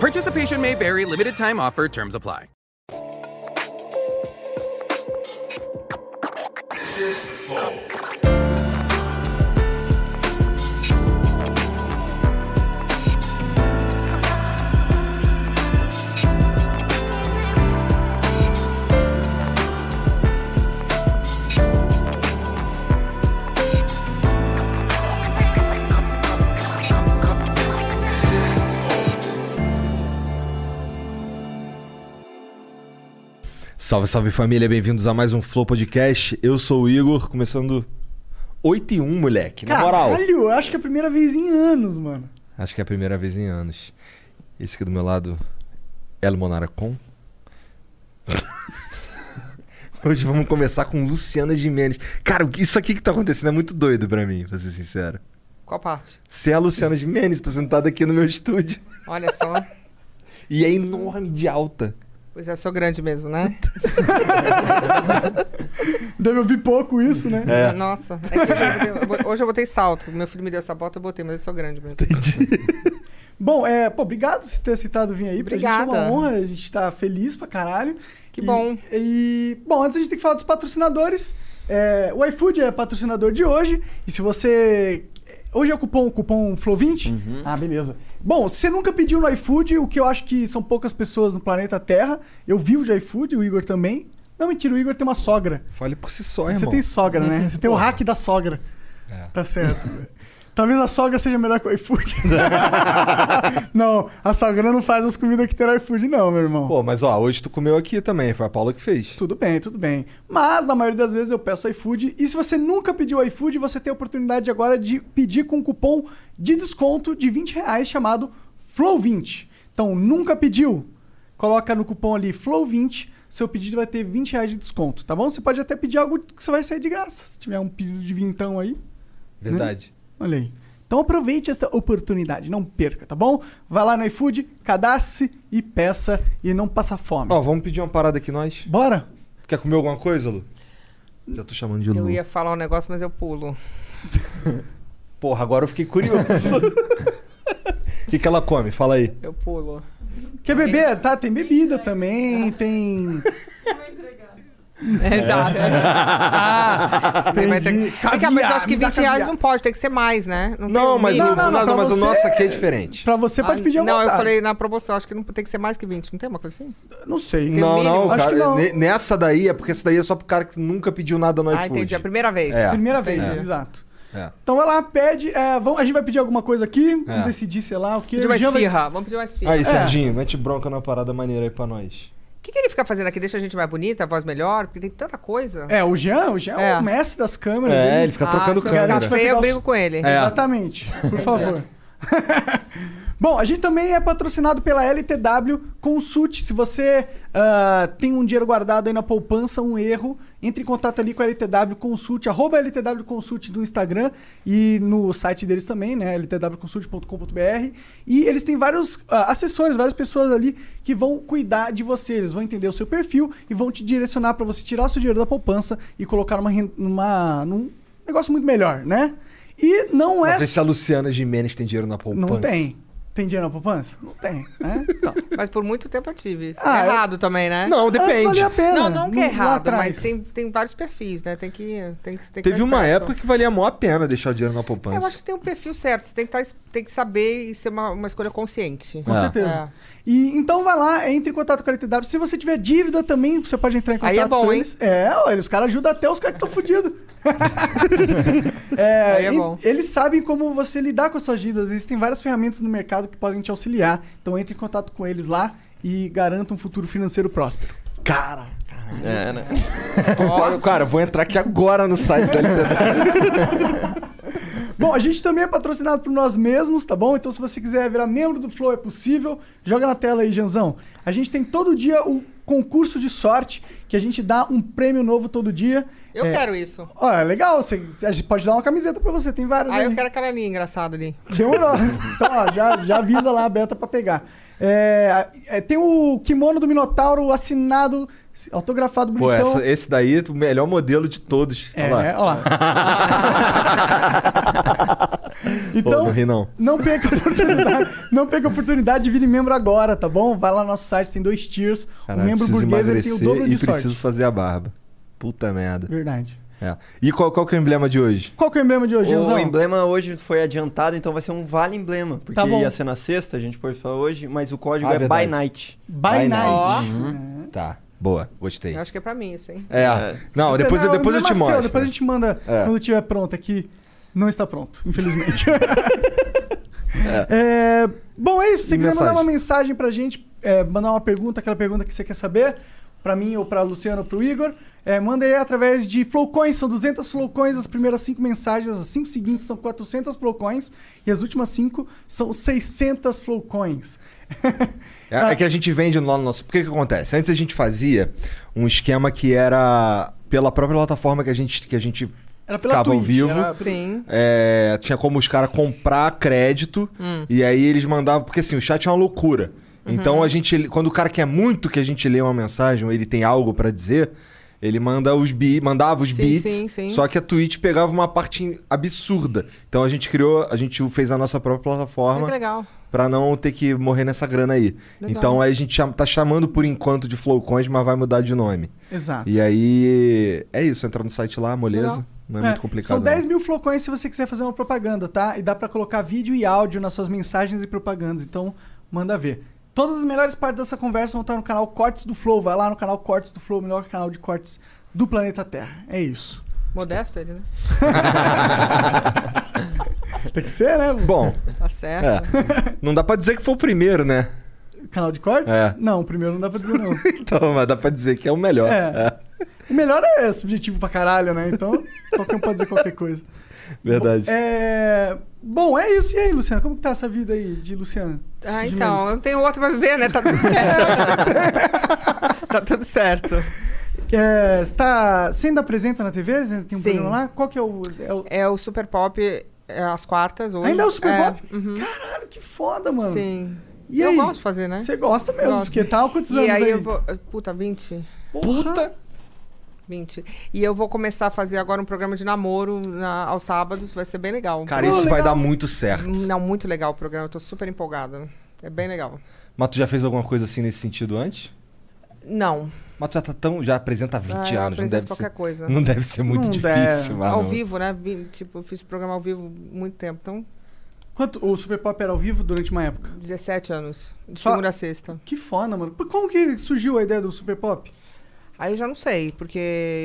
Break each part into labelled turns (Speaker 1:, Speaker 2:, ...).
Speaker 1: Participation may vary, limited time offer, terms apply.
Speaker 2: Salve, salve família, bem-vindos a mais um Flow Podcast. Eu sou o Igor, começando 8 e 1, moleque. Na moral.
Speaker 3: Caralho, eu acho que é a primeira vez em anos, mano.
Speaker 2: Acho que é a primeira vez em anos. Esse aqui do meu lado é o Monaracon. Hoje vamos começar com Luciana Gimenez. Cara, o que- isso aqui que tá acontecendo é muito doido pra mim, pra ser sincero.
Speaker 4: Qual parte?
Speaker 2: Se é a Luciana Gimenez, tá sentada aqui no meu estúdio.
Speaker 4: Olha só.
Speaker 2: E é enorme de alta.
Speaker 4: Pois é, sou grande mesmo, né?
Speaker 3: Deve ouvir pouco isso, né?
Speaker 2: É.
Speaker 4: Nossa. é que você sabe que eu botei- hoje eu botei salto. Meu filho me deu essa bota, eu botei, mas eu sou grande mesmo.
Speaker 3: Bom, é, pô, obrigado por você ter aceitado vir aí. Pra gente é
Speaker 4: Obrigada.
Speaker 3: uma honra, a gente tá feliz pra caralho.
Speaker 4: Que
Speaker 3: E-
Speaker 4: bom.
Speaker 3: E, bom, antes a gente tem que falar dos patrocinadores. É, o iFood é patrocinador de hoje. E se você. Hoje é o cupom, cupom Flow20?
Speaker 2: Uhum.
Speaker 3: Ah, beleza. Bom, se você nunca pediu no iFood, o que eu acho que são poucas pessoas no planeta Terra, eu vivo de iFood, o Igor também. Não, mentira, o Igor tem uma sogra.
Speaker 2: Fale por si só,
Speaker 3: Você
Speaker 2: irmão. É.
Speaker 3: tem sogra, né? Você tem o hack da sogra. Tá certo. Talvez a sogra seja melhor que o iFood. não, a sogra não faz as comidas que tem no iFood, não, meu irmão.
Speaker 2: Pô, mas ó, hoje tu comeu aqui também, foi a Paula que fez.
Speaker 3: Tudo bem, tudo bem. Mas na maioria das vezes eu peço iFood. E se você nunca pediu iFood, você tem a oportunidade agora de pedir com um cupom de desconto de 20 reais chamado Flow20. Então, nunca pediu? Coloca no cupom ali Flow20. Seu pedido vai ter 20 reais de desconto, tá bom? Você pode até pedir algo que você vai sair de graça. Se tiver um pedido de vintão aí,
Speaker 2: Verdade.
Speaker 3: Olha aí. Então aproveite essa oportunidade, não perca, tá bom? Vai lá no iFood, cadastre e peça e não passa fome.
Speaker 2: Ó, vamos pedir uma parada aqui nós.
Speaker 3: Bora?
Speaker 2: Quer comer alguma coisa, Lu? Já tô chamando de
Speaker 4: Eu
Speaker 2: Lu.
Speaker 4: ia falar um negócio, mas eu pulo.
Speaker 2: Porra, agora eu fiquei curioso. O que, que ela come? Fala aí.
Speaker 4: Eu pulo.
Speaker 3: Quer beber? Tá, tem bebida também, tem...
Speaker 4: É, Exato. Ele vai ter-
Speaker 3: entendi.
Speaker 4: Vem cá, mas eu
Speaker 3: Caviar,
Speaker 4: acho que
Speaker 3: me dá
Speaker 4: 20 reais
Speaker 3: caviar.
Speaker 4: não pode, tem que ser mais, né? tem
Speaker 2: Não,
Speaker 4: um
Speaker 2: mas,
Speaker 4: mínimo.
Speaker 2: o,
Speaker 3: não, não,
Speaker 2: nada,
Speaker 3: pra
Speaker 2: mas o
Speaker 3: você-
Speaker 2: nosso aqui é diferente.
Speaker 3: Pra você pode
Speaker 4: Ah,
Speaker 3: pedir alguma
Speaker 4: Não, eu
Speaker 3: vontade.
Speaker 4: falei na promoção, acho que não tem que ser mais que 20. Não tem uma coisa assim?
Speaker 3: Não sei. né?
Speaker 4: Tem um
Speaker 2: Não, não,
Speaker 4: mínimo?
Speaker 3: Acho
Speaker 2: cara.
Speaker 3: que não.
Speaker 2: ne- Nessa daí é porque essa daí é só pro cara que nunca pediu nada no
Speaker 4: ah,
Speaker 2: iFood.
Speaker 4: entendi. A primeira vez.
Speaker 2: É.
Speaker 3: Primeira vez,
Speaker 4: Entendi.
Speaker 3: exato.
Speaker 2: É.
Speaker 3: Então vai lá, pede. é, vamos, a gente vai pedir alguma coisa aqui,
Speaker 2: É.
Speaker 3: vamos decidir, sei lá, o que.
Speaker 4: Pedir mais
Speaker 3: Jean vai-
Speaker 4: firra. Vamos pedir mais firra.
Speaker 3: É.
Speaker 2: Aí,
Speaker 4: O
Speaker 2: Serginho, mete bronca numa parada maneira aí pra nós.
Speaker 4: que, que ele fica fazendo aqui? Deixa a gente mais bonita, a voz melhor? Porque tem tanta coisa.
Speaker 3: É, tá o Jean, o Jean é,
Speaker 4: É.
Speaker 3: o mestre das câmeras.
Speaker 2: É, ele fica trocando
Speaker 4: ah, se eu ficar
Speaker 2: câmera.
Speaker 3: Vai
Speaker 4: feio,
Speaker 3: pegar
Speaker 4: eu
Speaker 3: os-
Speaker 4: brigo com ele.
Speaker 2: É.
Speaker 3: Exatamente. Por favor. Bom, a gente também é patrocinado pela LTW. Consulte se você ah, tem um dinheiro guardado aí na poupança, um erro. Entre em contato ali com a LTW Consulte, arroba LTW Consulte no Instagram e no site deles também, né? ltwconsulte.com.br. E eles têm vários ah, assessores, várias pessoas ali que vão cuidar de você. Eles vão entender o seu perfil e vão te direcionar para você tirar o seu dinheiro da poupança e colocar numa, ren- numa, num negócio muito melhor, né? E não é.
Speaker 2: Não sei se a Luciana Gimenez tem dinheiro na poupança.
Speaker 3: Não tem. Tem dinheiro na poupança? Não tem. né? Então,
Speaker 4: Mas por muito tempo eu tive.
Speaker 3: Ah,
Speaker 4: errado também, né?
Speaker 2: Não,
Speaker 3: antes
Speaker 2: depende.
Speaker 3: valia a pena.
Speaker 4: não, não que é
Speaker 3: lá
Speaker 4: errado,
Speaker 3: atrás.
Speaker 4: mas tem, tem vários perfis, né? Tem que, tem que, tem que
Speaker 2: Teve
Speaker 4: estar
Speaker 3: tá,
Speaker 2: uma
Speaker 4: esperto.
Speaker 2: época
Speaker 3: então.
Speaker 2: que valia a maior pena deixar o dinheiro na
Speaker 4: É, Eu acho
Speaker 2: poupança.
Speaker 4: que tem um perfil certo. Você tem que, tá, tem que saber e ser uma, uma escolha consciente.
Speaker 3: Com
Speaker 2: Ah.
Speaker 4: É.
Speaker 3: certeza. E, então vai lá, entre em contato com a LTW. Se você tiver dívida também, você pode entrar em contato
Speaker 4: Aí é bom,
Speaker 3: com
Speaker 4: hein?
Speaker 3: eles. É, olha, os caras ajudam até os caras que estão fodidos. É,
Speaker 4: Aí é
Speaker 3: e
Speaker 4: bom.
Speaker 3: Eles sabem como você lidar com as suas dívidas. Existem várias ferramentas no mercado que podem te auxiliar. Então entre em contato com eles lá e garanta um futuro financeiro próspero.
Speaker 2: Cara,
Speaker 5: É, né?
Speaker 2: concordo. Cara, eu vou entrar aqui agora no site da LTW.
Speaker 3: Bom, a gente também é patrocinado por nós mesmos, tá bom? Então se você quiser virar membro do Flow, é possível. Joga na tela aí, Janzão. A gente tem todo dia o concurso de sorte, que a gente dá um prêmio novo todo dia.
Speaker 4: Eu
Speaker 3: É,
Speaker 4: quero isso.
Speaker 3: Olha, legal. Você, a gente pode dar uma camiseta pra você, tem várias
Speaker 4: Ah, eu
Speaker 3: aí.
Speaker 4: quero aquela linha engraçada ali.
Speaker 3: Demorou. Então, ó, já, já avisa lá a Beta pra pegar. É, é, tem o kimono do Minotauro assinado, autografado
Speaker 2: Pô,
Speaker 3: bonitão.
Speaker 2: essa- esse daí é o melhor modelo de todos.
Speaker 3: Então- É,
Speaker 2: Olha lá.
Speaker 3: é, ó lá.
Speaker 2: Pô,
Speaker 3: então,
Speaker 2: não ri não.
Speaker 3: não perca a oportunidade, não perca a oportunidade de vir membro agora, tá bom? Vai lá no nosso site, tem dois tiers.
Speaker 2: Caralho,
Speaker 3: o membro
Speaker 2: preciso
Speaker 3: burguês ele tem o
Speaker 2: emagrecer
Speaker 3: dobro de
Speaker 2: e preciso
Speaker 3: sorte.
Speaker 2: fazer a barba. Puta merda.
Speaker 3: Verdade.
Speaker 2: É. E qual, qual que é o emblema de hoje?
Speaker 3: Qual que é o emblema de hoje,
Speaker 5: O
Speaker 3: Janzão?
Speaker 5: emblema hoje foi adiantado, então vai ser um vale emblema. Porque
Speaker 3: Tá bom.
Speaker 5: ia ser na sexta, a gente pôs pra hoje, mas o código
Speaker 2: Ah,
Speaker 5: é
Speaker 2: verdade.
Speaker 5: by night.
Speaker 3: By
Speaker 2: By
Speaker 3: Night. É.
Speaker 2: Night. Tá, boa, gostei.
Speaker 4: Eu acho que é pra mim isso, hein?
Speaker 2: É.
Speaker 5: É.
Speaker 2: Não, depois, eu-
Speaker 3: Não,
Speaker 2: depois eu
Speaker 3: não é
Speaker 2: te
Speaker 3: mais seu,
Speaker 2: mostro.
Speaker 3: Depois a gente manda
Speaker 2: É.
Speaker 3: quando tiver pronto aqui. Não está pronto, infelizmente. É, bom, é isso. Se você quiser mandar
Speaker 2: Mensagem.
Speaker 3: uma mensagem pra gente, é, mandar uma pergunta, aquela pergunta que você quer saber, pra mim ou pra Luciano ou pro Igor, é, manda aí através de Flowcoins. São 200 Flowcoins, as primeiras 5 mensagens, as 5 seguintes são 400 Flowcoins e as últimas 5 são 600 Flowcoins.
Speaker 2: É, é que a gente vende lá no nosso. Por que que acontece? Antes a gente fazia um esquema que era pela própria plataforma que a gente, que a gente
Speaker 3: Era pela
Speaker 2: ficava ao
Speaker 3: Twitch,
Speaker 2: vivo.
Speaker 3: era-
Speaker 4: Sim.
Speaker 2: É, tinha como os caras comprar crédito
Speaker 4: Hum.
Speaker 2: e aí eles mandavam. Porque assim, o chat é uma loucura.
Speaker 4: Uhum.
Speaker 2: Então a gente. Quando o cara quer muito que a gente lê uma mensagem ou ele tem algo pra dizer, ele manda os bi, mandava os
Speaker 4: Sim,
Speaker 2: beats.
Speaker 4: sim, sim.
Speaker 2: Só que a Twitch pegava uma parte absurda. Então a gente criou, a gente fez a nossa própria
Speaker 4: Olha
Speaker 2: plataforma
Speaker 4: que legal.
Speaker 2: Pra não ter que morrer nessa grana aí.
Speaker 4: Legal.
Speaker 2: Então aí a gente chama- tá chamando por enquanto de Flowcoins, mas vai mudar de nome.
Speaker 3: Exato.
Speaker 2: E aí é isso, entrar no site lá, moleza.
Speaker 4: Legal.
Speaker 2: Não é, muito complicado.
Speaker 3: São
Speaker 2: não.
Speaker 3: 10 mil flocões se você quiser fazer uma propaganda, tá? E dá pra colocar vídeo e áudio nas suas mensagens e propagandas, então manda ver. Todas as melhores partes dessa conversa vão estar no canal Cortes do Flow. Vai lá no canal Cortes do Flow, o melhor canal de cortes do planeta Terra. É isso.
Speaker 4: Modesto ele, né?
Speaker 3: Tem que ser, né?
Speaker 2: Bom,
Speaker 4: Tá certo.
Speaker 2: não dá pra dizer que foi o primeiro, né?
Speaker 3: Canal de cortes?
Speaker 2: É.
Speaker 3: Não, primeiro não dá pra dizer não.
Speaker 2: Então, mas dá pra dizer que é o melhor.
Speaker 3: É. O melhor é subjetivo pra caralho, né? Então, qualquer um pode dizer qualquer coisa.
Speaker 2: verdade.
Speaker 3: É... Bom, é isso. E aí, Luciano? Como que tá essa vida aí de Luciano?
Speaker 4: Ah,
Speaker 3: De
Speaker 4: então,
Speaker 3: menos.
Speaker 4: eu não tenho outro pra viver, né? Tá tudo certo. tá tudo certo.
Speaker 3: É, você, tá, você ainda apresenta na TV? Você Tem um
Speaker 4: Sim.
Speaker 3: programa lá? Qual que é o. é o-
Speaker 4: É o Super Pop é, às quartas hoje.
Speaker 3: Ainda é o Super
Speaker 4: é,
Speaker 3: Pop?
Speaker 4: Uhum,
Speaker 3: Caralho, que foda, mano.
Speaker 4: Sim.
Speaker 3: E
Speaker 4: eu
Speaker 3: aí?
Speaker 4: gosto de fazer, né?
Speaker 3: Você gosta mesmo,
Speaker 4: Gosto.
Speaker 3: porque tá há quantos
Speaker 4: E
Speaker 3: anos
Speaker 4: aí,
Speaker 3: aí?
Speaker 4: eu vou. Puta, 20?
Speaker 3: Puta!
Speaker 4: 20. E eu vou começar a fazer agora um programa de namoro na- aos sábados, vai ser bem legal.
Speaker 2: Cara,
Speaker 3: Pô,
Speaker 2: isso vai
Speaker 3: legal.
Speaker 2: dar muito certo.
Speaker 4: Não, muito legal o programa, eu tô super empolgada. É bem legal.
Speaker 2: Mas tu já fez alguma coisa assim nesse sentido antes?
Speaker 4: Não.
Speaker 2: Mas tu já tá tão. Já apresenta há 20
Speaker 4: Ah, eu
Speaker 2: anos, não
Speaker 4: apresento
Speaker 2: deve ser.
Speaker 4: qualquer coisa.
Speaker 2: Não deve ser muito
Speaker 3: Não
Speaker 2: difícil,
Speaker 3: deve.
Speaker 2: mano.
Speaker 4: ao vivo, né? Vim- tipo, eu fiz programa ao vivo muito tempo. Então,
Speaker 3: Quanto, o Super Pop era ao vivo durante uma época?
Speaker 4: 17 anos. De
Speaker 3: Só-
Speaker 4: segunda a sexta.
Speaker 3: Que foda, mano. Por- Como que surgiu a ideia do Super Pop?
Speaker 4: Aí eu já não sei, porque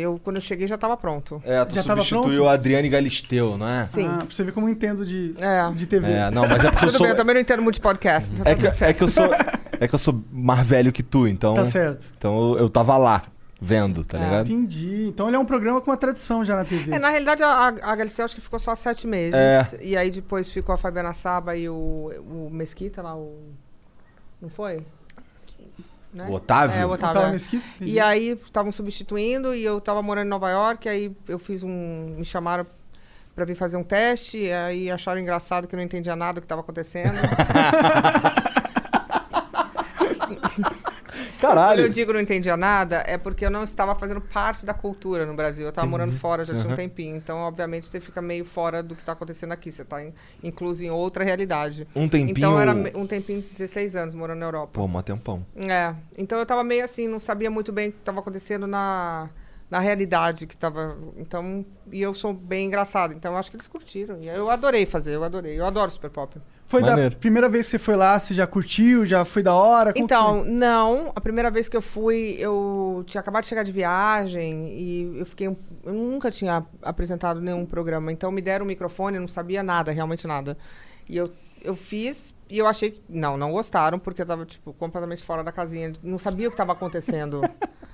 Speaker 4: eu quando eu cheguei já tava pronto.
Speaker 2: É, tu
Speaker 3: Já tava
Speaker 2: substituiu
Speaker 3: pronto?
Speaker 2: o Adriane Galisteu, não é?
Speaker 4: Sim.
Speaker 3: Ah, pra você ver como eu entendo de,
Speaker 4: É.
Speaker 3: de TV.
Speaker 2: É, não, mas é porque eu
Speaker 4: Tudo
Speaker 2: sou.
Speaker 4: bem, eu também não entendo muito de podcast. tá
Speaker 2: É
Speaker 4: tudo
Speaker 2: que,
Speaker 4: certo.
Speaker 2: é que eu sou. É que eu sou mais velho que tu, então.
Speaker 3: Tá certo.
Speaker 2: Então eu, eu tava lá, vendo, tá
Speaker 4: Ah,
Speaker 2: ligado?
Speaker 3: Entendi. Então ele é um programa com uma tradição já na TV.
Speaker 4: É, na realidade, a, a a Galisteu acho que ficou só sete meses. E aí depois ficou a Fabiana Saba e o, o Mesquita lá, o. Não foi? Né?
Speaker 2: O Otávio?
Speaker 4: É, o
Speaker 3: Eu
Speaker 4: Otávio.
Speaker 3: tava
Speaker 4: é.
Speaker 3: no esquito,
Speaker 2: Uhum.
Speaker 3: entendi.
Speaker 4: E aí estavam substituindo e eu tava morando em Nova York, aí eu fiz um. me chamaram pra vir fazer um teste, e aí acharam engraçado que eu não entendia nada do que tava acontecendo. Quando eu
Speaker 2: Caralho!
Speaker 4: digo não entendia nada, é porque eu não estava fazendo parte da cultura no Brasil. Eu estava morando fora já tinha um tempinho. Então, obviamente, você fica meio fora do que está acontecendo aqui. Você está incluso em outra realidade.
Speaker 2: Um tempinho.
Speaker 4: Então, era me- um tempinho, 16 anos, morando na Europa.
Speaker 2: Pô, mó tempão.
Speaker 4: É. Então, eu estava meio assim, não sabia muito bem o que estava acontecendo na, na realidade que estava. Então, e eu sou bem engraçado. Então, eu acho que eles curtiram. E eu adorei fazer, eu adorei. Eu adoro Super Pop.
Speaker 3: Foi
Speaker 2: Maneiro.
Speaker 3: da primeira vez que você foi lá, você já curtiu, já foi da hora? Como que
Speaker 4: Então, não. A primeira vez que eu fui, eu tinha acabado de chegar de viagem e eu fiquei. um- Eu nunca tinha apresentado nenhum programa. Então me deram um microfone, eu não sabia nada, realmente nada. E eu, eu fiz e eu achei. que- Não, não gostaram, porque eu tava, tipo, completamente fora da casinha. Não sabia o que estava acontecendo.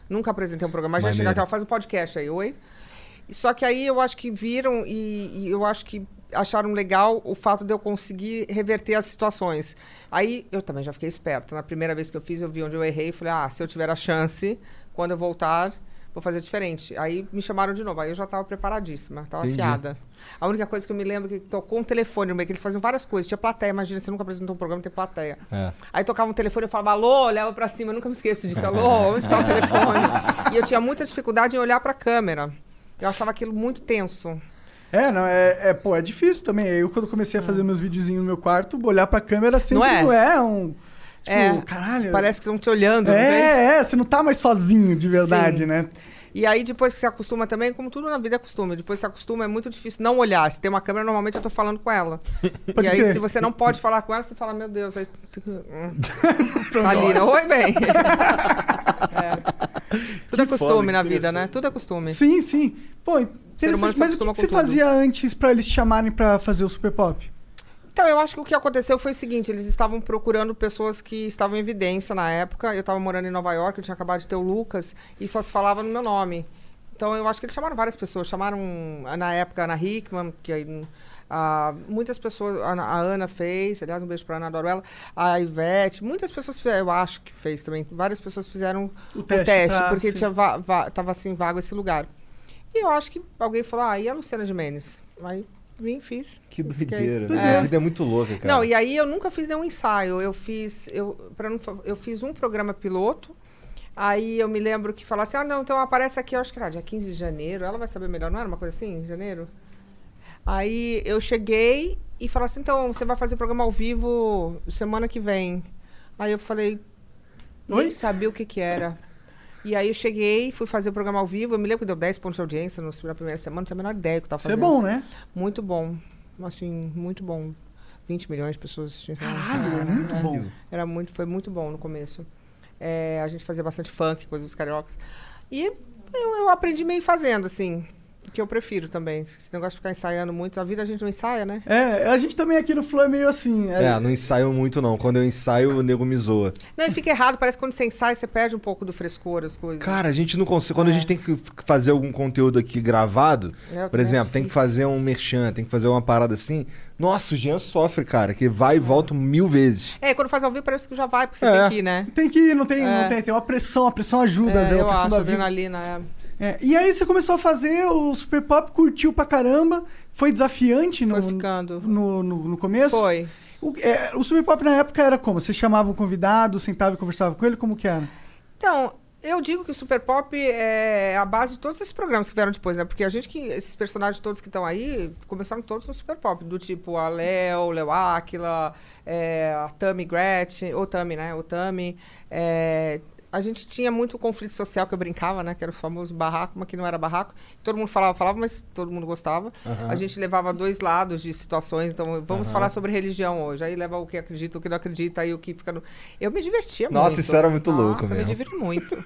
Speaker 4: nunca apresentei um programa. Mas já
Speaker 2: Maneiro.
Speaker 4: chegar aqui, ó, faz um podcast aí, oi. E Só que aí eu acho que viram e, e eu acho que acharam legal o fato de eu conseguir reverter as situações. Aí eu também já fiquei esperta. Na primeira vez que eu fiz, eu vi onde eu errei e falei: ah, se eu tiver a chance, quando eu voltar, vou fazer diferente. Aí me chamaram de novo. Aí eu já estava preparadíssima, estava
Speaker 2: Entendi.
Speaker 4: afiada. A única coisa que eu me lembro é que tocou um telefone no meio, que eles faziam várias coisas. Tinha plateia, imagina, você nunca apresentou um programa, tem plateia.
Speaker 2: É.
Speaker 4: Aí tocava um telefone, eu falava, alô, olhava pra cima, eu nunca me esqueço disso. Alô, onde tá o telefone? e eu tinha muita dificuldade em olhar pra câmera. Eu achava aquilo muito tenso.
Speaker 3: É, não, é, é, pô, é difícil também. Eu, quando comecei a fazer meus videozinhos no meu quarto, olhar pra câmera sempre
Speaker 4: Ah. Não é?
Speaker 3: não é um. Tipo,
Speaker 4: É,
Speaker 3: caralho.
Speaker 4: Parece que estão te olhando, não tem?
Speaker 3: É, é, você não tá mais sozinho de verdade,
Speaker 4: Sim.
Speaker 3: né?
Speaker 4: E aí, depois que se acostuma também, como tudo na vida é costume, depois que se acostuma, é muito difícil não olhar. Se tem uma câmera, normalmente eu tô falando com ela.
Speaker 3: Pode
Speaker 4: e aí,
Speaker 3: crer.
Speaker 4: se você não pode falar com ela, você fala, meu Deus, aí. tu fica, hum. Tá ali, né? oi, bem. É. Tudo é costume
Speaker 5: foda, que
Speaker 4: na vida, né?
Speaker 5: interessante.
Speaker 4: Tudo é costume.
Speaker 3: Sim, sim. Pô,
Speaker 4: humano
Speaker 3: interessante.
Speaker 4: se
Speaker 3: Mas o que,
Speaker 4: acostuma
Speaker 3: que você
Speaker 4: com tudo.
Speaker 3: fazia antes pra eles te chamarem pra fazer o Super Pop?
Speaker 4: Então, eu acho que o que aconteceu foi o seguinte: eles estavam procurando pessoas que estavam em evidência na época. Eu estava morando em Nova York, eu tinha acabado de ter o Lucas, e só se falava no meu nome. Então, eu acho que eles chamaram várias pessoas. Chamaram, na época, a Ana Hickman, que aí. hum, ah, muitas pessoas, a, Ana- a Ana fez, aliás, um beijo pra Ana, adoro ela, a Ivete, muitas pessoas fizeram, eu acho que fez também, várias pessoas fizeram
Speaker 3: O
Speaker 4: o
Speaker 3: teste
Speaker 4: teste,
Speaker 3: pra-
Speaker 4: porque
Speaker 3: sim.
Speaker 4: tinha va- va- tava assim, vago esse lugar. E eu acho que alguém falou, ah, e a Luciana Gimenez? Aí vim, fiz.
Speaker 2: Que
Speaker 4: Fiquei-
Speaker 2: doideira.
Speaker 4: É.
Speaker 2: né? A vida é muito louca, cara.
Speaker 4: Não, e aí eu nunca fiz nenhum ensaio. Eu fiz, eu, pra não, fa- eu fiz um programa piloto. Aí eu me lembro que falaram assim: ah, não, então aparece aqui, eu acho que era dia 15 de janeiro. Ela vai saber melhor, não era uma coisa assim, janeiro? Aí eu cheguei e falaram assim: então, você vai fazer programa ao vivo semana que vem. Aí eu falei: nem
Speaker 3: Oi?
Speaker 4: sabia o que que era. E aí eu cheguei, fui fazer o programa ao vivo. Eu me lembro que deu 10 pontos de audiência nos- na primeira semana, não tinha a menor ideia do que eu tava
Speaker 3: Isso é
Speaker 4: fazendo.
Speaker 3: bom, né?
Speaker 4: Muito bom. Assim, muito bom. 20 milhões de pessoas assistindo. né?
Speaker 3: Caralho, é muito bom.
Speaker 4: Era muito, foi muito bom no começo. É, a gente fazia bastante funk, coisas dos cariocas. E eu, eu aprendi meio fazendo, assim. Que eu prefiro também. Esse negócio de ficar ensaiando muito. A vida a gente não ensaia, né?
Speaker 3: É, a gente também aqui no Flow é meio assim. é-
Speaker 2: É, não ensaio muito, não. Quando eu ensaio, o nego me zoa.
Speaker 4: Não, e fica errado. Parece que quando você ensaia, você perde um pouco do frescor, as coisas.
Speaker 2: Cara, a gente não consegue. Quando a gente tem que f- fazer algum conteúdo aqui gravado,
Speaker 4: É, eu
Speaker 2: por
Speaker 4: também
Speaker 2: exemplo,
Speaker 4: acho
Speaker 2: tem que
Speaker 4: difícil.
Speaker 2: fazer um merchan, tem que fazer uma parada assim. Nossa, o Jean sofre, cara, que vai e volta mil vezes.
Speaker 4: É, quando faz ao vivo, parece que já vai, porque você
Speaker 2: É.
Speaker 4: tem que ir, né?
Speaker 3: Tem que ir, não tem,
Speaker 4: É.
Speaker 3: não tem, tem uma pressão, a pressão ajuda,
Speaker 4: É,
Speaker 3: Zé, a
Speaker 4: eu
Speaker 3: pressão
Speaker 4: acho,
Speaker 3: da vida.
Speaker 4: adrenalina. É.
Speaker 3: É, e aí você começou a fazer o Super Pop, curtiu pra caramba, foi desafiante no,
Speaker 4: Foi ficando.
Speaker 3: no, no, no começo?
Speaker 4: Foi.
Speaker 3: O, é, o Super Pop na época era como? Você chamava um convidado, sentava e conversava com ele, como que era?
Speaker 4: Então, eu digo que o Super Pop é a base de todos esses programas que vieram depois, né? Porque a gente que. Esses personagens todos que estão aí começaram todos no Super Pop, do tipo a Léo, Léo Áquila, é, a Tami Gretchen, ou Tami, né? O Tami. é, a gente tinha muito conflito social que eu brincava, né? Que era o famoso barraco, mas que não era barraco. Todo mundo falava, falava, mas todo mundo gostava. A gente levava dois lados de situações. Então, vamos falar sobre religião hoje. Aí leva o que acredita, o que não acredita, aí o que fica no... Eu me divertia
Speaker 2: Nossa,
Speaker 4: muito.
Speaker 2: isso era muito louco
Speaker 4: Nossa, eu me
Speaker 2: mesmo.
Speaker 4: divirto muito.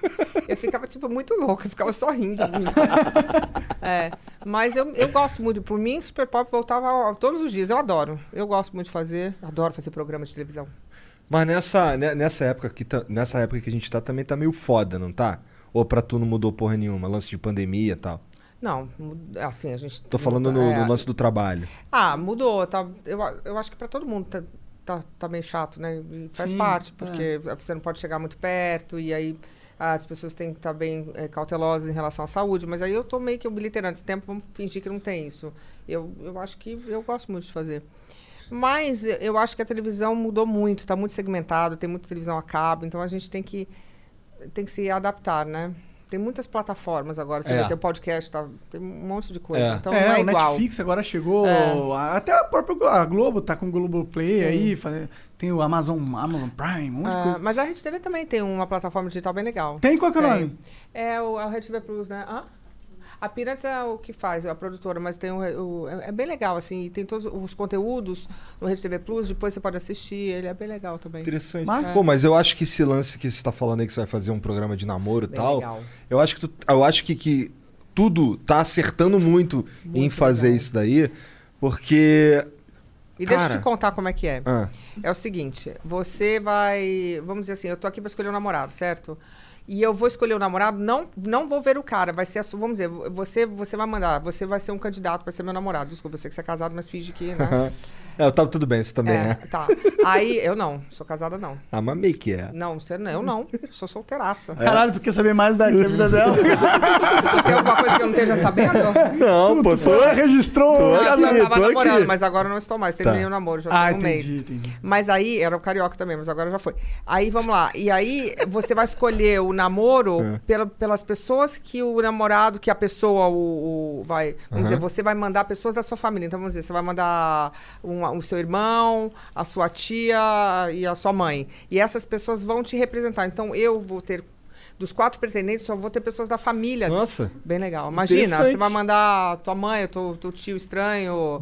Speaker 4: Eu ficava, tipo, muito louca. Eu ficava só rindo. muito. É, mas eu, eu gosto muito. Por mim, Super Pop voltava ao- todos os dias. Eu adoro. Eu gosto muito de fazer. Adoro fazer programa de televisão.
Speaker 2: Mas nessa, ne- nessa, época que tá- nessa época que a gente tá também tá meio foda, não tá? Ou pra tu não mudou porra nenhuma, lance de pandemia e tal.
Speaker 4: Não, mu- assim, a gente...
Speaker 2: Tô falando no,
Speaker 4: é,
Speaker 2: no lance do trabalho.
Speaker 4: Ah, mudou. Tá, eu, a- eu acho que pra todo mundo tá, tá, tá meio chato, né? E faz
Speaker 3: Sim, é.
Speaker 4: parte, porque você não pode chegar muito perto e aí as pessoas têm que estar bem eh, cautelosas em relação à saúde. Mas aí eu tô meio que obliterando esse tempo, vamos fingir que não tem isso. Eu, eu acho que eu gosto muito de fazer. Mas eu- eu acho que a televisão mudou muito, está muito segmentado, tem muita televisão a cabo, então a gente tem que, tem que se adaptar, né? Tem muitas plataformas agora, você
Speaker 2: É.
Speaker 4: vê, tem o podcast, tá, tem um monte de coisa,
Speaker 2: É.
Speaker 4: então
Speaker 3: é,
Speaker 4: não é
Speaker 3: o
Speaker 4: igual.
Speaker 3: Netflix agora chegou,
Speaker 4: É.
Speaker 3: a- até a própria Glo- a Globo tá com o Globo Play
Speaker 4: Sim.
Speaker 3: aí, fa- tem o Amazon, Amazon Prime, um monte de
Speaker 4: Ah,
Speaker 3: coisa.
Speaker 4: mas a Rede TV também tem uma plataforma digital bem legal.
Speaker 3: Tem qual que é o
Speaker 4: Tem.
Speaker 3: nome?
Speaker 4: É o, a Rede TV Plus, né? Hã? A Pirates é o que faz, a produtora, mas tem o, o- é é bem legal, assim, e tem todos os conteúdos no Rede TV Plus, depois você pode assistir, ele é bem legal também.
Speaker 2: Interessante.
Speaker 4: É.
Speaker 3: Mas-
Speaker 2: Pô, mas eu acho que esse lance que você tá falando aí que você vai fazer um programa de namoro e
Speaker 4: Bem
Speaker 2: tal.
Speaker 4: legal.
Speaker 2: Eu acho que, tu- eu acho que, que tudo tá acertando muito, em fazer
Speaker 4: legal.
Speaker 2: isso daí, porque.
Speaker 4: E deixa eu
Speaker 2: Cara.
Speaker 4: te contar como é que é.
Speaker 2: Ah,
Speaker 4: É o seguinte, você vai. Vamos dizer assim, eu tô aqui pra escolher um namorado, certo? e eu vou escolher o namorado, não, não vou ver o cara, vai ser, a su- vamos dizer, você, você vai mandar, você vai ser um candidato para ser meu namorado. Desculpa, eu sei que você é casado, mas finge que, né?
Speaker 2: É, eu tava tudo bem, você também,
Speaker 4: é,
Speaker 2: né?
Speaker 4: tá. Aí, eu não, sou casada não.
Speaker 2: Ah, mas meio que é.
Speaker 4: Não, você não, eu não, sou solteiraça.
Speaker 3: Caralho, tu quer saber mais da da vida dela?
Speaker 4: Tem alguma coisa que eu não esteja sabendo?
Speaker 2: Não, pô,
Speaker 3: tu ela registrou.
Speaker 2: Tô
Speaker 4: Não, eu já
Speaker 2: aqui, Tá.
Speaker 4: tava
Speaker 2: tô
Speaker 4: namorando,
Speaker 2: aqui.
Speaker 4: mas agora eu não estou mais. Terminei o namoro, já
Speaker 3: Ah,
Speaker 4: tem um mês.
Speaker 3: entendi, entendi.
Speaker 4: Mas aí, era o carioca também, mas agora já foi. Aí, vamos lá. E aí, você vai escolher o namoro
Speaker 2: É.
Speaker 4: pela- pelas pessoas que o namorado, que a pessoa o, o- vai... Vamos dizer, você vai mandar pessoas da sua família. Então, vamos dizer, você vai mandar uma- o seu irmão, a sua tia e a sua mãe. E essas pessoas vão te representar. Então, eu vou ter... Dos quatro pretendentes, só vou ter pessoas da família
Speaker 2: Nossa.
Speaker 4: Bem legal. Imagina, você
Speaker 2: Interessante.
Speaker 4: vai mandar tua mãe, teu, teu tio estranho,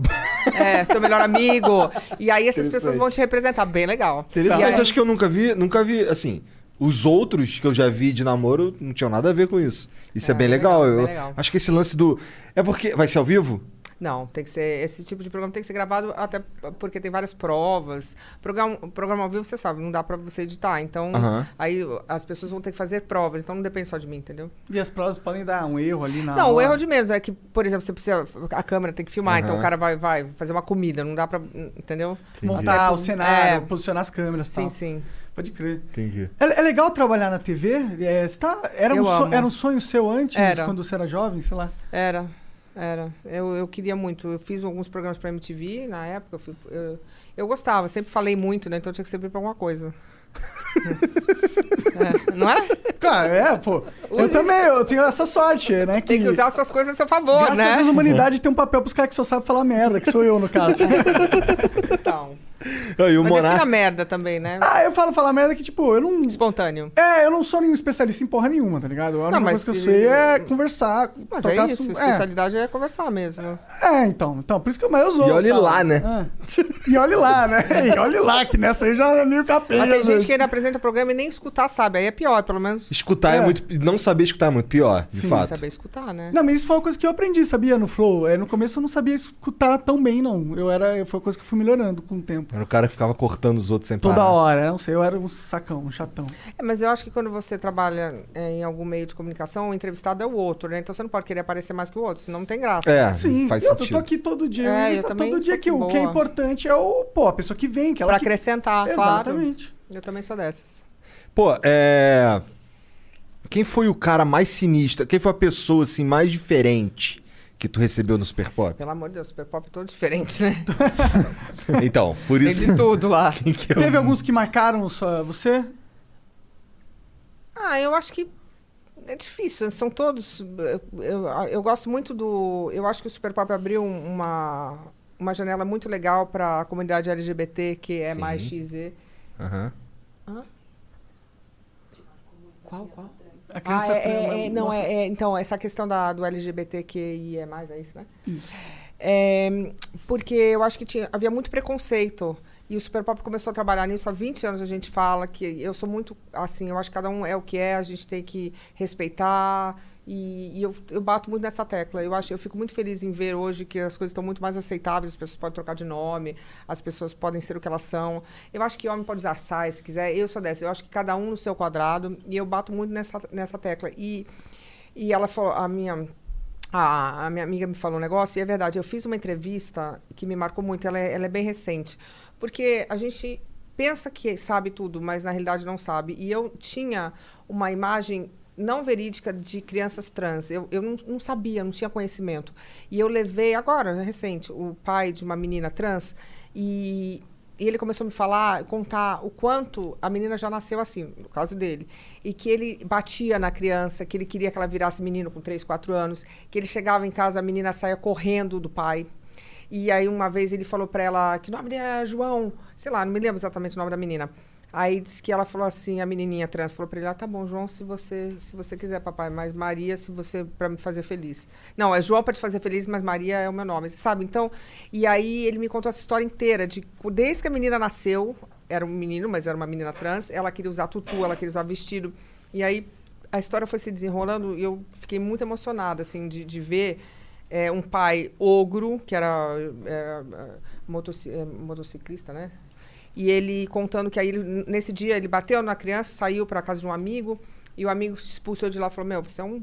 Speaker 4: é, seu melhor amigo. E aí essas pessoas vão te representar. Bem legal. E
Speaker 2: Interessante,
Speaker 4: aí-
Speaker 2: acho que eu nunca vi, nunca vi, assim, os outros que eu já vi de namoro não tinham nada a ver com isso. Isso é,
Speaker 4: É,
Speaker 2: bem
Speaker 4: é
Speaker 2: legal.
Speaker 4: legal, bem
Speaker 2: eu
Speaker 4: legal.
Speaker 2: acho que esse lance do é porque vai ser ao vivo?
Speaker 4: Não, tem que ser. Esse tipo de programa tem que ser gravado, até porque tem várias provas. Programa, programa ao vivo, você sabe, não dá pra você editar. Então,
Speaker 2: Aham.
Speaker 4: aí as pessoas vão ter que fazer provas. Então não depende só de mim, entendeu?
Speaker 3: E as provas podem dar um erro ali
Speaker 2: Ah,
Speaker 3: na.
Speaker 4: Não, o
Speaker 3: hora.
Speaker 4: erro de menos é que, por exemplo, você precisa. A câmera tem que filmar, então o cara vai, vai fazer uma comida, não dá pra. Entendeu?
Speaker 2: Tá.
Speaker 3: Montar
Speaker 4: Até-
Speaker 3: o cenário,
Speaker 4: É.
Speaker 3: posicionar as câmeras e
Speaker 4: Sim,
Speaker 3: tal.
Speaker 4: sim.
Speaker 3: Pode crer.
Speaker 2: Entendi.
Speaker 3: É, é legal trabalhar na TV? É, você tá- era, um
Speaker 4: Eu
Speaker 3: so-
Speaker 4: amo.
Speaker 3: era um sonho seu antes,
Speaker 4: Era.
Speaker 3: quando você era jovem, sei lá?
Speaker 4: Era, era. Eu, eu queria muito. Eu fiz alguns programas pra MTV na época. Eu, fui- eu, eu gostava, sempre falei muito, né? Então eu tinha que servir pra alguma coisa. É, não é?
Speaker 3: Cara, é, pô. Eu
Speaker 4: Use-
Speaker 3: também, eu tenho essa sorte, né? Que,
Speaker 4: Tem que usar as suas coisas a seu favor,
Speaker 3: graças a
Speaker 4: né?
Speaker 3: Deus, a
Speaker 2: É.
Speaker 3: humanidade tem um papel pros caras que só sabem falar merda, que sou eu, no caso.
Speaker 4: Então.
Speaker 2: E o
Speaker 4: Mas deve ser na
Speaker 2: Monark,
Speaker 4: merda também, né?
Speaker 3: ah, eu falo falar merda que, tipo, eu não.
Speaker 4: Espontâneo.
Speaker 3: É, eu não sou nenhum especialista em porra nenhuma, tá ligado? A única coisa
Speaker 4: mas
Speaker 3: que eu
Speaker 4: se-
Speaker 3: sei é conversar.
Speaker 4: Mas
Speaker 3: trocar
Speaker 4: é isso,
Speaker 3: assunto.
Speaker 4: especialidade é conversar mesmo.
Speaker 3: É, então, então, por isso que eu mais uso.
Speaker 2: E olhe lá, né?
Speaker 3: E olhe lá, né? E olhe lá, que nessa aí já é meio capenga.
Speaker 4: Mas tem gente
Speaker 3: mesmo.
Speaker 4: que ainda apresenta o programa e nem escutar sabe. Aí é pior, pelo menos
Speaker 2: escutar é.
Speaker 3: É.
Speaker 2: muito, não saber escutar é muito pior, de
Speaker 3: Sim,
Speaker 2: fato.
Speaker 4: saber escutar, né?
Speaker 3: Não, mas isso foi uma coisa que eu aprendi, sabia? No Flow. É, no começo eu não sabia escutar tão bem, não. Eu era. Foi uma coisa que eu fui melhorando com o tempo.
Speaker 2: Era o cara que ficava cortando os outros sem
Speaker 3: Toda
Speaker 2: parar.
Speaker 3: hora, não sei, eu era um sacão, um chatão.
Speaker 4: É, mas eu acho que quando você trabalha é, em algum meio de comunicação, o entrevistado é o outro, né? Então você não pode querer aparecer mais que o outro, senão não tem graça.
Speaker 2: É,
Speaker 3: Sim,
Speaker 2: faz
Speaker 3: eu tô-
Speaker 2: sentido.
Speaker 3: tô aqui todo dia.
Speaker 4: É,
Speaker 3: eu
Speaker 4: eu
Speaker 3: tô
Speaker 4: também
Speaker 3: todo dia
Speaker 4: sou
Speaker 3: que o que é
Speaker 4: boa.
Speaker 3: importante é o, pô, a pessoa que vem, que ela
Speaker 4: Pra
Speaker 3: que...
Speaker 4: acrescentar, claro.
Speaker 3: Exatamente.
Speaker 4: Eu também sou dessas.
Speaker 2: Pô, é. Quem foi o cara mais sinistro? Quem foi a pessoa assim mais diferente que tu recebeu no Super Pop?
Speaker 4: Pelo amor de Deus, super pop é todo diferente, né?
Speaker 2: Então, por
Speaker 4: Tem
Speaker 2: isso.
Speaker 4: de tudo lá.
Speaker 3: Teve alguns que marcaram só você?
Speaker 4: Ah, eu acho que é difícil. São todos. eh, Eu, eu gosto muito do. Eu acho que o Super Pop abriu um- uma, uma janela muito legal para a comunidade LGBT, que é
Speaker 2: Sim.
Speaker 4: mais XZ.
Speaker 2: Aham.
Speaker 4: Qual, qual?
Speaker 3: A
Speaker 4: Ah,
Speaker 3: criança
Speaker 4: é,
Speaker 3: trans,
Speaker 4: é, é,
Speaker 3: né?
Speaker 4: não,
Speaker 3: Nossa.
Speaker 4: é, é, então, essa questão da, do LGBTQI é mais, é isso, né? É, porque eu acho que tinha, havia muito preconceito. E o Super Pop começou a trabalhar nisso há 20 anos. A gente fala que eu sou muito assim, eu acho que cada um é o que é, a gente tem que respeitar. E, e eu, eu bato muito nessa tecla. Eu acho, eu fico muito feliz em ver hoje que as coisas estão muito mais aceitáveis, as pessoas podem trocar de nome, as pessoas podem ser o que elas são. Eu acho que homem pode usar sai se quiser. Eu sou dessa. Eu acho que cada um no seu quadrado. E eu bato muito nessa, nessa tecla. E, e ela falou, a minha a, a minha amiga me falou um negócio, e é verdade, eu fiz uma entrevista que me marcou muito, ela é, ela é bem recente. Porque a gente pensa que sabe tudo, mas na realidade não sabe. E eu tinha uma imagem não verídica de crianças trans. Eu, eu não, não sabia, não tinha conhecimento. E eu levei, agora, recente, o pai de uma menina trans, e e ele começou a me falar, contar o quanto a menina já nasceu assim, no caso dele. E que ele batia na criança, que ele queria que ela virasse menino com 3, 4 anos, que ele chegava em casa, a menina saía correndo do pai. E aí uma vez ele falou pra ela que o nome dela era João, sei lá, não me lembro exatamente o nome da menina. Aí disse que ela falou assim, a menininha trans falou pra ele, ah, tá bom, João, se você, se você quiser, papai, mas Maria, se você para me fazer feliz. Não, é João pra te fazer feliz, mas Maria é o meu nome, sabe? Então, e aí ele me contou essa história inteira de co- desde que a menina nasceu, era um menino, mas era uma menina trans, ela queria usar tutu, ela queria usar vestido. E aí a história foi se desenrolando e eu fiquei muito emocionada, assim, de, de ver é, um pai ogro, que era, era, eh, motoci- eh, motociclista, né? E ele contando que aí, ele- nesse dia, ele bateu na criança, saiu para casa de um amigo. E o amigo expulsou de lá e falou: Meu, você é um.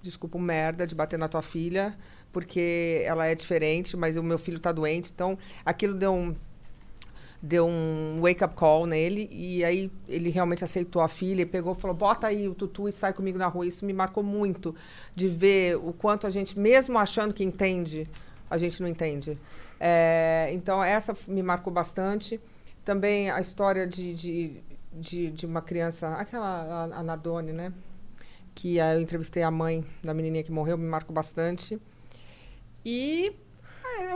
Speaker 4: Desculpa, um merda de bater na tua filha, porque ela é diferente, mas o meu filho tá doente. Então, aquilo deu um. Deu um wake-up call nele, e aí ele realmente aceitou a filha e pegou e falou: bota aí o tutu e sai comigo na rua. Isso me marcou muito, de ver o quanto a gente, mesmo achando que entende, a gente não entende. É, então, essa f- me marcou bastante. Também a história de, de, de, de uma criança, aquela a, a Nardone, né? Que ah, eu entrevistei a mãe da menininha que morreu, me marcou bastante. E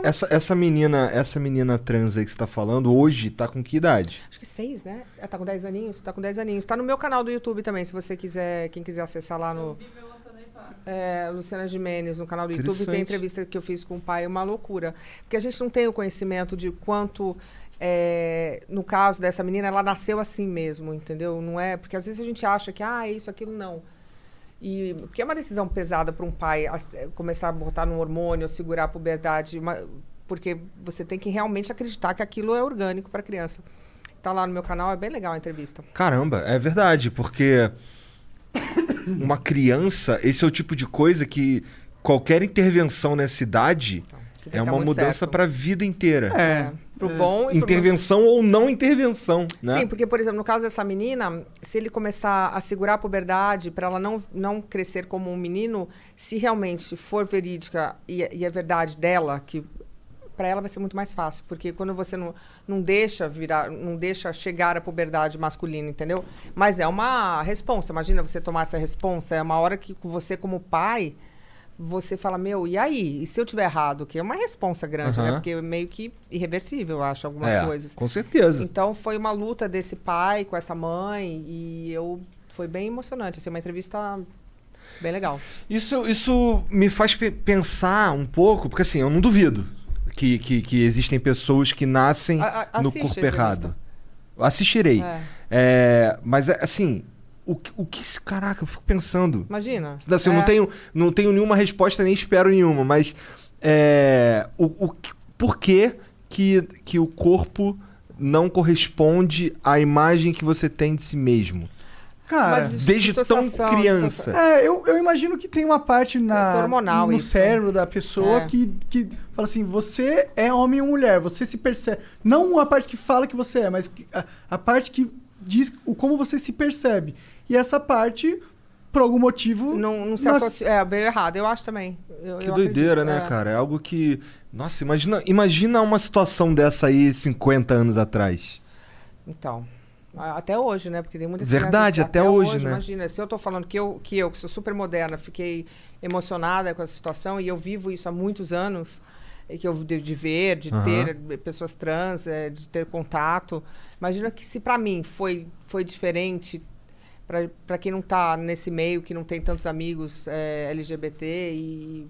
Speaker 2: Essa, essa menina, essa menina trans aí que você tá falando, hoje tá com que idade?
Speaker 4: acho que seis, né? Ela tá com 10 aninhos? Tá com 10 aninhos. Tá no meu canal do YouTube também, se você quiser, quem quiser acessar lá no. É, Luciana Gimenez, no canal do YouTube, tem
Speaker 2: Interessante.
Speaker 4: entrevista que eu fiz com o pai, é uma loucura. Porque a gente não tem o conhecimento de quanto. é, no caso dessa menina, ela nasceu assim mesmo, entendeu? Não é. Porque às vezes a gente acha que, ah, é isso, aquilo, não. E porque é uma decisão pesada para um pai as- eh, começar a botar num hormônio, segurar a puberdade, uma- porque você tem que realmente acreditar que aquilo é orgânico para a criança. Tá lá no meu canal, é bem legal a entrevista.
Speaker 2: Caramba, é verdade, porque uma criança, esse é o tipo de coisa que qualquer intervenção nessa idade
Speaker 4: Então, você tem que
Speaker 2: é
Speaker 4: tá
Speaker 2: uma
Speaker 4: muito
Speaker 2: mudança
Speaker 4: certo.
Speaker 2: pra vida inteira.
Speaker 4: É, pro bom e pro ruim.
Speaker 2: Intervenção ou não intervenção, né?
Speaker 4: Sim, porque, por exemplo, no caso dessa menina, se ele começar a segurar a puberdade para ela não, não crescer como um menino, se realmente for verídica e, e é verdade dela, que para ela vai ser muito mais fácil, porque quando você não, não deixa virar, não deixa chegar à puberdade masculina, entendeu? Mas é uma responsa, imagina você tomar essa responsa, é uma hora que você como pai, você fala, meu, e aí? E se eu tiver errado? Que é uma responsa grande, né?
Speaker 2: Aham.
Speaker 4: Porque é meio que irreversível, eu acho, algumas
Speaker 2: É,
Speaker 4: coisas.
Speaker 2: Com certeza.
Speaker 4: Então foi uma luta desse pai com essa mãe e eu foi bem emocionante, assim, uma entrevista bem legal.
Speaker 2: Isso, isso me faz pe- pensar um pouco, porque assim, eu não duvido que, que, que existem pessoas que nascem
Speaker 4: A- a-
Speaker 2: no
Speaker 4: assiste a
Speaker 2: corpo
Speaker 4: entrevista.
Speaker 2: errado. Assistirei.
Speaker 4: É.
Speaker 2: É, mas assim, o, que- o que. se- Caraca, eu fico pensando.
Speaker 4: Imagina.
Speaker 2: Assim, eu não
Speaker 4: É.
Speaker 2: tenho, não tenho nenhuma resposta, nem espero nenhuma, mas é, o, o que- por que, que que o corpo não corresponde à imagem que você tem de si mesmo?
Speaker 3: Cara,
Speaker 4: Mas isso-
Speaker 2: Desde tão
Speaker 4: dissociação,
Speaker 2: criança.
Speaker 3: é, eu, eu imagino que tem uma parte na,
Speaker 4: Isso é hormonal,
Speaker 3: no
Speaker 4: isso.
Speaker 3: cérebro da pessoa
Speaker 4: É.
Speaker 3: que, que fala assim, você é homem ou mulher, você se percebe. Não a parte que fala que você é, mas que- a, a parte que diz o como você se percebe. E essa parte, por algum motivo...
Speaker 4: Não, não se
Speaker 3: nas-
Speaker 4: associa. É, veio errado, eu acho também. Eu-
Speaker 2: Que
Speaker 4: eu
Speaker 2: doideira,
Speaker 4: acredito,
Speaker 2: né,
Speaker 4: é.
Speaker 2: cara? É algo que. Nossa, imagina, imagina uma situação dessa aí 50 anos atrás.
Speaker 4: Então. a- Até hoje, né? Porque tem muitas
Speaker 2: Verdade,
Speaker 4: crianças-
Speaker 2: até hoje, né?
Speaker 4: Imagina, se eu tô falando que eu, que eu, que sou super moderna, fiquei emocionada com essa situação e eu vivo isso há muitos anos, e que eu de, de ver, de
Speaker 2: Aham.
Speaker 4: ter pessoas trans, eh, de ter contato. Imagina que se pra mim foi, foi diferente, pra pra quem não tá nesse meio, que não tem tantos amigos eh, LGBT e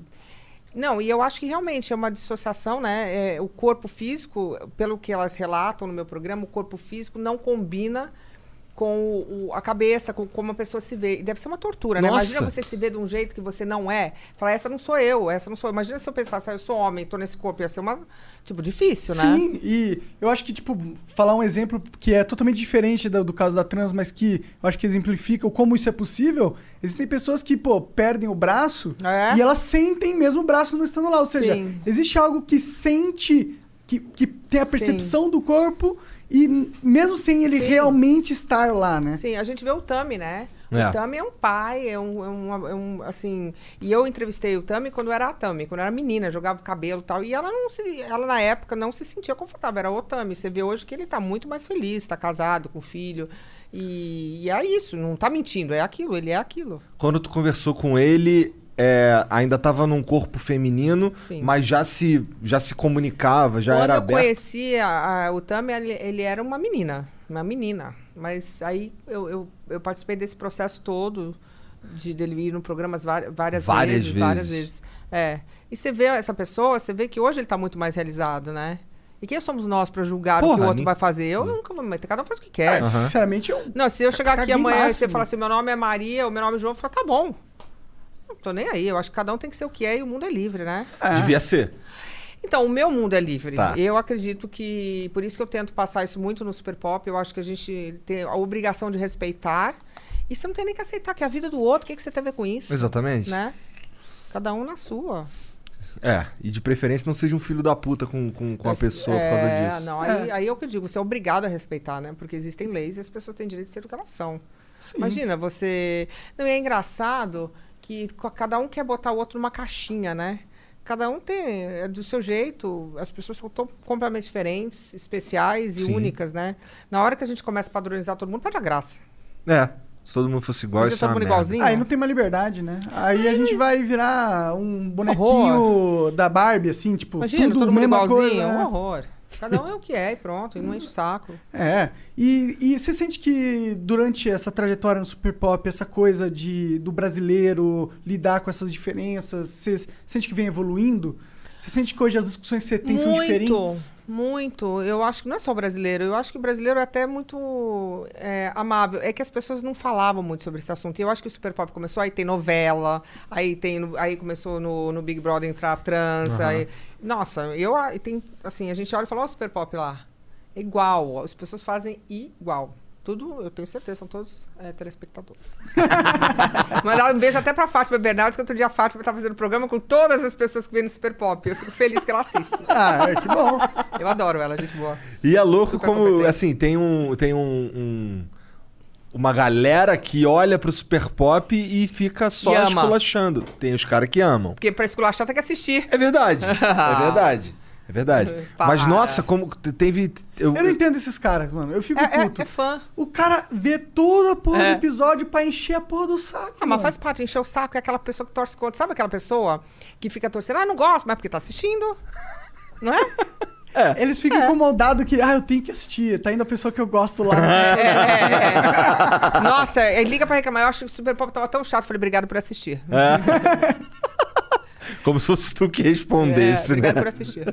Speaker 4: não, e eu acho que realmente é uma dissociação, né? É, o corpo físico, pelo que elas relatam no meu programa, o corpo físico não combina com o- o- a cabeça, com como a pessoa se vê. E deve ser uma tortura, né?
Speaker 2: Nossa!
Speaker 4: Imagina você se ver de um jeito que você não é. Falar, essa não sou eu, essa não sou eu. Imagina se eu pensasse, ah, eu sou homem, tô nesse corpo. Ia ser uma, tipo, difícil, né?
Speaker 3: Sim, e eu acho que, tipo, falar um exemplo que é totalmente diferente do, do caso da trans, mas que eu acho que exemplifica o como isso é possível. Existem pessoas que, pô, perdem o braço
Speaker 4: É.
Speaker 3: e elas sentem mesmo o braço não estando lá. Ou seja,
Speaker 4: Sim.
Speaker 3: existe algo que sente, que, que tem a
Speaker 4: Sim.
Speaker 3: percepção do corpo e n- mesmo sem ele
Speaker 4: Sim.
Speaker 3: realmente estar lá, né?
Speaker 4: Sim, a gente vê o Tami, né?
Speaker 2: É.
Speaker 4: O Tami é um pai, é um, é um- é um, assim... E eu entrevistei o Tami quando era a Tami, quando era menina, jogava cabelo e tal. E ela, não se, ela na época, não se sentia confortável, era o Tami. Você vê hoje que ele tá muito mais feliz, tá casado, com filho. E, e é isso, não tá mentindo, é aquilo, ele é aquilo.
Speaker 2: Quando tu conversou com ele, é, ainda tava num corpo feminino,
Speaker 4: Sim.
Speaker 2: mas já se, já se comunicava, já
Speaker 4: Quando
Speaker 2: era
Speaker 4: eu
Speaker 2: aberto.
Speaker 4: conheci a- a- o Tami, ele, ele era uma menina, uma menina. Mas aí eu, eu, eu participei desse processo todo de dele ir no programa várias, várias,
Speaker 2: Várias
Speaker 4: vezes, várias
Speaker 2: vezes.
Speaker 4: vezes. É. E você vê essa pessoa, você vê que hoje ele está muito mais realizado, né? E quem somos nós para julgar o que
Speaker 2: Porra,
Speaker 4: o outro
Speaker 2: nem- Hum.
Speaker 4: vai fazer? Eu nunca vou me meter, cada um faz o que quer.
Speaker 3: É, Sinceramente, eu.
Speaker 4: Não, se eu chegar
Speaker 2: Tá
Speaker 4: aqui
Speaker 3: Caguei
Speaker 4: amanhã e
Speaker 3: máximo.
Speaker 4: você falar assim, meu nome é Maria, o meu nome é João, eu falo, tá bom. Não tô nem aí, eu acho que cada um tem que ser o que é e o mundo é livre, né?
Speaker 2: Devia ser.
Speaker 4: Então, o meu mundo é livre.
Speaker 2: Tá.
Speaker 4: Eu acredito que. Por isso que eu tento passar isso muito no Super Pop. Eu acho que a gente tem a obrigação de respeitar E você não tem nem que aceitar que é a vida do outro, o que, que você tem a ver com isso?
Speaker 2: Exatamente.
Speaker 4: Né? Cada um na sua.
Speaker 2: É, e de preferência não seja um filho da puta com, com, com a
Speaker 4: Mas-
Speaker 2: pessoa
Speaker 4: é,
Speaker 2: por causa disso.
Speaker 4: Não, aí, aí é o que eu digo, você é obrigado a respeitar, né? Porque existem leis e as pessoas têm direito de ser o que elas são. Imagina, você. Não, e é engraçado que co- cada um quer botar o outro numa caixinha, né? Cada um tem, é do seu jeito, as pessoas são tão completamente diferentes, especiais e
Speaker 2: Sim.
Speaker 4: únicas, né? Na hora que a gente começa a padronizar todo mundo, perde a graça.
Speaker 2: É, se todo mundo fosse igual,
Speaker 4: Mas
Speaker 2: isso é
Speaker 4: todo
Speaker 2: uma
Speaker 4: mundo
Speaker 2: merda.
Speaker 4: igualzinho?
Speaker 3: Aí não tem mais liberdade, né? Aí a gente vai virar um bonequinho da Barbie, assim, tipo,
Speaker 4: Imagina,
Speaker 3: tudo
Speaker 4: todo mundo
Speaker 3: mesma
Speaker 4: igualzinho,
Speaker 3: coisa,
Speaker 4: um
Speaker 3: né?
Speaker 4: horror. Cada um é o que é e pronto, e não enche o saco.
Speaker 3: É. E, e você sente que durante essa trajetória no Super Pop, essa coisa de, do brasileiro lidar com essas diferenças, você sente que vem evoluindo? Você sente que hoje as discussões que você tem são diferentes?
Speaker 4: Muito. Eu acho que não é só o brasileiro. Eu acho que o brasileiro é até muito é, amável. É que as pessoas não falavam muito sobre esse assunto. E eu acho que o Super Pop começou, aí tem novela, aí, tem, no- aí começou no, no Big Brother entrar a trança. aí- nossa, eu a- e tem. Assim, a gente olha e fala, ó, o Super Pop lá. É Igual. As pessoas fazem igual. Tudo, eu tenho certeza, são todos é, telespectadores. Mandar um beijo até pra Fátima Bernardes, que outro dia a Fátima tá fazendo programa com todas as pessoas que vêm no Super Pop. Eu fico feliz que ela assiste.
Speaker 3: Ah, é, que bom.
Speaker 4: Eu adoro ela, gente boa.
Speaker 2: E é louco
Speaker 4: Super
Speaker 2: como,
Speaker 4: tá competente.
Speaker 2: assim, tem um. Tem um, um- uma galera que olha pro super pop e fica só
Speaker 4: E ama.
Speaker 2: esculachando. Tem os caras que amam.
Speaker 4: Porque pra esculachar tem que assistir.
Speaker 2: É verdade. é verdade. É verdade.
Speaker 4: Para.
Speaker 2: Mas nossa, como te- teve. Eu,
Speaker 3: Eu não entendo esses caras, mano. Eu fico
Speaker 4: É, é-
Speaker 3: puto.
Speaker 4: é fã.
Speaker 3: O cara vê toda a porra
Speaker 4: É.
Speaker 3: do episódio pra encher a porra do saco.
Speaker 4: Ah, mas
Speaker 3: mano.
Speaker 4: faz parte, encher o saco é aquela pessoa que torce contra. Sabe aquela pessoa que fica torcendo? Ah, não gosto, mas porque tá assistindo. Não é?
Speaker 3: Eles ficam incomodados que, ah, eu tenho que assistir. Tá indo a pessoa que eu gosto lá.
Speaker 4: É, é, é. Nossa, é, liga pra reclamar. Eu acho que o Super Pop tava tão chato. Falei, obrigado por assistir.
Speaker 3: É,
Speaker 2: Como se fosse tu que
Speaker 3: um
Speaker 4: É,
Speaker 2: respondesse, né?
Speaker 4: obrigado por assistir.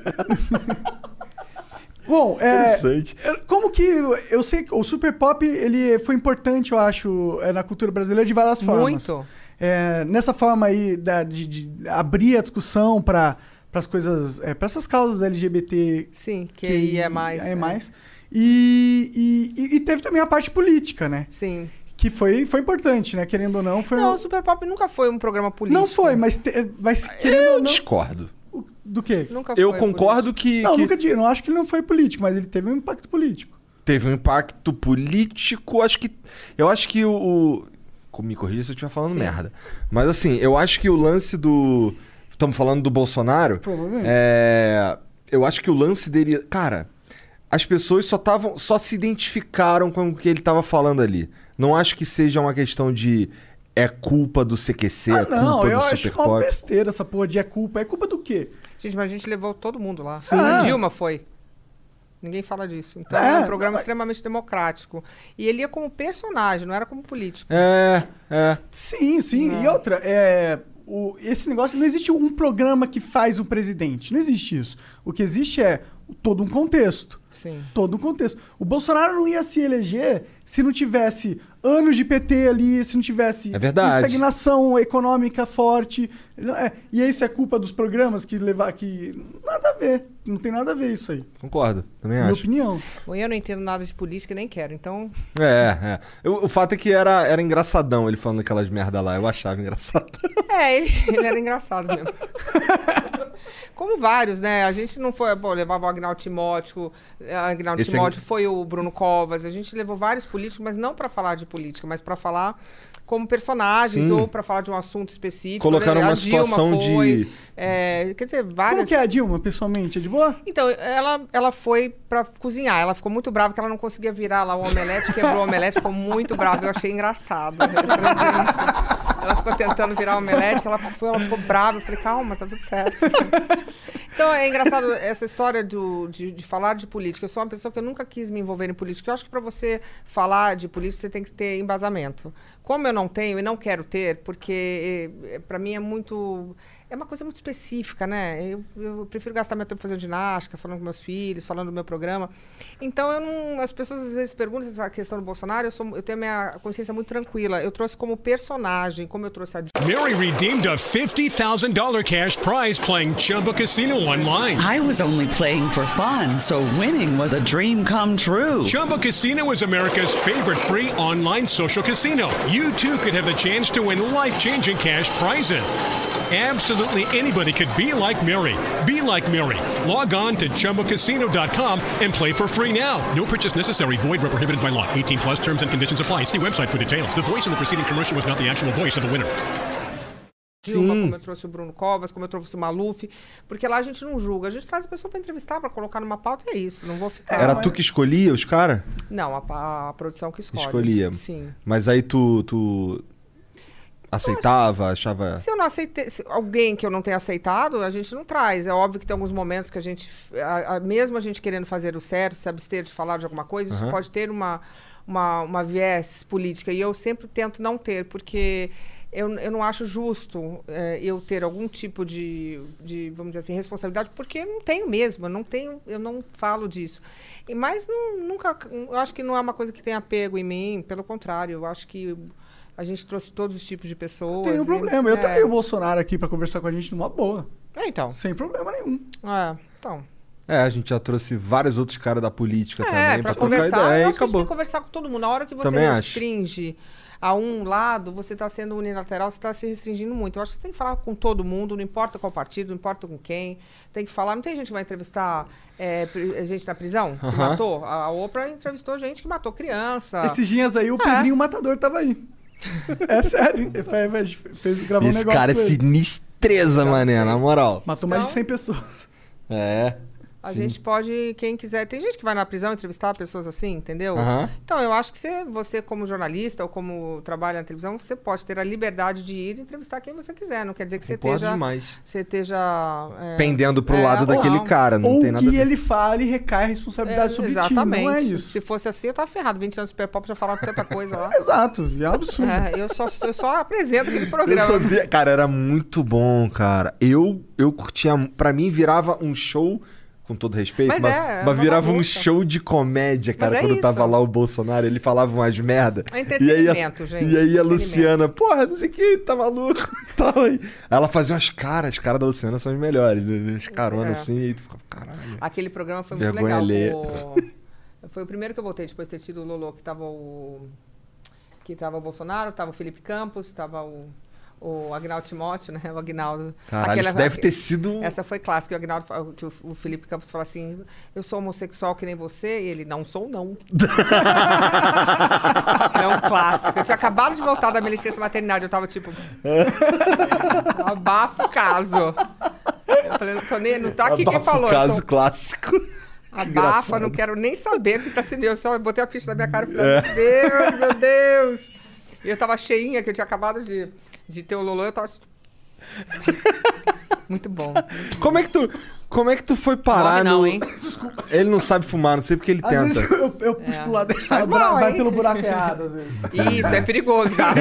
Speaker 3: Bom, é,
Speaker 2: Interessante.
Speaker 3: Como que. Eu sei que o super pop ele foi importante, eu acho, é, na cultura brasileira de várias formas.
Speaker 4: Muito.
Speaker 3: É, nessa forma aí da- de, de abrir a discussão para as coisas. É, para essas causas LGBT.
Speaker 4: Sim, que aí é mais.
Speaker 3: É mais. E, e- e- e teve também a parte política, né?
Speaker 4: Sim.
Speaker 3: Que foi, foi importante, né? Querendo ou não, foi.
Speaker 4: Não,
Speaker 3: um-
Speaker 4: o Super Pop nunca foi um programa político.
Speaker 3: não foi, mas, te- mas querendo
Speaker 2: Eu
Speaker 3: ou não.
Speaker 2: discordo.
Speaker 3: o- Do quê?
Speaker 4: Nunca
Speaker 2: Eu
Speaker 4: foi
Speaker 2: concordo que,
Speaker 3: Não,
Speaker 2: que
Speaker 3: nunca digo. Não acho que ele não foi político, mas ele teve um impacto político.
Speaker 2: teve um impacto político. Acho que. Eu acho que o. o- Me corrija se eu estiver falando merda. Mas assim, eu acho que o lance do. Estamos falando do Bolsonaro.
Speaker 3: Provavelmente.
Speaker 2: É, eu acho que o lance dele. Cara, as pessoas só estavam. só se identificaram com o que ele tava falando ali. Não acho que seja uma questão de é culpa do CQC, é
Speaker 3: Ah,
Speaker 2: culpa
Speaker 3: não,
Speaker 2: do
Speaker 3: eu acho
Speaker 2: Super
Speaker 3: uma
Speaker 2: Pop.
Speaker 3: besteira essa porra de é culpa. É culpa do quê?
Speaker 4: político. Gente, mas a gente levou todo mundo lá.
Speaker 3: Sim. Ah.
Speaker 4: A Dilma foi. Ninguém fala disso. Então
Speaker 3: É,
Speaker 4: é, um programa
Speaker 3: não, mas-
Speaker 4: extremamente democrático. E ele ia como personagem, não era como político.
Speaker 2: É, é.
Speaker 3: Sim, sim. E outra, é, o- esse negócio não existe um programa que faz o presidente. Não existe isso. O que existe é todo um contexto.
Speaker 4: Sim.
Speaker 3: Todo um contexto. O Bolsonaro não ia se eleger se não tivesse anos de PT ali, se não tivesse
Speaker 2: É verdade.
Speaker 3: estagnação econômica forte. Não é- E aí isso é culpa dos programas que levar que. Nada a ver. Não tem nada a ver isso aí.
Speaker 2: Concordo, também
Speaker 3: Minha
Speaker 2: acho.
Speaker 3: opinião.
Speaker 4: Bom, eu não entendo nada de política e nem quero, então.
Speaker 2: É, é. Eu- o fato é que era, era engraçadão ele falando aquelas merda lá. Eu achava engraçado.
Speaker 4: É, ele, ele era engraçado mesmo. Como vários, né? A gente não foi. Pô, levava o Agnaldo Timóteo, eh, Agnaldo
Speaker 2: Esse é-
Speaker 4: Timóteo foi o Bruno Covas. A gente levou vários políticos, mas não para falar de política, mas para falar como personagens
Speaker 2: Sim.
Speaker 4: ou para falar de um assunto específico.
Speaker 2: Colocaram
Speaker 4: A
Speaker 2: uma
Speaker 4: Dilma
Speaker 2: situação
Speaker 4: foi,
Speaker 2: de-
Speaker 4: eh, quer dizer,
Speaker 3: Como
Speaker 4: várias
Speaker 3: que é a Dilma, pessoalmente? É de boa?
Speaker 4: Então, ela, ela foi pra cozinhar. Ela ficou muito brava que ela não conseguia virar lá o omelete, quebrou o omelete, ficou muito brava. Eu achei engraçado. Ela ficou tentando virar o omelete, ela, foi, ela ficou brava. Eu falei, calma, tá tudo certo. Então, é engraçado essa história do- de, de falar de política. Eu sou uma pessoa que eu nunca quis me envolver em política. Eu acho que para você falar de política, você tem que ter embasamento. Como eu não tenho e não quero ter, porque para mim é muito... É uma coisa muito específica, né? Eu, eu prefiro gastar meu tempo fazendo ginástica, falando com meus filhos, falando do meu programa. Então, eu não, as pessoas às vezes perguntam essa questão do Bolsonaro. Eu, sou, eu tenho a minha consciência muito tranquila. Eu trouxe como personagem, como eu trouxe a
Speaker 6: Mary redeemed a $50,000 cash prize playing Chumba Casino online.
Speaker 7: I was only playing for fun, so winning was a dream come true.
Speaker 6: Chumba Casino is America's favorite free online social casino. you too could have the chance to win life changing cash prizes. Absolutely anybody could be like Mary. Be like Mary. Log on to ChumboCasino.com and play for free now. No purchase necessary. Void where prohibited by law. 18 plus terms and conditions apply. See website for details. The voice in the preceding commercial was not the actual voice of the winner.
Speaker 4: Dilma, como eu trouxe o Bruno Covas, como eu trouxe o Maluf, porque lá a gente não julga, a gente traz a pessoa pra entrevistar, pra colocar numa pauta e é isso, não vou ficar.
Speaker 2: Era tu que escolhia os caras?
Speaker 4: Não, a, pa- a produção que escolhe.
Speaker 2: Escolhia.
Speaker 4: Sim.
Speaker 2: Mas aí tu, tu aceitava, achava...
Speaker 4: Se eu não aceitei, se alguém que eu não tenha aceitado, a gente não traz. É óbvio que tem alguns momentos que a gente, a- a- mesmo a gente querendo fazer o certo, se abster de falar de alguma coisa, isso pode ter uma, uma, uma viés política. E eu sempre tento não ter, porque eu, eu não acho justo eh, eu ter algum tipo de, de, vamos dizer assim, responsabilidade, porque eu não tenho mesmo, eu não tenho, eu não falo disso. E, mas não- nunca, eu acho que não é uma coisa que tenha apego em mim, pelo contrário, eu acho que. A gente trouxe todos os tipos de pessoas.
Speaker 3: Tem um
Speaker 4: e-
Speaker 3: problema. Eu
Speaker 4: é.
Speaker 3: também o Bolsonaro aqui pra conversar com a gente numa boa.
Speaker 4: É, então.
Speaker 3: Sem problema nenhum.
Speaker 4: É, então.
Speaker 2: É, a gente já trouxe vários outros caras da política
Speaker 4: É,
Speaker 2: também
Speaker 4: pra
Speaker 2: pra trocar
Speaker 4: conversar.
Speaker 2: ideia
Speaker 4: eu
Speaker 2: e
Speaker 4: acho que a gente tem
Speaker 2: acabou.
Speaker 4: que conversar com todo mundo. Na hora que você
Speaker 2: Também acho.
Speaker 4: restringe a um lado, você está sendo unilateral, você está se restringindo muito. Eu acho que você tem que falar com todo mundo, não importa qual partido, não importa com quem. Tem que falar. Não tem gente que vai entrevistar é, pri- gente na prisão que matou? A Oprah entrevistou gente que matou criança.
Speaker 3: Esses dias
Speaker 4: É.
Speaker 3: aí, o Pedrinho Matador tava aí. É sério. Ele foi- foi- fez, gravou um
Speaker 2: Esse
Speaker 3: negócio
Speaker 2: cara é
Speaker 3: com ele.
Speaker 2: sinistreza, mané, na moral.
Speaker 3: Matou mais de
Speaker 4: Então-
Speaker 3: 100 pessoas.
Speaker 2: É.
Speaker 4: A gente pode, quem quiser. Tem gente que vai na prisão entrevistar pessoas assim, entendeu?
Speaker 2: Aham.
Speaker 4: Então, eu acho que você, você, como jornalista ou como trabalha na televisão, você pode ter a liberdade de ir entrevistar quem você quiser. Não quer dizer que você
Speaker 2: Concordo
Speaker 4: esteja.
Speaker 2: demais.
Speaker 4: Você esteja. é,
Speaker 2: Pendendo pro lado
Speaker 4: ou
Speaker 2: daquele
Speaker 4: não.
Speaker 2: cara, não
Speaker 3: Ou
Speaker 2: tem nada a
Speaker 3: que
Speaker 2: ver.
Speaker 3: ele fale e recai a
Speaker 4: É,
Speaker 3: responsabilidade sobre ti.
Speaker 4: exatamente.
Speaker 3: Não é isso.
Speaker 4: Se fosse assim, eu tava ferrado. 20 anos de super pop já falaram tanta coisa lá.
Speaker 3: Exato. É um absurdo.
Speaker 4: É, eu, só, eu só apresento aquele
Speaker 2: Eu
Speaker 4: programa.
Speaker 2: sabia, cara, era muito bom, cara. Eu eu curtia, pra mim virava um show com todo respeito,
Speaker 4: Mas
Speaker 2: mas,
Speaker 4: é, é
Speaker 2: mas
Speaker 4: uma
Speaker 2: virava um
Speaker 4: bagunça.
Speaker 2: show de comédia, cara,
Speaker 4: é
Speaker 2: quando tava
Speaker 4: isso.
Speaker 2: lá o Bolsonaro, ele falava umas merda. E
Speaker 4: É
Speaker 2: aí, a,
Speaker 4: entretenimento, gente,
Speaker 2: e aí a
Speaker 4: entretenimento.
Speaker 2: Luciana, porra, não sei o que, tá maluco e tal. Aí Ela fazia umas caras, as caras da Luciana são as melhores, né? As caronas
Speaker 4: É.
Speaker 2: assim, e tu ficava, caralho.
Speaker 4: Aquele programa foi muito
Speaker 2: Vergonha
Speaker 4: legal. O- Foi o primeiro que eu voltei depois de ter tido o Lolo, que tava o. Que tava o Bolsonaro, tava o Felipe Campos, tava o. O Agnaldo Timóteo, né? O Agnaldo.
Speaker 2: Caralho,
Speaker 4: Aquela-
Speaker 2: isso deve ter sido. um
Speaker 4: Essa foi clássica. O Agnaldo, fa- que o, o Felipe Campos fala assim: Eu sou homossexual que nem você. E ele: Não sou, não. não, clássico. Eu tinha acabado de voltar da minha licença maternidade. Eu tava tipo. Abafa o caso. Eu falei: Não, tô nem, não tá aqui quem
Speaker 2: Abafa o
Speaker 4: falou. eu
Speaker 2: caso
Speaker 4: tô-
Speaker 2: clássico.
Speaker 4: Abafa,
Speaker 2: engraçado.
Speaker 4: não quero nem saber o que tá sendo. Eu só botei a ficha na minha cara e falei, meu Deus, meu Deus. E eu tava cheinha, que eu tinha acabado de, de ter o Lolo, eu tava. Muito bom.
Speaker 2: Como é que tu. Como é que tu foi parar
Speaker 4: Morre não,
Speaker 2: no...
Speaker 4: hein?
Speaker 2: Ele não sabe fumar, não sei porque ele
Speaker 3: Às
Speaker 2: tenta.
Speaker 3: vezes eu, eu puxo pro lado errado,
Speaker 4: bom,
Speaker 3: vai
Speaker 4: É. hein?
Speaker 3: pelo buraco errado, às vezes.
Speaker 4: Isso, é perigoso, cara.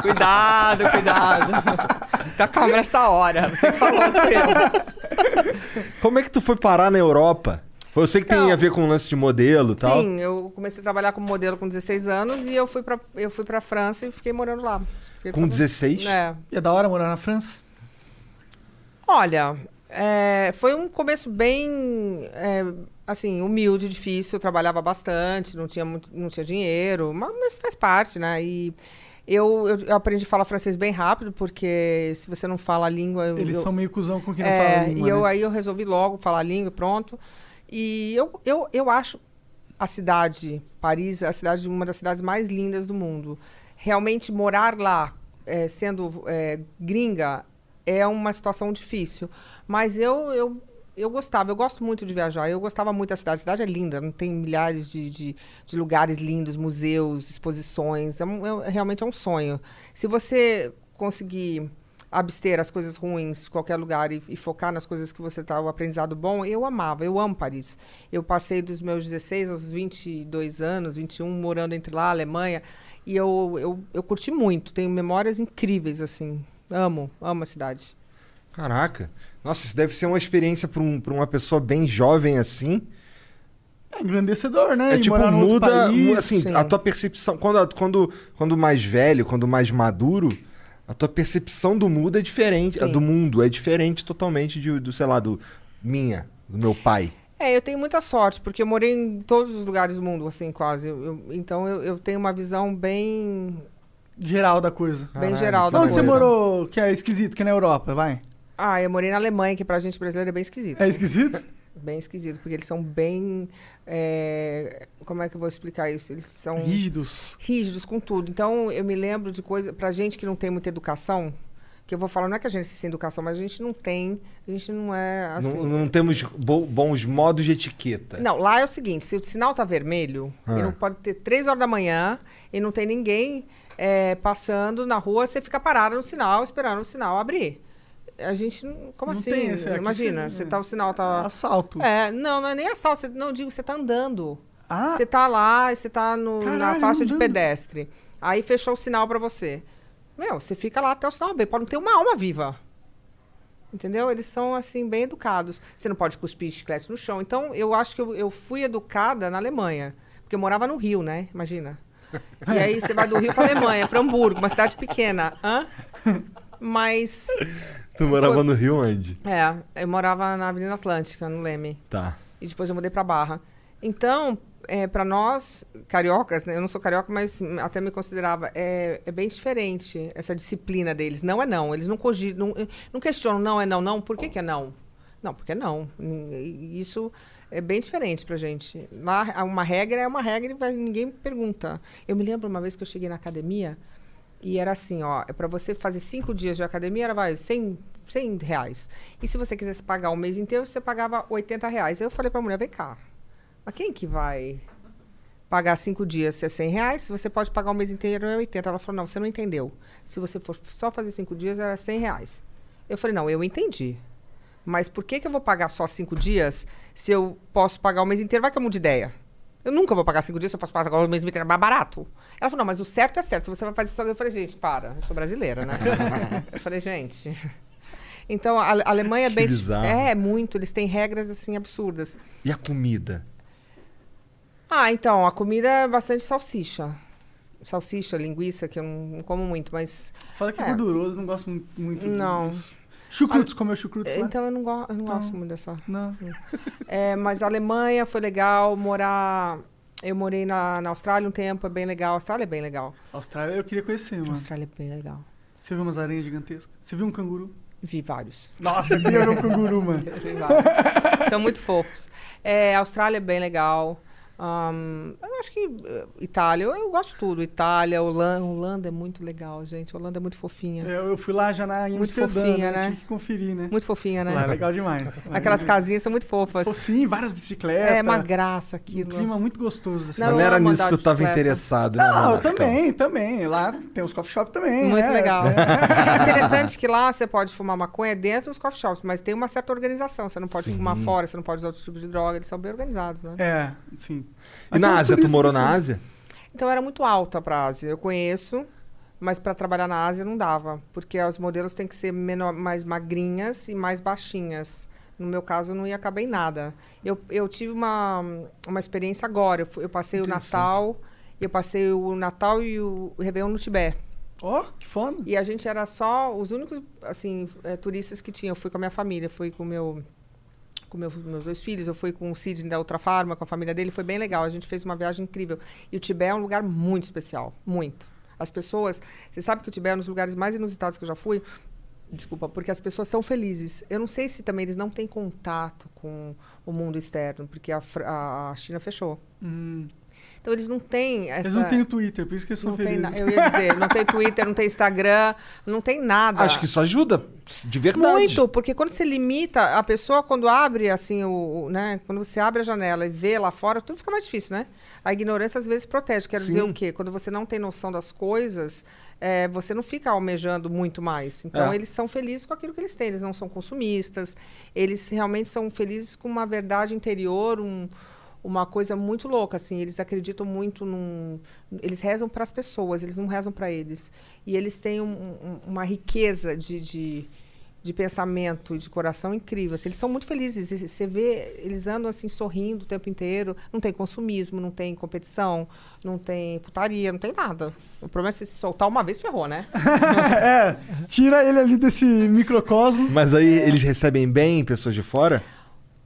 Speaker 4: cuidado, cuidado. Tá calma nessa hora. Você que falou Pedro.
Speaker 2: Como é que tu foi parar na Europa? Foi- Eu sei que tem
Speaker 4: Então-
Speaker 2: a ver com o lance de modelo e tal.
Speaker 4: Sim, eu comecei a trabalhar como modelo com 16 anos e eu fui pra, eu fui pra França e fiquei morando lá. Fiquei
Speaker 2: Com
Speaker 4: trabalhando-
Speaker 2: 16?
Speaker 4: É.
Speaker 3: E é da hora morar na França?
Speaker 4: Olha, é, foi um começo bem, é, assim, humilde, difícil. Eu trabalhava bastante, não tinha, muito, não tinha dinheiro, ma- mas faz parte, né? E eu, eu- eu aprendi a falar francês bem rápido, porque se você não fala a língua... eu-
Speaker 3: Eles
Speaker 4: eu-
Speaker 3: são meio cuzão com quem não
Speaker 4: é,
Speaker 3: fala língua,
Speaker 4: e eu,
Speaker 3: né?
Speaker 4: aí eu resolvi logo falar a língua, pronto. E eu, eu, eu acho a cidade, Paris, a cidade uma das cidades mais lindas do mundo. Realmente morar lá, eh, sendo eh, gringa, é uma situação difícil. Mas eu, eu, eu gostava, eu gosto muito de viajar, eu gostava muito da cidade. A cidade é linda, não tem milhares de, de, de lugares lindos, museus, exposições. É, um- é- realmente é um sonho. Se você conseguir abster as coisas ruins de qualquer lugar e, e focar nas coisas que você tá, o aprendizado bom, eu amava, eu amo Paris. Eu passei dos meus 16 aos 22 anos, 21, morando entre lá, Alemanha, e eu, eu, eu curti muito, tenho memórias incríveis, assim, amo, amo a cidade.
Speaker 2: Caraca. Nossa, isso deve ser uma experiência pra, um- pra uma pessoa bem jovem assim.
Speaker 3: É engrandecedor, né?
Speaker 2: É,
Speaker 3: E
Speaker 2: tipo,
Speaker 3: morar num outro
Speaker 2: muda
Speaker 3: país.
Speaker 2: mu- assim,
Speaker 4: sim.
Speaker 2: a tua percepção. Quando, quando, quando mais velho, quando mais maduro, a tua percepção do mundo é diferente.
Speaker 4: Sim.
Speaker 2: Do mundo é diferente totalmente de, do, sei lá, do minha, do meu pai.
Speaker 4: É, eu tenho muita sorte, porque eu morei em todos os lugares do mundo, assim, quase. Eu- eu- então eu, eu tenho uma visão bem,
Speaker 3: Geral da coisa.
Speaker 4: bem geral da
Speaker 3: Onde você
Speaker 4: coisa.
Speaker 3: morou que é esquisito, que é na Europa, vai?
Speaker 4: Ah, eu morei na Alemanha, que pra gente brasileiro é bem esquisito.
Speaker 3: É esquisito?
Speaker 4: Bem esquisito, porque eles são bem. é, como é que eu vou explicar isso? Eles são
Speaker 3: Rígidos.
Speaker 4: rígidos com tudo. Então, eu me lembro de coisa. Pra gente que não tem muita educação, que eu vou falar, não é que a gente sem educação, mas a gente não tem. A gente não é assim.
Speaker 2: Não, não temos bo- bons modos de etiqueta.
Speaker 4: Não, lá é o seguinte: se o sinal tá vermelho,
Speaker 3: Ah.
Speaker 4: ele não pode ter três horas da manhã e não tem ninguém é, passando na rua, você fica parada no sinal, esperando o sinal abrir. A gente. não- Como
Speaker 3: Não
Speaker 4: assim?
Speaker 3: tem esse- aqui
Speaker 4: Imagina,
Speaker 3: você- Ah,
Speaker 4: você tá, o sinal tá.
Speaker 3: Assalto.
Speaker 4: É, não, não é nem assalto. Você, não, digo, você tá andando.
Speaker 3: Ah.
Speaker 4: Você tá lá, e você tá no, na
Speaker 3: Caralho,
Speaker 4: faixa de
Speaker 3: andando.
Speaker 4: pedestre. Aí fechou o sinal pra você. Meu, você fica lá até o sinal abrir. Pode não ter uma alma viva. Entendeu? Eles são, assim, bem educados. Você não pode cuspir chiclete no chão. Então, eu acho que eu, eu fui educada na Alemanha. Porque eu morava no Rio, né? Imagina. E aí você vai do Rio pra Alemanha, pra Hamburgo, uma cidade pequena. Hã? Mas,
Speaker 2: Tu morava
Speaker 4: Foi-
Speaker 2: no Rio onde?
Speaker 4: é, eu morava na Avenida Atlântica, no Leme.
Speaker 2: Tá.
Speaker 4: E depois eu mudei pra Barra. Então, é, para nós, cariocas, né? Eu não sou carioca, mas hum, até me considerava. É, é bem diferente essa disciplina deles. Não é não. Eles não cogitam, não, eh, não questionam não é não, não. Por que, que é não? Não, porque é não. Nin- Isso é bem diferente pra gente. Lá, há uma regra é uma regra e vai- ninguém pergunta. Eu me lembro uma vez que eu cheguei na academia e era assim, ó, é para você fazer cinco dias de academia, era vai 100, 100 reais. E se você quisesse pagar o mês inteiro, você pagava 80 reais. Aí eu falei pra mulher, vem cá, mas quem que vai pagar cinco dias se é 100 reais? Se você pode pagar o mês inteiro, é 80. Ela falou, não, você não entendeu. Se você for só fazer cinco dias, era 100 reais. Eu falei, não, eu entendi. Mas por que, que eu vou pagar só cinco dias se eu posso pagar o mês inteiro? Vai que eu mude de ideia. Eu nunca vou pagar cinco dias se eu posso pagar o mês inteiro, é mais barato. Ela falou, não, mas o certo é certo. Se você vai fazer só... Eu falei, gente, para, eu sou brasileira, né? eu falei, gente... Então, a Ale- a Alemanha é
Speaker 2: Que
Speaker 4: bem... dif-
Speaker 2: bizarro.
Speaker 4: É, muito. Eles têm regras, assim, absurdas.
Speaker 2: E a comida?
Speaker 4: Ah, então, a comida é bastante salsicha. Salsicha, linguiça, que eu não não como muito, mas.
Speaker 3: Fala que é
Speaker 4: É.
Speaker 3: gorduroso, não gosto mu- muito de-
Speaker 4: Não.
Speaker 3: disso. Chucrutes, comeu chucrutes lá?
Speaker 4: Então eu não, go- eu não
Speaker 3: Então-
Speaker 4: gosto muito dessa.
Speaker 3: Não.
Speaker 4: É, mas a Alemanha foi legal, morar. Eu morei na, na Austrália um tempo, é bem legal. A Austrália é bem legal.
Speaker 3: Austrália eu queria conhecer,
Speaker 4: A
Speaker 3: mano.
Speaker 4: Austrália é bem legal.
Speaker 3: Você viu umas aranhas gigantescas? Você viu um canguru?
Speaker 4: Vi vários.
Speaker 3: Nossa, eu queria ver um canguru, mano.
Speaker 4: Vi vários. São muito fofos. É, a Austrália é bem legal. Ahn, eu acho que eh, Itália, eu, eu gosto de tudo. Itália, Holanda, Holanda é muito legal, gente. Holanda é muito fofinha.
Speaker 3: Eu, eu fui lá já na em
Speaker 4: Muito
Speaker 3: Amsterdã,
Speaker 4: fofinha,
Speaker 3: né?
Speaker 4: né?
Speaker 3: Tinha que conferir, né?
Speaker 4: Muito fofinha, né?
Speaker 3: Lá é legal demais. Lá é
Speaker 4: Aquelas
Speaker 3: legal.
Speaker 4: casinhas são muito fofas.
Speaker 3: Sim, várias bicicletas.
Speaker 4: É uma graça
Speaker 3: Um
Speaker 4: aquilo.
Speaker 3: clima muito gostoso
Speaker 2: Não,
Speaker 3: da
Speaker 4: Não, é
Speaker 3: cidade.
Speaker 2: era
Speaker 4: eu vou
Speaker 2: nisso
Speaker 4: andar
Speaker 2: que eu
Speaker 4: de
Speaker 2: tava
Speaker 4: bicicleta.
Speaker 2: interessado, né?
Speaker 3: Não, eu
Speaker 2: Marcão?
Speaker 3: também, também. Lá tem os coffee shop também.
Speaker 4: Muito
Speaker 3: né?
Speaker 4: legal.
Speaker 3: É.
Speaker 4: Interessante que lá você pode fumar maconha dentro dos coffee shops, mas tem uma certa organização. Você não pode fumar fora, você não pode usar outros tipos de droga, eles são bem organizados, né?
Speaker 3: É, sim.
Speaker 2: E na
Speaker 3: Aqui
Speaker 2: Ásia,
Speaker 3: os
Speaker 2: tu
Speaker 3: turistas
Speaker 2: morou
Speaker 3: não
Speaker 2: na Ásia?
Speaker 4: Então era muito alta pra Ásia. Eu conheço, mas para trabalhar na Ásia não dava, porque os modelos têm que ser menor, mais magrinhas e mais baixinhas. No meu caso, eu não ia caber em nada. Eu, eu tive uma, uma experiência agora. Eu, fui- eu passei o Natal, eu passei o Natal e o Réveillon no Tibete.
Speaker 3: Ó, que foda.
Speaker 4: E a gente era só os únicos assim eh, turistas que tinha. Eu fui com a minha família, fui com meu com meu- meus dois filhos, eu fui com o Sidney da Ultra Farma, com a família dele, foi bem legal. A gente fez uma viagem incrível. E o Tibete é um lugar muito especial, muito. As pessoas, você sabe que o Tibete é um dos lugares mais inusitados que eu já fui. Desculpa, porque as pessoas são felizes. Eu não sei se também eles não têm contato com o mundo externo, porque a, Fra- a China fechou.
Speaker 3: Hum.
Speaker 4: Então eles não têm essa
Speaker 3: Eles não têm o Twitter, por isso que eles são
Speaker 4: não tem na-
Speaker 3: felizes.
Speaker 4: eu ia dizer, não tem Twitter, não tem Instagram, não tem nada.
Speaker 2: Acho que isso ajuda, de verdade.
Speaker 4: Muito, porque quando você limita a pessoa, quando abre assim, o, o- né? Quando você abre a janela e vê lá fora, tudo fica mais difícil, né? A ignorância às vezes protege. Quero dizer
Speaker 2: Sim.
Speaker 4: o quê? Quando você não tem noção das coisas, eh, você não fica almejando muito mais. Então
Speaker 2: É.
Speaker 4: eles são felizes com aquilo que eles têm. Eles não são consumistas. Eles realmente são felizes com uma verdade interior, um- uma coisa muito louca assim. Eles acreditam muito num, eles rezam para as pessoas. Eles não rezam para eles. E eles têm um- um- uma riqueza de- de de pensamento e de coração incrível. assim, eles são muito felizes. E Você vê, eles andam assim sorrindo o tempo inteiro. Não tem consumismo, não tem competição, não tem putaria, não tem nada. O problema é se se soltar uma vez, ferrou, né?
Speaker 3: Tira É, ele ali desse microcosmo.
Speaker 4: É.
Speaker 2: Mas aí eles recebem bem pessoas de fora?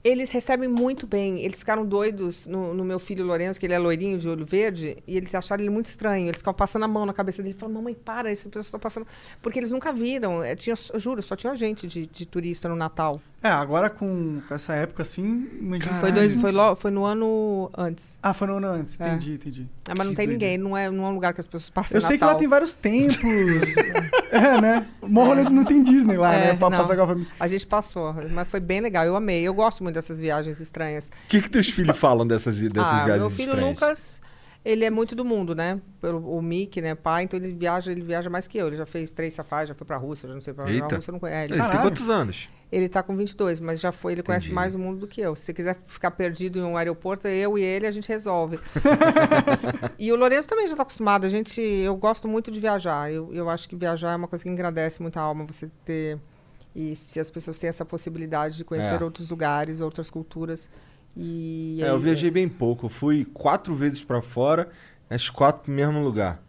Speaker 4: Eles recebem muito bem. Eles ficaram doidos no, no meu filho Lourenço, que ele é loirinho de olho verde, e eles acharam ele muito estranho. Eles ficavam passando a mão na cabeça dele e falaram: Mamãe, para, essas pessoas estão passando. Porque eles nunca viram. É, tinha, eu juro, só tinha gente de, de turista no Natal.
Speaker 3: É, agora com, com essa época assim. imagina-
Speaker 4: Foi, dois, foi, lo- foi no ano antes.
Speaker 3: Ah, foi no ano antes.
Speaker 4: É.
Speaker 3: Entendi, entendi.
Speaker 4: Ah, mas não
Speaker 3: Que
Speaker 4: tem
Speaker 3: doideira.
Speaker 4: ninguém, não é, não é um lugar que as pessoas passam
Speaker 3: Eu sei que lá
Speaker 4: Natal.
Speaker 3: tem vários templos. é, né? Morro não tem Disney lá,
Speaker 4: É,
Speaker 3: né? Pra
Speaker 4: não.
Speaker 3: passar com a família.
Speaker 4: A gente passou, mas foi bem legal. Eu amei. Eu gosto muito dessas viagens estranhas.
Speaker 2: O que, que teus filhos falam dessas, dessas
Speaker 4: ah,
Speaker 2: viagens
Speaker 4: meu filho
Speaker 2: estranhas?
Speaker 4: Lucas, ele é muito do mundo, né? Pelo, o Mickey, né? Pai, então ele viaja, ele viaja mais que eu. Ele já fez três safaris, já foi pra Rússia, já não sei pra onde. A
Speaker 2: Eita.
Speaker 4: Rússia eu não é, conhece.
Speaker 2: Ele tem
Speaker 3: Caralho.
Speaker 2: quantos anos?
Speaker 4: Ele tá com 22, mas já foi, ele conhece
Speaker 2: Entendi.
Speaker 4: mais o mundo do que eu. Se você quiser ficar perdido em um aeroporto, eu e ele a gente resolve. e o Lourenço também já tá acostumado. A gente, eu gosto muito de viajar. Eu, eu acho que viajar é uma coisa que engrandece muito a alma, você ter e se as pessoas têm essa possibilidade de conhecer
Speaker 2: É.
Speaker 4: outros lugares, outras culturas. E
Speaker 2: É, eu viajei bem pouco. Eu fui quatro vezes pra fora, as quatro pro mesmo lugar.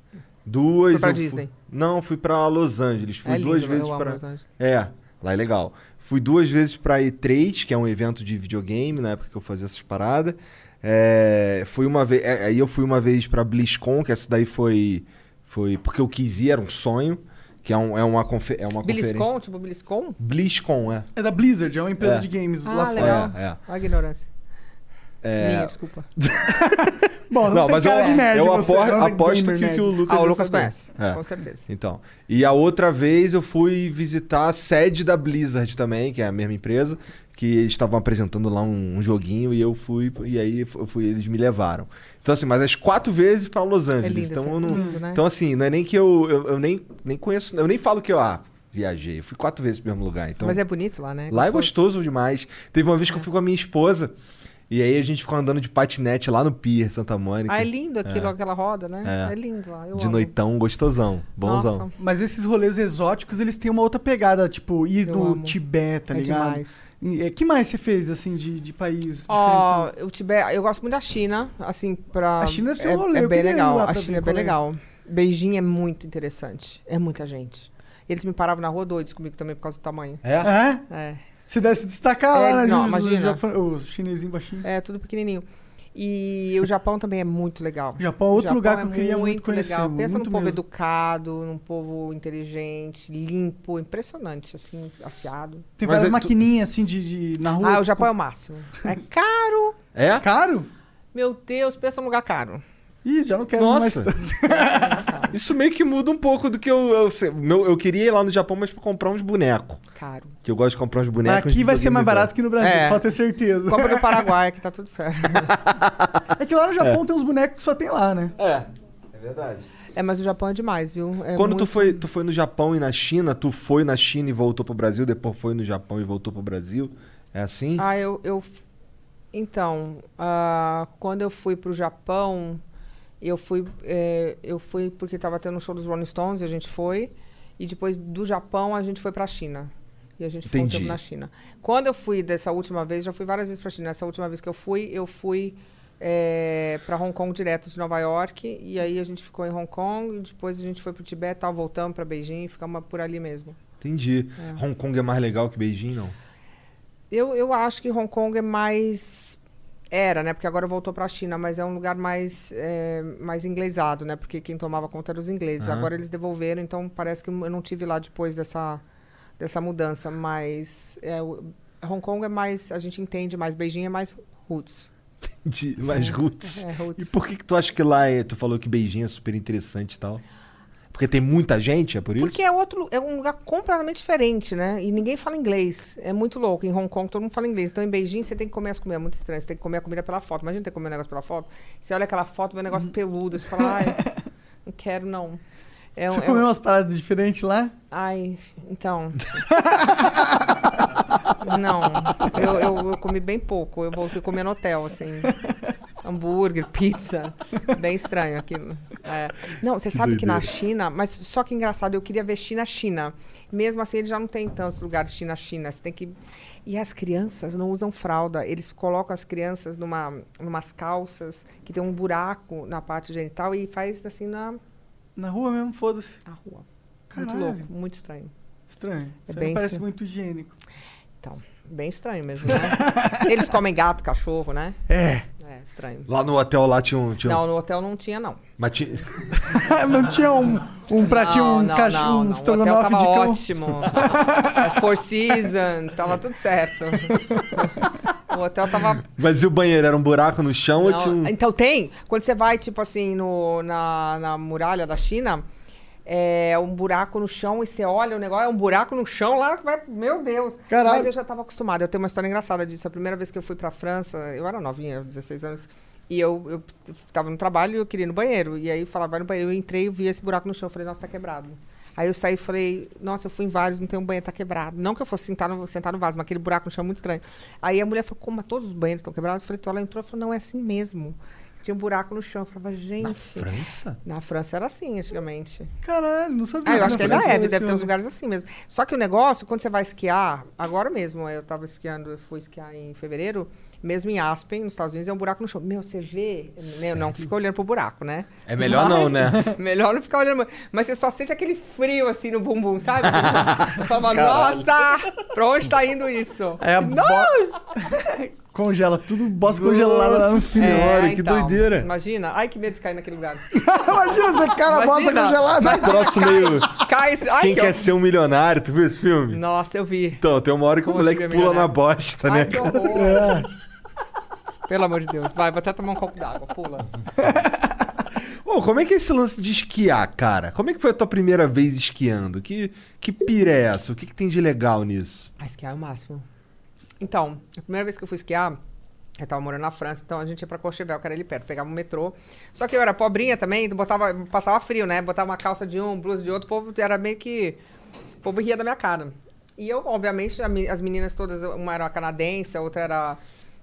Speaker 2: Duas.
Speaker 4: Foi pra
Speaker 2: eu fui-
Speaker 4: Disney?
Speaker 2: Não, fui pra Los Angeles. Fui
Speaker 4: É lindo,
Speaker 2: duas
Speaker 4: eu
Speaker 2: vezes
Speaker 4: amo
Speaker 2: pra.
Speaker 4: Los Angeles.
Speaker 2: É, lá é legal. Fui duas vezes pra E3, que é um evento de videogame, na época que eu fazia essas paradas. É, fui uma vez. é, aí eu fui uma vez pra BlizzCon, que essa daí foi. Foi porque eu quis ir, era um sonho. Que é, um, é uma, confe- é uma conferência.
Speaker 4: Biliscon, tipo Biliscon?
Speaker 2: BlizzCon, é.
Speaker 3: É da Blizzard, é uma empresa
Speaker 2: É.
Speaker 3: de games
Speaker 4: Ah,
Speaker 3: lá fora.
Speaker 4: legal.
Speaker 2: É, é.
Speaker 4: Olha a ignorância.
Speaker 2: É,
Speaker 4: Minha, desculpa.
Speaker 3: Bom, não, tem cara de nerd.
Speaker 2: eu
Speaker 3: você,
Speaker 2: apo-
Speaker 3: não é
Speaker 2: aposto
Speaker 3: gamer
Speaker 2: que,
Speaker 3: nerd.
Speaker 2: que o Lucas.
Speaker 4: ah, o
Speaker 2: já
Speaker 4: Lucas
Speaker 2: sabe.
Speaker 4: conhece,
Speaker 2: É.
Speaker 4: com certeza.
Speaker 2: Então. E a outra vez eu fui visitar a sede da Blizzard também, que é a mesma empresa, que eles estavam apresentando lá um, um joguinho e eu fui, e aí eu fui, eles me levaram. Então, assim, mas as quatro vezes pra Los Angeles.
Speaker 4: É lindo
Speaker 2: então,
Speaker 4: esse-
Speaker 2: eu não,
Speaker 4: lindo, né?
Speaker 2: então, assim, não é nem que eu, eu, eu nem, nem conheço, eu nem falo que eu ah, viajei, eu fui quatro vezes pro mesmo lugar. Então,
Speaker 4: Mas é bonito lá, né?
Speaker 2: Lá é
Speaker 4: Gostoso. É.
Speaker 2: gostoso demais. Teve uma vez que eu fui com a minha esposa e aí a gente ficou andando de patinete lá no Pier, Santa Mônica.
Speaker 4: Ah, é lindo aquilo, aquela roda, né? É, lindo lá. Eu
Speaker 2: de
Speaker 4: amo.
Speaker 2: noitão, gostosão, bonzão.
Speaker 4: Nossa,
Speaker 3: Mas esses rolês exóticos, eles têm uma outra pegada, tipo, ir
Speaker 4: Eu
Speaker 3: do
Speaker 4: amo.
Speaker 3: Tibete, tá
Speaker 4: é
Speaker 3: ligado?
Speaker 4: demais.
Speaker 3: E, é, que mais você fez, assim, de, de país
Speaker 4: Ó,
Speaker 3: diferentão?
Speaker 4: o Tibete, eu gosto muito da China, assim, pra...
Speaker 3: A China deve ser um
Speaker 4: é,
Speaker 3: rolê,
Speaker 4: É
Speaker 3: eu
Speaker 4: bem
Speaker 3: queria ir
Speaker 4: legal,
Speaker 3: lá
Speaker 4: a
Speaker 3: pra ver
Speaker 4: China é bem
Speaker 3: qual é.
Speaker 4: legal. Beijing é muito interessante, é muita gente. Eles me paravam na rua doidos comigo também por causa do tamanho.
Speaker 2: É?
Speaker 3: É?
Speaker 4: É,
Speaker 3: Você deve se destacar
Speaker 4: É,
Speaker 3: lá, né?
Speaker 4: não,
Speaker 3: Ju-
Speaker 4: imagina.
Speaker 3: Japão- o chinesinho baixinho.
Speaker 4: é tudo pequenininho. E o Japão também é muito legal.
Speaker 3: Japão é outro
Speaker 4: Japão
Speaker 3: lugar que
Speaker 4: é
Speaker 3: eu queria muito conhecer.
Speaker 4: Legal. Pensa
Speaker 3: muito
Speaker 4: num povo
Speaker 3: mesmo.
Speaker 4: educado, num povo inteligente, limpo, impressionante, assim, aseado.
Speaker 3: Tem
Speaker 2: Mas
Speaker 3: várias
Speaker 2: é tu-
Speaker 3: maquininhas, assim, de, de- na rua.
Speaker 4: ah, o
Speaker 3: tipo,
Speaker 4: Japão é o máximo. É caro.
Speaker 2: É?
Speaker 3: Caro?
Speaker 4: Meu Deus, pensa num lugar caro.
Speaker 3: Ih, já não quero
Speaker 2: Nossa.
Speaker 3: mais.
Speaker 2: Isso meio que muda um pouco do que eu. Eu, sei- meu- eu queria ir lá no Japão, mas pra comprar uns bonecos.
Speaker 4: Caro.
Speaker 2: Que eu gosto de comprar uns
Speaker 3: Mas
Speaker 2: bonecos.
Speaker 3: aqui
Speaker 2: de
Speaker 3: vai ser
Speaker 2: videogame
Speaker 3: mais barato
Speaker 2: velho.
Speaker 3: que no Brasil,
Speaker 4: É.
Speaker 3: pode ter certeza.
Speaker 4: Copa do Paraguai, que tá tudo certo.
Speaker 3: É que lá no Japão tem uns bonecos que só tem lá, né?
Speaker 2: É verdade.
Speaker 4: É, mas o Japão é demais, viu? É
Speaker 2: Quando
Speaker 4: muito-
Speaker 2: tu, foi, tu foi no Japão e na China, tu foi na China e voltou pro Brasil, depois foi no Japão e voltou pro Brasil. É assim?
Speaker 4: Ah, eu. eu... Então, ah, quando eu fui pro Japão, eu fui, eh, eu fui porque tava tendo um show dos Rolling Stones, e a gente foi. E depois do Japão, a gente foi pra China. E a gente foi um
Speaker 2: Entendi.
Speaker 4: tempo na China. Quando eu fui dessa última vez, já fui várias vezes pra China. Essa última vez que eu fui, eu fui eh, pra Hong Kong direto de Nova York. E aí a gente ficou em Hong Kong. E depois a gente foi pro Tibete, tal, voltamos pra Beijing e ficamos por ali mesmo.
Speaker 2: Entendi. Hong Kong é mais legal que Beijing, não?
Speaker 4: Eu, eu acho que Hong Kong é mais. Era, né? Porque agora voltou para a China, mas é um lugar mais, é, mais inglesado, né? Porque quem tomava conta eram os ingleses. Agora eles devolveram, então parece que eu não tive lá depois dessa, dessa mudança. Mas é, o- Hong Kong é mais. A gente entende mais. Beijing é mais roots.
Speaker 2: De mais roots.
Speaker 4: É, roots.
Speaker 2: E por que, que tu acha que lá é, tu falou que Beijing é super interessante e tal? Porque tem muita gente, é por isso?
Speaker 4: Porque é, outro, lu- é um lugar completamente diferente, né? E ninguém fala inglês. É muito louco. Em Hong Kong todo mundo fala inglês. Então em Beijing você tem que comer as comidas. É muito estranho. Você tem que comer a comida pela foto. Imagina ter que comer um negócio pela foto. Você olha aquela foto, vê um negócio peludo. Você fala, ai, não quero não. É um-
Speaker 3: Você
Speaker 4: é um- É
Speaker 3: comeu umas paradas diferentes lá?
Speaker 4: Ai, então. não. Eu, eu, eu comi bem pouco. Eu voltei comer no hotel, assim. Hambúrguer, pizza. Bem estranho aquilo. É. Não, você sabe que na China, mas só que engraçado, eu queria ver China-China. Mesmo assim, eles já não tem tantos lugares China-China. Você tem que. E as crianças não usam fralda. Eles colocam as crianças numa, numas calças que tem um buraco na parte genital e faz assim na,
Speaker 3: Na rua mesmo, foda-se.
Speaker 4: na rua.
Speaker 3: Caralho.
Speaker 4: Muito louco, muito estranho.
Speaker 3: Estranho. Isso
Speaker 4: É
Speaker 3: aí
Speaker 4: bem
Speaker 3: não parece
Speaker 4: estranho.
Speaker 3: muito higiênico.
Speaker 4: Então, Bem estranho mesmo, né? Eles comem gato, cachorro, né?
Speaker 3: É.
Speaker 4: É, estranho.
Speaker 2: Lá no hotel lá tinha um. Tinha um-
Speaker 4: Não, no hotel não tinha, não.
Speaker 2: mas tinha-
Speaker 3: não tinha um, um pratinho,
Speaker 4: não,
Speaker 3: um
Speaker 4: não,
Speaker 3: cachorro,
Speaker 4: não,
Speaker 3: um
Speaker 4: não. O
Speaker 3: estrogonofe
Speaker 4: hotel
Speaker 3: de
Speaker 4: tava
Speaker 3: cão.
Speaker 4: ótimo. É, Four Seasons, tava tudo certo. o hotel tava
Speaker 2: Mas e o banheiro? Era um buraco no chão ou
Speaker 4: Não,
Speaker 2: tinha um.
Speaker 4: Então tem. Quando você vai, tipo assim, no, na, na muralha da China, é um buraco no chão e você olha o negócio, é um buraco no chão lá que vai. Meu Deus!
Speaker 3: Caralho.
Speaker 4: Mas eu já tava acostumada. Eu tenho uma história engraçada disso. A primeira vez que eu fui pra França, eu era novinha, 16 anos. E eu, eu tava no trabalho e eu queria ir no banheiro. E aí eu falava, vai no banheiro. Eu entrei e vi esse buraco no chão. Eu falei, nossa, tá quebrado. Aí eu saí e falei, nossa, eu fui em vários, não tem um banheiro, tá quebrado. Não que eu fosse sentar no, sentar no vaso, mas aquele buraco no chão é muito estranho. Aí a mulher falou, como mas todos os banheiros estão quebrados? Eu falei, tu, ela entrou e falou, não, é assim mesmo. Tinha um buraco no chão. Eu falava, gente. Na França? Na França era assim, antigamente.
Speaker 3: Caralho, não sabia.
Speaker 4: Ah, eu
Speaker 3: que
Speaker 4: acho
Speaker 3: na
Speaker 4: que ainda
Speaker 3: França
Speaker 4: é,
Speaker 3: era um
Speaker 4: deve
Speaker 3: esse
Speaker 4: ter uns
Speaker 3: homem.
Speaker 4: lugares assim mesmo. Só que o negócio, quando você vai esquiar, agora mesmo, eu tava esquiando, eu fui esquiar em fevereiro, mesmo em Aspen, nos Estados Unidos, é um buraco no chão. Meu, você vê, né, eu não fica olhando pro buraco, né?
Speaker 2: É melhor não, né?
Speaker 4: Melhor não ficar olhando, mas você só sente aquele frio assim no bumbum, sabe? Fala, nossa, pra onde tá indo isso?
Speaker 3: É a bo-
Speaker 4: Nossa!
Speaker 3: Congela tudo, bosta congelada lá no
Speaker 2: Nossa
Speaker 3: cima.
Speaker 4: É,
Speaker 2: senhora, que doideira.
Speaker 4: então, Imagina, ai que medo de cair naquele lugar.
Speaker 3: Imagina essa cara, bosta
Speaker 4: Imagina.
Speaker 3: congelada.
Speaker 2: Um troço meio.
Speaker 4: Cai, esse- ai,
Speaker 2: Quem
Speaker 4: que
Speaker 2: quer
Speaker 4: hor-
Speaker 2: ser um milionário? Tu viu esse filme?
Speaker 4: Nossa, eu vi.
Speaker 2: Então, tem uma hora que o
Speaker 4: Como
Speaker 2: moleque
Speaker 4: seria
Speaker 2: pula na
Speaker 4: milionário?
Speaker 2: bosta, né?
Speaker 4: Ai, que
Speaker 2: cara?
Speaker 4: horror.
Speaker 3: É.
Speaker 4: Pelo amor de Deus, vai, vou até tomar um copo d'água, pula.
Speaker 2: Ô, como é que é esse lance de esquiar, cara? Como é que foi a tua primeira vez esquiando? Que, que pira é essa? O que, que tem de legal nisso?
Speaker 4: Ah, esquiar é o máximo. Então, a primeira vez que eu fui esquiar, eu tava morando na França, então a gente ia pra Courchevel, que era ali perto, pegava um metrô. Só que eu era pobrinha também, então botava, passava frio, né? Botava uma calça de um, blusa de outro, o povo era meio que... O povo ria da minha cara. E eu, obviamente, a me- as meninas todas, uma era canadense, a outra era...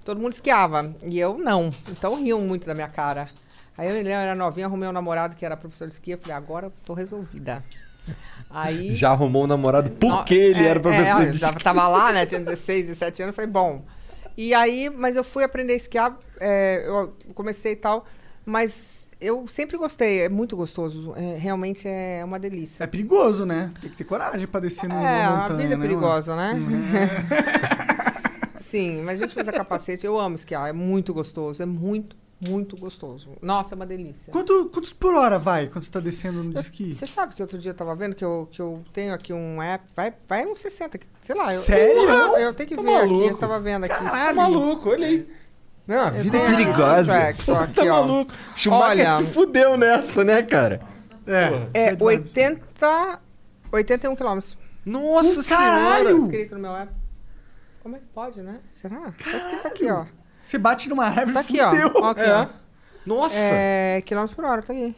Speaker 4: Todo mundo esquiava, e eu não. Então riam muito da minha cara. Aí eu, eu era novinha, arrumei um namorado que era professor de esqui, eu falei, agora eu tô resolvida. Aí...
Speaker 2: Já arrumou um namorado
Speaker 4: Não,
Speaker 2: porque ele
Speaker 4: é,
Speaker 2: era
Speaker 4: é,
Speaker 2: professor
Speaker 4: eu
Speaker 2: de
Speaker 4: tava,
Speaker 2: esqui.
Speaker 4: tava lá, né? Tinha 16, 17 anos, foi bom. E aí, mas eu fui aprender a esquiar, é, eu comecei e tal, mas eu sempre gostei, é muito gostoso, é, realmente é uma delícia.
Speaker 3: É perigoso, né? Tem que ter coragem pra descer no
Speaker 4: É,
Speaker 3: montanha,
Speaker 4: a vida é
Speaker 3: né,
Speaker 4: perigosa, né? Sim, mas a gente usa capacete, eu amo esquiar, é muito gostoso, é muito, muito gostoso. Nossa, é uma
Speaker 3: mano?
Speaker 4: delícia.
Speaker 3: Quanto, quantos por hora vai quando você tá descendo no esqui?
Speaker 4: Você sabe que outro dia eu tava vendo que eu, que eu tenho aqui um app, vai, vai uns 60, que- sei lá. eu-
Speaker 3: Sério?
Speaker 4: Eu, eu tenho que
Speaker 2: Tá
Speaker 4: ver aqui,
Speaker 2: maluco.
Speaker 4: eu tava vendo aqui.
Speaker 3: é
Speaker 2: Tá maluco, olha aí. Não, a vida é
Speaker 4: tenho aqui
Speaker 2: perigosa.
Speaker 4: soundtrack, só aqui,
Speaker 2: tá
Speaker 4: ó.
Speaker 2: maluco. Schumacher
Speaker 4: Olha.
Speaker 2: se fudeu nessa, né, cara?
Speaker 3: É.
Speaker 4: É 80, 81 quilômetros.
Speaker 2: Nossa
Speaker 3: Um
Speaker 4: Tá
Speaker 2: senhora.
Speaker 4: escrito no meu app. Como é que pode, né? Será? Tá escrito aqui, ó.
Speaker 3: Você bate numa árvore
Speaker 4: Tá aqui, ó.
Speaker 3: fudeu.
Speaker 4: Ó, aqui, ó.
Speaker 2: Nossa.
Speaker 4: É, quilômetros por hora, tá aqui.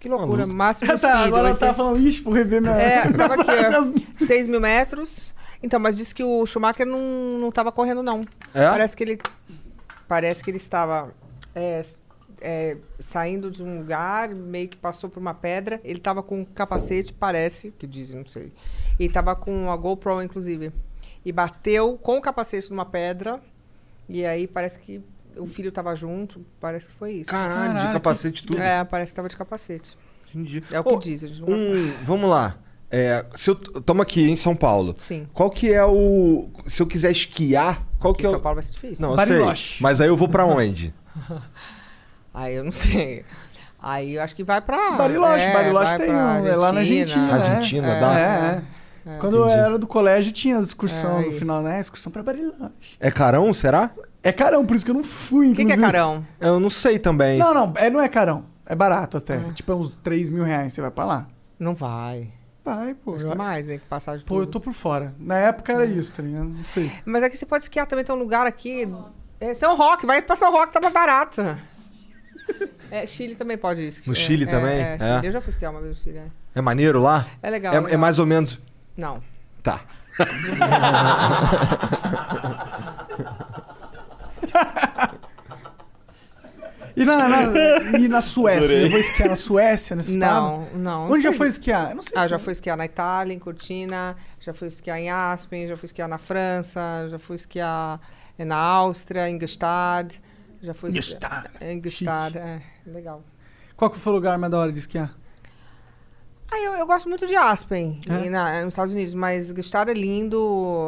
Speaker 4: Que loucura.
Speaker 2: Maluco.
Speaker 4: Máximo
Speaker 3: tá,
Speaker 4: speed.
Speaker 3: agora ela
Speaker 4: 80.
Speaker 3: tá falando, ixi, vou rever minha...
Speaker 4: É, tava
Speaker 3: minhas-
Speaker 4: aqui, ó. 6 mil metros. Então, mas disse que o Schumacher não, não tava correndo, não.
Speaker 2: É?
Speaker 4: Parece que ele. Parece que ele estava é, é, saindo de um lugar, meio que passou por uma pedra. Ele estava com um capacete, parece, que dizem, não sei. E estava com a GoPro, inclusive. E bateu com o capacete numa pedra. E aí parece que o filho estava junto. Parece que foi isso.
Speaker 2: Caralho, de
Speaker 3: Caralho,
Speaker 2: capacete tudo.
Speaker 4: É, parece que estava de capacete.
Speaker 2: Entendi.
Speaker 4: É o que
Speaker 2: Ô,
Speaker 4: diz, a gente não sabe.
Speaker 2: um, vamos lá. É, se eu t- tamo aqui em São Paulo.
Speaker 4: Sim.
Speaker 2: Qual que é o se eu quiser esquiar, qual
Speaker 4: Porque
Speaker 2: que é
Speaker 4: em
Speaker 2: o
Speaker 4: São Paulo vai ser difícil.
Speaker 2: Não, eu
Speaker 3: Bariloche.
Speaker 2: sei. Mas aí eu vou pra onde?
Speaker 4: Aí eu não sei. Aí eu acho que vai pra.
Speaker 3: Bariloche,
Speaker 4: é,
Speaker 3: Bariloche
Speaker 4: vai
Speaker 3: tem
Speaker 4: pra
Speaker 3: um, é lá na Argentina.
Speaker 4: Argentina.
Speaker 3: né?
Speaker 2: Argentina,
Speaker 3: é,
Speaker 2: dá?
Speaker 3: É, é. Quando eu
Speaker 2: Entendi.
Speaker 3: era do colégio tinha as excursões
Speaker 4: É,
Speaker 3: no
Speaker 4: aí.
Speaker 3: final, né? Excursão pra Bariloche.
Speaker 2: É Carão, será?
Speaker 3: É carão, por isso que eu não fui,
Speaker 4: O que, que é
Speaker 3: inclusive.
Speaker 4: carão?
Speaker 2: Eu não sei também.
Speaker 3: Não, não, é, não é carão. É barato até.
Speaker 4: Ah.
Speaker 3: Tipo, é uns 3 mil reais, você vai pra lá.
Speaker 4: Não vai.
Speaker 3: Vai, pô.
Speaker 4: Acho
Speaker 3: eu-
Speaker 4: que mais, né? Que passagem
Speaker 3: Pô, eu
Speaker 4: tudo.
Speaker 3: tô por fora. Na época era isso, tá ligado? Não sei.
Speaker 4: Mas aqui você pode esquiar também, tem um lugar aqui. É São Roque, vai pra São Roque, tá mais barato. É, Chile também pode esquiar.
Speaker 2: No Chile
Speaker 4: é,
Speaker 2: também?
Speaker 4: É,
Speaker 2: É.
Speaker 4: Chile. Eu já fui esquiar uma vez no Chile. É,
Speaker 2: É maneiro lá?
Speaker 4: É legal.
Speaker 2: É, é
Speaker 4: legal.
Speaker 2: mais ou menos.
Speaker 4: Não.
Speaker 2: Tá.
Speaker 3: E na, na- e na Suécia? Eu vou esquiar na Suécia, nesse
Speaker 4: Não, não.
Speaker 3: Onde já
Speaker 4: sei.
Speaker 3: foi esquiar? Eu não sei
Speaker 4: Ah,
Speaker 3: se-
Speaker 4: já fui esquiar na Itália, em Cortina, já fui esquiar em Aspen, já fui esquiar na França, já fui esquiar eh, na Áustria, em Gestad, já fui esquiar-
Speaker 3: Gestad. né?
Speaker 4: em Gestad, é, legal.
Speaker 3: Qual que foi o lugar mais da hora de esquiar?
Speaker 4: Ah, eu, eu gosto muito de Aspen
Speaker 3: É?
Speaker 4: e na- nos Estados Unidos, mas Gustave é lindo,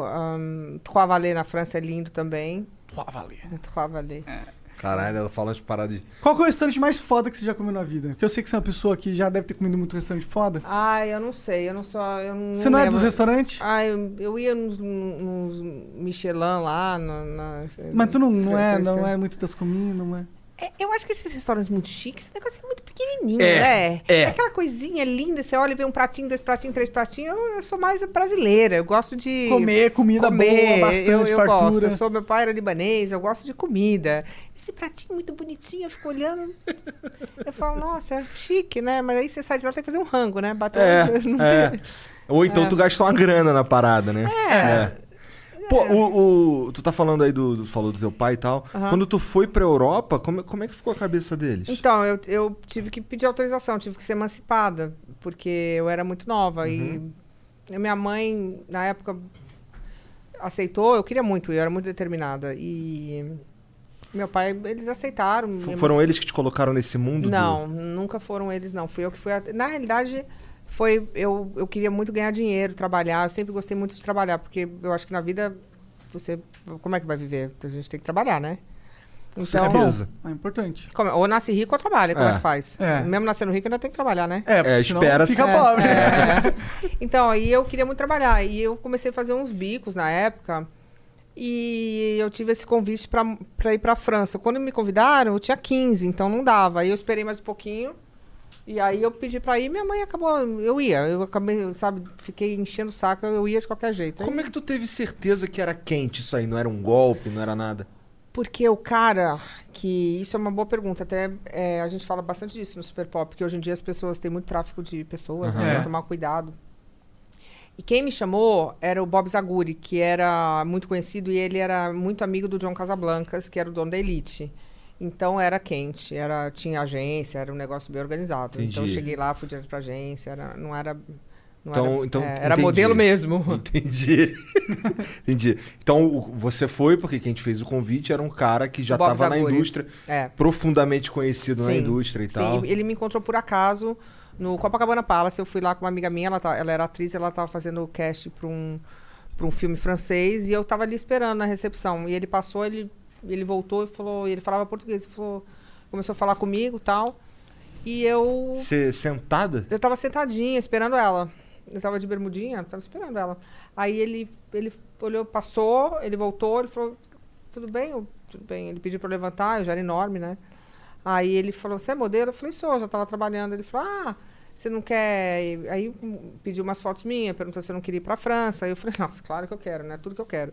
Speaker 4: um, Trois Vallées na França é lindo também. É, Trois Vallées.
Speaker 3: É.
Speaker 2: Caralho, ela fala as paradas. de-
Speaker 3: Qual que é o restaurante mais foda que você já comeu na vida? Porque eu sei que você é uma pessoa que já deve ter comido muito restaurante foda.
Speaker 4: Ah, eu não sei, eu não sou. Eu não
Speaker 3: você não é
Speaker 4: lembro.
Speaker 3: dos restaurantes?
Speaker 4: Ah, eu, eu ia nos, nos Michelin lá. Na, na-
Speaker 3: Mas tu não, não é,
Speaker 4: Sei, sei,
Speaker 3: não
Speaker 4: sei.
Speaker 3: é muito das comidas, não é?
Speaker 4: É, Eu acho que esses restaurantes muito chiques, esse negócio é muito pequenininho,
Speaker 2: É,
Speaker 4: né?
Speaker 2: é.
Speaker 4: Aquela coisinha linda, você olha e vê um pratinho, dois pratinhos, três pratinhos. Eu, eu sou mais brasileira, eu gosto de.
Speaker 3: Comer comida boa, bastante,
Speaker 4: eu, eu
Speaker 3: fartura.
Speaker 4: Gosto. Eu sou, meu pai era libanês, eu gosto de comida. Esse pratinho muito bonitinho, eu fico olhando. eu falo, nossa, é chique, né? Mas aí você sai de lá tem que fazer um rango, né? Bater
Speaker 2: É,
Speaker 4: um-
Speaker 2: é. Ou então tu gasta uma grana na parada, né? É. Pô, o, o- tu tá falando aí do, do- falou do teu pai e tal. Quando tu foi pra Europa, como, como é que ficou a cabeça deles?
Speaker 4: Então, eu, eu tive que pedir autorização, tive que ser emancipada, porque eu era muito nova.
Speaker 2: Uhum.
Speaker 4: E a minha mãe, na época, aceitou, eu queria muito, eu era muito determinada. E meu pai, eles aceitaram. me
Speaker 2: F- foram eles que te colocaram nesse mundo? do-
Speaker 4: não, nunca foram eles, não. Fui eu que fui. at- Na realidade, foi. Eu, eu queria muito ganhar dinheiro, trabalhar. Eu sempre gostei muito de trabalhar, porque eu acho que na vida você. Como é que vai viver? A gente tem que trabalhar, né?
Speaker 2: certeza.
Speaker 3: É importante.
Speaker 4: como- ou nasce rico ou trabalha, como é,
Speaker 2: É.
Speaker 4: que faz?
Speaker 3: É.
Speaker 4: Mesmo nascendo rico, ainda tem que trabalhar, né?
Speaker 2: É,
Speaker 3: senão
Speaker 2: espera
Speaker 3: Fica
Speaker 2: se-
Speaker 3: pobre.
Speaker 4: É. Então, aí eu queria muito trabalhar. E eu comecei a fazer uns bicos na época. E eu tive esse convite pra pra ir pra França. Quando me convidaram, eu tinha 15, então não dava. Aí eu esperei mais um pouquinho. E aí eu pedi pra ir, minha mãe acabou. Eu ia. Eu acabei, sabe, fiquei enchendo o saco, eu ia de qualquer jeito. Aí-
Speaker 2: Como é que tu teve certeza que era quente isso aí? Não era um golpe, não era nada?
Speaker 4: Porque o cara que. Isso é uma boa pergunta. Até é, a gente fala bastante disso no Super Pop, que hoje em dia as pessoas têm muito tráfico de pessoas, né?
Speaker 3: Aham.
Speaker 2: É.
Speaker 4: Tem que tomar cuidado. E quem me chamou era o Bob Zaguri, que era muito conhecido e ele era muito amigo do John Casablancas, que era o dono da Elite. Então era quente, era, tinha agência, era um negócio bem organizado. Então eu
Speaker 2: Entendi.
Speaker 4: cheguei lá, fui direto pra agência, era, não era. Não
Speaker 2: Então-
Speaker 4: era,
Speaker 2: então,
Speaker 4: é, era
Speaker 2: entendi.
Speaker 4: modelo mesmo.
Speaker 2: Entendi. Entendi. Então o- você foi porque quem te fez o convite era um cara que já
Speaker 4: Bob
Speaker 2: tava na
Speaker 4: Zaguri.
Speaker 2: indústria,
Speaker 4: É.
Speaker 2: profundamente conhecido na indústria e
Speaker 4: Sim,
Speaker 2: tal.
Speaker 4: ele me encontrou por acaso no Copacabana Palace. Eu fui lá com uma amiga minha, ela, tá- ela era atriz, ela estava fazendo o cast para um, pra um filme francês e eu estava ali esperando na recepção. E ele passou, ele, ele voltou e falou, ele falava português, ele falou, começou a falar comigo e tal. E eu
Speaker 2: Você sentada?
Speaker 4: eu tava sentadinha, esperando ela. Eu tava de bermudinha, tava esperando ela. Aí ele, ele olhou, passou, ele voltou, ele falou, tudo bem? Eu, tudo bem. Ele pediu pra eu levantar, eu já era enorme, né? Aí ele falou, você é modelo? Eu falei, sou, eu já tava trabalhando. Ele falou, ah, você não quer... ir? Aí hum, pediu umas fotos minhas, perguntou se eu não queria ir pra França. Aí eu falei, nossa, claro que eu quero, né? Tudo que eu quero.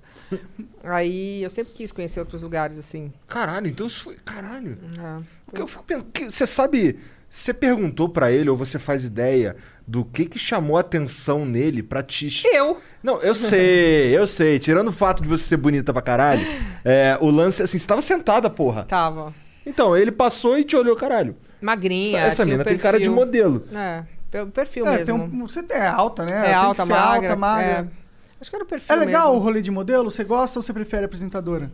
Speaker 4: Aí eu sempre quis conhecer outros lugares, assim.
Speaker 2: Caralho, então isso foi. Caralho.
Speaker 4: né?
Speaker 2: Porque eu fico pensando. que- Você sabe. Você perguntou pra ele, ou você faz ideia do que que chamou a atenção nele pra te.
Speaker 4: Eu...
Speaker 2: Não, eu sei, eu sei. Tirando o fato de você ser bonita pra caralho, é, o lance, assim, você tava sentada, porra.
Speaker 4: Tava
Speaker 2: Então, ele passou e te olhou, caralho.
Speaker 4: magrinha,
Speaker 2: essa essa
Speaker 4: tinha
Speaker 2: mina
Speaker 4: o
Speaker 2: tem cara de
Speaker 4: perfil.
Speaker 2: modelo.
Speaker 4: É, pe- perfil
Speaker 3: É,
Speaker 4: mesmo.
Speaker 3: tem um- você é alta, né? Tem
Speaker 4: É
Speaker 3: que
Speaker 4: alta,
Speaker 3: ser
Speaker 4: magra.
Speaker 3: alta, magra.
Speaker 4: É. Acho que era o perfil
Speaker 3: É, legal o
Speaker 4: mesmo.
Speaker 3: rolê de modelo? Você gosta ou você prefere apresentadora?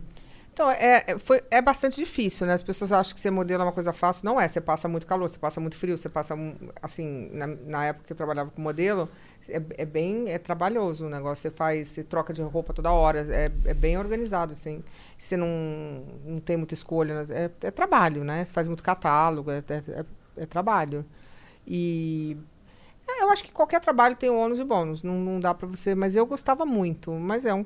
Speaker 4: Então, é, é- foi, é bastante difícil, né? As pessoas acham que ser modelo é uma coisa fácil. Não é. Você passa muito calor, você passa muito frio, você passa... um- Assim, na, na época que eu trabalhava com modelo, é, é bem... É trabalhoso o negócio. Você faz... Você troca de roupa toda hora. É, é bem organizado, assim. Você não, não tem muita escolha. né? É, é trabalho, né? Você faz muito catálogo. É, é- é- é trabalho. E... é, Eu acho que qualquer trabalho tem um ônus e bônus, não, não dá pra você, mas eu gostava muito, mas é um,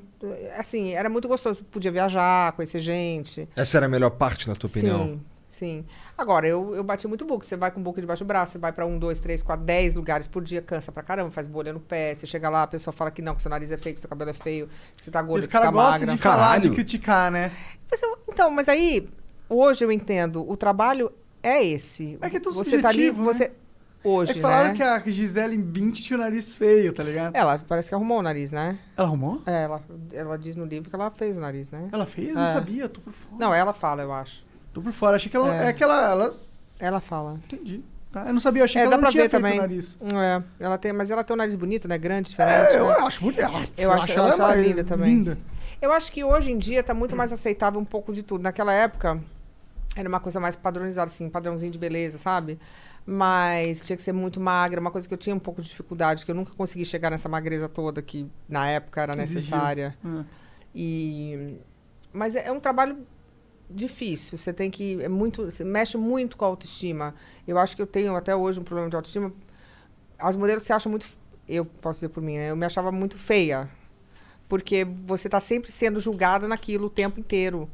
Speaker 4: assim, era muito gostoso, podia viajar, conhecer gente,
Speaker 2: Essa era a melhor parte, na tua opinião?
Speaker 4: Sim, sim. Agora, eu, eu bati muito book. Você vai com book debaixo do braço, você vai pra um, dois, três, quatro, dez lugares por dia, cansa pra caramba, faz bolha no pé. Você chega lá, a pessoa fala que não, que seu nariz é feio, que seu cabelo é feio, que você tá gordo,
Speaker 3: Os
Speaker 4: que você tá
Speaker 3: caras gostam
Speaker 4: magra.
Speaker 3: de falar, de
Speaker 2: Caralho.
Speaker 3: criticar, né?
Speaker 4: Mas eu- então, mas aí, hoje eu entendo, o trabalho é esse.
Speaker 3: É que é tudo
Speaker 4: Você tá ali,
Speaker 3: subjetivo, né?
Speaker 4: você... Hoje,
Speaker 3: é que falaram
Speaker 4: né? É.
Speaker 3: que a Gisele Bint tinha o nariz feio, tá ligado?
Speaker 4: Ela parece que arrumou o nariz, né?
Speaker 3: Ela arrumou?
Speaker 4: É, ela, ela diz no livro que ela fez o nariz, né?
Speaker 3: Ela fez? Não
Speaker 4: É.
Speaker 3: sabia, tô por fora.
Speaker 4: Não, ela fala, eu acho.
Speaker 3: Tô por fora. Achei que ela. É,
Speaker 4: É.
Speaker 3: que ela. ela-
Speaker 4: Ela fala.
Speaker 3: Entendi. Tá? Eu não sabia, achei
Speaker 4: É,
Speaker 3: que
Speaker 4: dá
Speaker 3: ela não
Speaker 4: pra
Speaker 3: tinha
Speaker 4: ver
Speaker 3: feito
Speaker 4: também.
Speaker 3: o nariz.
Speaker 4: É, ela tem, mas ela tem um nariz bonito, né? Grande, diferente.
Speaker 3: É, eu
Speaker 4: né?
Speaker 3: acho bonita.
Speaker 4: Eu acho- eu acho ela
Speaker 3: mais
Speaker 4: linda também.
Speaker 3: Linda.
Speaker 4: Eu acho que hoje em dia tá muito mais aceitável um pouco de tudo. Naquela época era uma coisa mais padronizada, assim, padrãozinho de beleza, sabe? mas tinha que ser muito magra, uma coisa que eu tinha um pouco de dificuldade, que eu nunca consegui chegar nessa magreza toda que na época era
Speaker 3: Exigiu.
Speaker 4: necessária.
Speaker 3: Ah.
Speaker 4: E mas é, é um trabalho difícil. Você tem que é muito, você mexe muito com a autoestima. Eu acho que eu tenho até hoje um problema de autoestima. As modelos se acham muito, f- eu posso dizer por mim, né? eu me achava muito feia, porque você está sempre sendo julgada naquilo o tempo inteiro.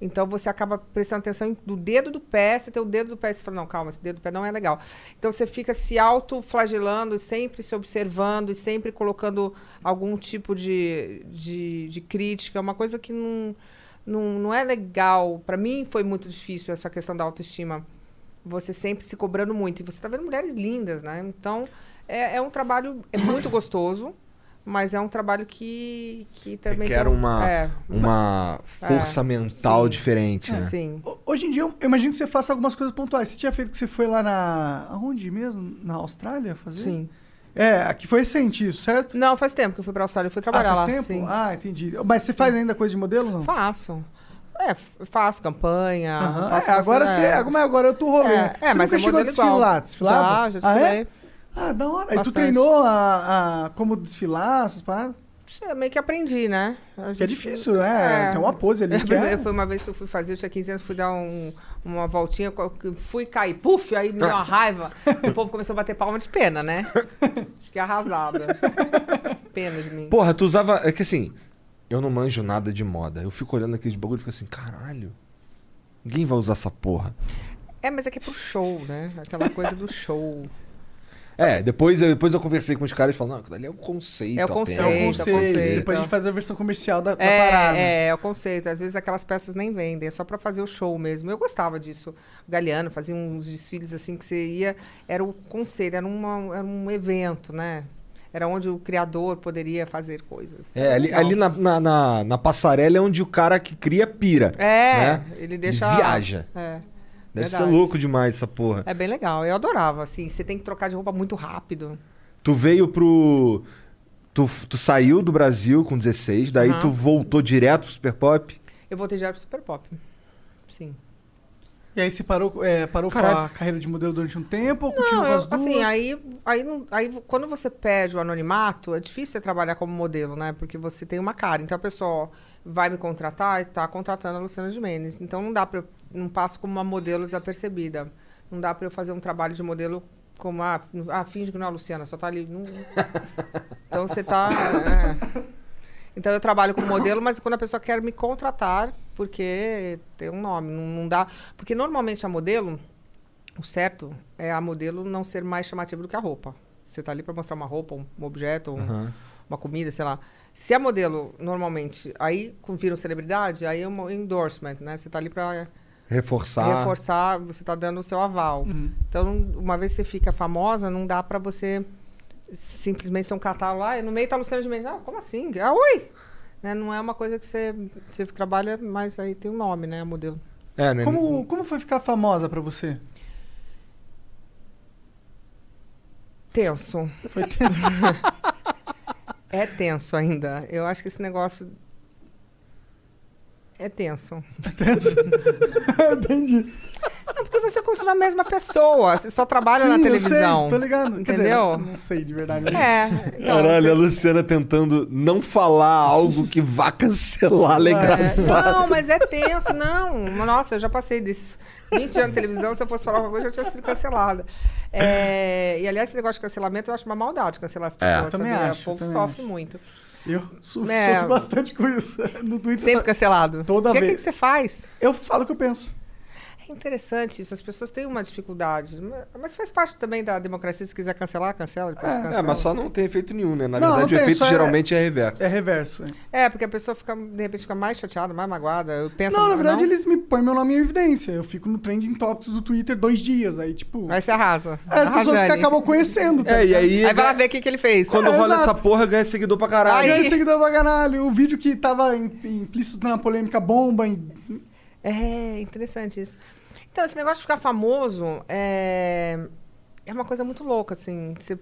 Speaker 4: Então você acaba prestando atenção em- do dedo do pé, você tem o dedo do pé e você fala, não, calma, esse dedo do pé não é legal. Então você fica se autoflagelando, e sempre se observando e sempre colocando algum tipo de, de, de crítica, É uma coisa que não, não, não é legal. Para mim foi muito difícil essa questão da autoestima. Você sempre se cobrando muito. E você tá vendo mulheres lindas, né? Então é, é um trabalho, é muito gostoso, mas é um trabalho que, que também
Speaker 2: Requer
Speaker 4: tem-
Speaker 2: uma,
Speaker 4: é,
Speaker 3: um
Speaker 4: Ah,
Speaker 2: uma força mental diferente, né?
Speaker 4: Sim.
Speaker 3: Ho- Hoje em dia, eu imagino que você faça algumas coisas pontuais. Você tinha feito que você foi lá na. Aonde mesmo? Na Austrália fazer?
Speaker 4: Sim.
Speaker 3: É, aqui foi recente isso, certo?
Speaker 4: Não, faz tempo que eu fui pra Austrália. Eu fui trabalhar
Speaker 3: ah, faz
Speaker 4: lá.
Speaker 3: tempo?
Speaker 4: Sim.
Speaker 3: Ah, entendi. Mas você faz ainda coisa de modelo não?
Speaker 4: Faço. É, f- faço campanha.
Speaker 3: Aham.
Speaker 4: Ah, faço
Speaker 3: É, agora
Speaker 4: bastante-
Speaker 3: você.
Speaker 4: é.
Speaker 3: Agora, agora eu tô rolando.
Speaker 4: É, é,
Speaker 3: você
Speaker 4: mas
Speaker 3: nunca chegou
Speaker 4: é
Speaker 3: a
Speaker 4: modelo igual.
Speaker 3: desfilar? Desfilava?
Speaker 4: Já, já
Speaker 3: Ah,
Speaker 4: desfilei.
Speaker 3: é? Ah, da hora. E tu
Speaker 4: Bastante.
Speaker 3: treinou a, a como desfilar, essas paradas?
Speaker 4: Você é meio que aprendi, né? A
Speaker 3: Que é
Speaker 4: gente-
Speaker 3: difícil, né? Tem uma pose ali que é...
Speaker 4: Foi uma vez que eu fui fazer, eu tinha 15 anos, fui dar um- uma voltinha, co- que fui cair, puf, aí me deu uma raiva. o povo começou a bater palma de pena, né? Fiquei arrasada. Pena de mim.
Speaker 2: Porra, tu usava. É que assim, eu não manjo nada de moda. Eu fico olhando aqueles bagulho e fico assim, caralho. Ninguém vai usar essa porra.
Speaker 4: É, mas é que é pro show, né? Aquela coisa do show.
Speaker 2: É, depois eu, depois eu conversei com os caras e falaram, não, aquilo ali é um conceito.
Speaker 4: É o
Speaker 2: apenas."
Speaker 4: conceito, é o
Speaker 3: Conceito.
Speaker 4: conceito.
Speaker 3: Depois a gente faz a versão comercial da, da parada.
Speaker 4: É, é, é o conceito. Às vezes aquelas peças nem vendem, é só pra fazer o show mesmo. Eu gostava disso. O Galeano fazia uns desfiles assim que você ia. Era o conselho, era, uma, era um evento, né? Era onde o criador poderia fazer coisas.
Speaker 2: É, ali,
Speaker 4: Legal.
Speaker 2: ali na, na, na- na passarela é onde o cara que cria pira.
Speaker 4: É,
Speaker 2: né?
Speaker 4: ele deixa.
Speaker 2: Viaja.
Speaker 4: É.
Speaker 2: Deve
Speaker 4: verdade.
Speaker 2: ser louco demais essa porra.
Speaker 4: É bem legal. Eu adorava, assim. Você tem que trocar de roupa muito rápido.
Speaker 2: Tu veio pro. Tu, tu saiu do Brasil com 16, daí
Speaker 4: Aham.
Speaker 2: tu voltou direto pro Super Pop.
Speaker 4: Eu voltei já pro Super Pop. Sim.
Speaker 3: E aí você parou, é, parou com a carreira de modelo durante um tempo? Ou
Speaker 4: Não,
Speaker 3: continuou com
Speaker 4: eu-
Speaker 3: as duas?
Speaker 4: assim, aí, aí, não- aí quando você perde o anonimato, é difícil você trabalhar como modelo, né? Porque você tem uma cara. Então a pessoa vai me contratar e tá contratando a Luciana Gimenez. Então não dá pra eu, não passo como uma modelo desapercebida. Não dá pra eu fazer um trabalho de modelo como a, ah, finge que não é a Luciana, só tá ali. não- Então você tá. é. Então eu trabalho como modelo, mas quando a pessoa quer me contratar, porque tem um nome, não, não dá. Porque normalmente a modelo, o certo é a modelo não ser mais chamativa do que a roupa. Você tá ali para mostrar uma roupa, um um objeto, um- uma comida, sei lá. Se a modelo, normalmente, aí com- vira uma celebridade, aí é um endorsement, né? Você tá ali para
Speaker 2: Reforçar.
Speaker 4: reforçar, você tá dando o seu aval. Então, não- uma vez que você fica famosa, não dá para você simplesmente ter um catálogo lá e no meio tá Luciano de Mendes. Ah, como assim? Ah, oi! Né? Não é uma coisa que você, você trabalha, mas aí tem um nome, né? A modelo.
Speaker 2: É, né?
Speaker 3: Como, como foi ficar famosa pra você?
Speaker 4: Tenso.
Speaker 3: Foi tempo.
Speaker 4: É tenso ainda. Eu acho que esse negócio. É tenso.
Speaker 3: Entendi.
Speaker 4: É porque você continua a mesma pessoa. Você só trabalha na
Speaker 3: Sim, eu
Speaker 4: televisão.
Speaker 3: sei, tô ligado. Quer dizer, não-
Speaker 4: Entendeu?
Speaker 3: não sei de verdade. mas-
Speaker 4: É. então,
Speaker 2: Caralho, a
Speaker 4: você-
Speaker 2: Luciana tentando não falar algo que vá cancelar, ela é engraçado.
Speaker 4: Não, mas é tenso, não. Nossa, eu já passei disso. 20 anos de televisão, se eu fosse falar alguma coisa, eu já tinha sido cancelada. É, e aliás, esse negócio de cancelamento eu acho uma maldade cancelar as pessoas.
Speaker 3: Eu também
Speaker 4: sabia?
Speaker 3: acho,
Speaker 4: o povo
Speaker 3: eu também
Speaker 4: sofre muito.
Speaker 3: Eu su
Speaker 4: É.
Speaker 3: sofro bastante com isso. No Twitter.
Speaker 4: Sempre cancelado.
Speaker 3: Toda
Speaker 4: Porque
Speaker 3: vez.
Speaker 4: O que, que você faz?
Speaker 3: Eu falo o que eu penso.
Speaker 4: É interessante isso, as pessoas têm uma dificuldade. ma- Mas faz parte também da democracia, se quiser cancelar, cancela, depois cancela.
Speaker 2: É, mas só não tem efeito nenhum, né? Na
Speaker 3: Não,
Speaker 2: verdade,
Speaker 3: não
Speaker 2: o
Speaker 3: tem,
Speaker 2: efeito
Speaker 3: só é-
Speaker 2: geralmente é, reverso.
Speaker 3: É reverso. é.
Speaker 4: É, porque a pessoa fica, de repente, fica mais chateada, mais magoada. Eu penso,
Speaker 3: Não, na verdade, eles me põem meu nome em evidência. Eu fico no trending topics do Twitter dois dias. Aí, tipo.
Speaker 4: Aí você arrasa.
Speaker 3: é, as pessoas que
Speaker 4: Arrasane.
Speaker 3: acabam conhecendo. tá
Speaker 2: É, e
Speaker 3: ligado?
Speaker 2: aí.
Speaker 4: Aí vai lá ver o que, que ele fez.
Speaker 2: Quando
Speaker 3: É,
Speaker 2: rola
Speaker 3: exato.
Speaker 2: essa porra, ganha seguidor pra caralho.
Speaker 4: Aí-
Speaker 3: Ganha seguidor pra caralho. O vídeo que tava im- implícito na polêmica bomba. em-
Speaker 4: É, interessante isso. Então, esse negócio de ficar famoso é, é uma coisa muito louca, assim. Você,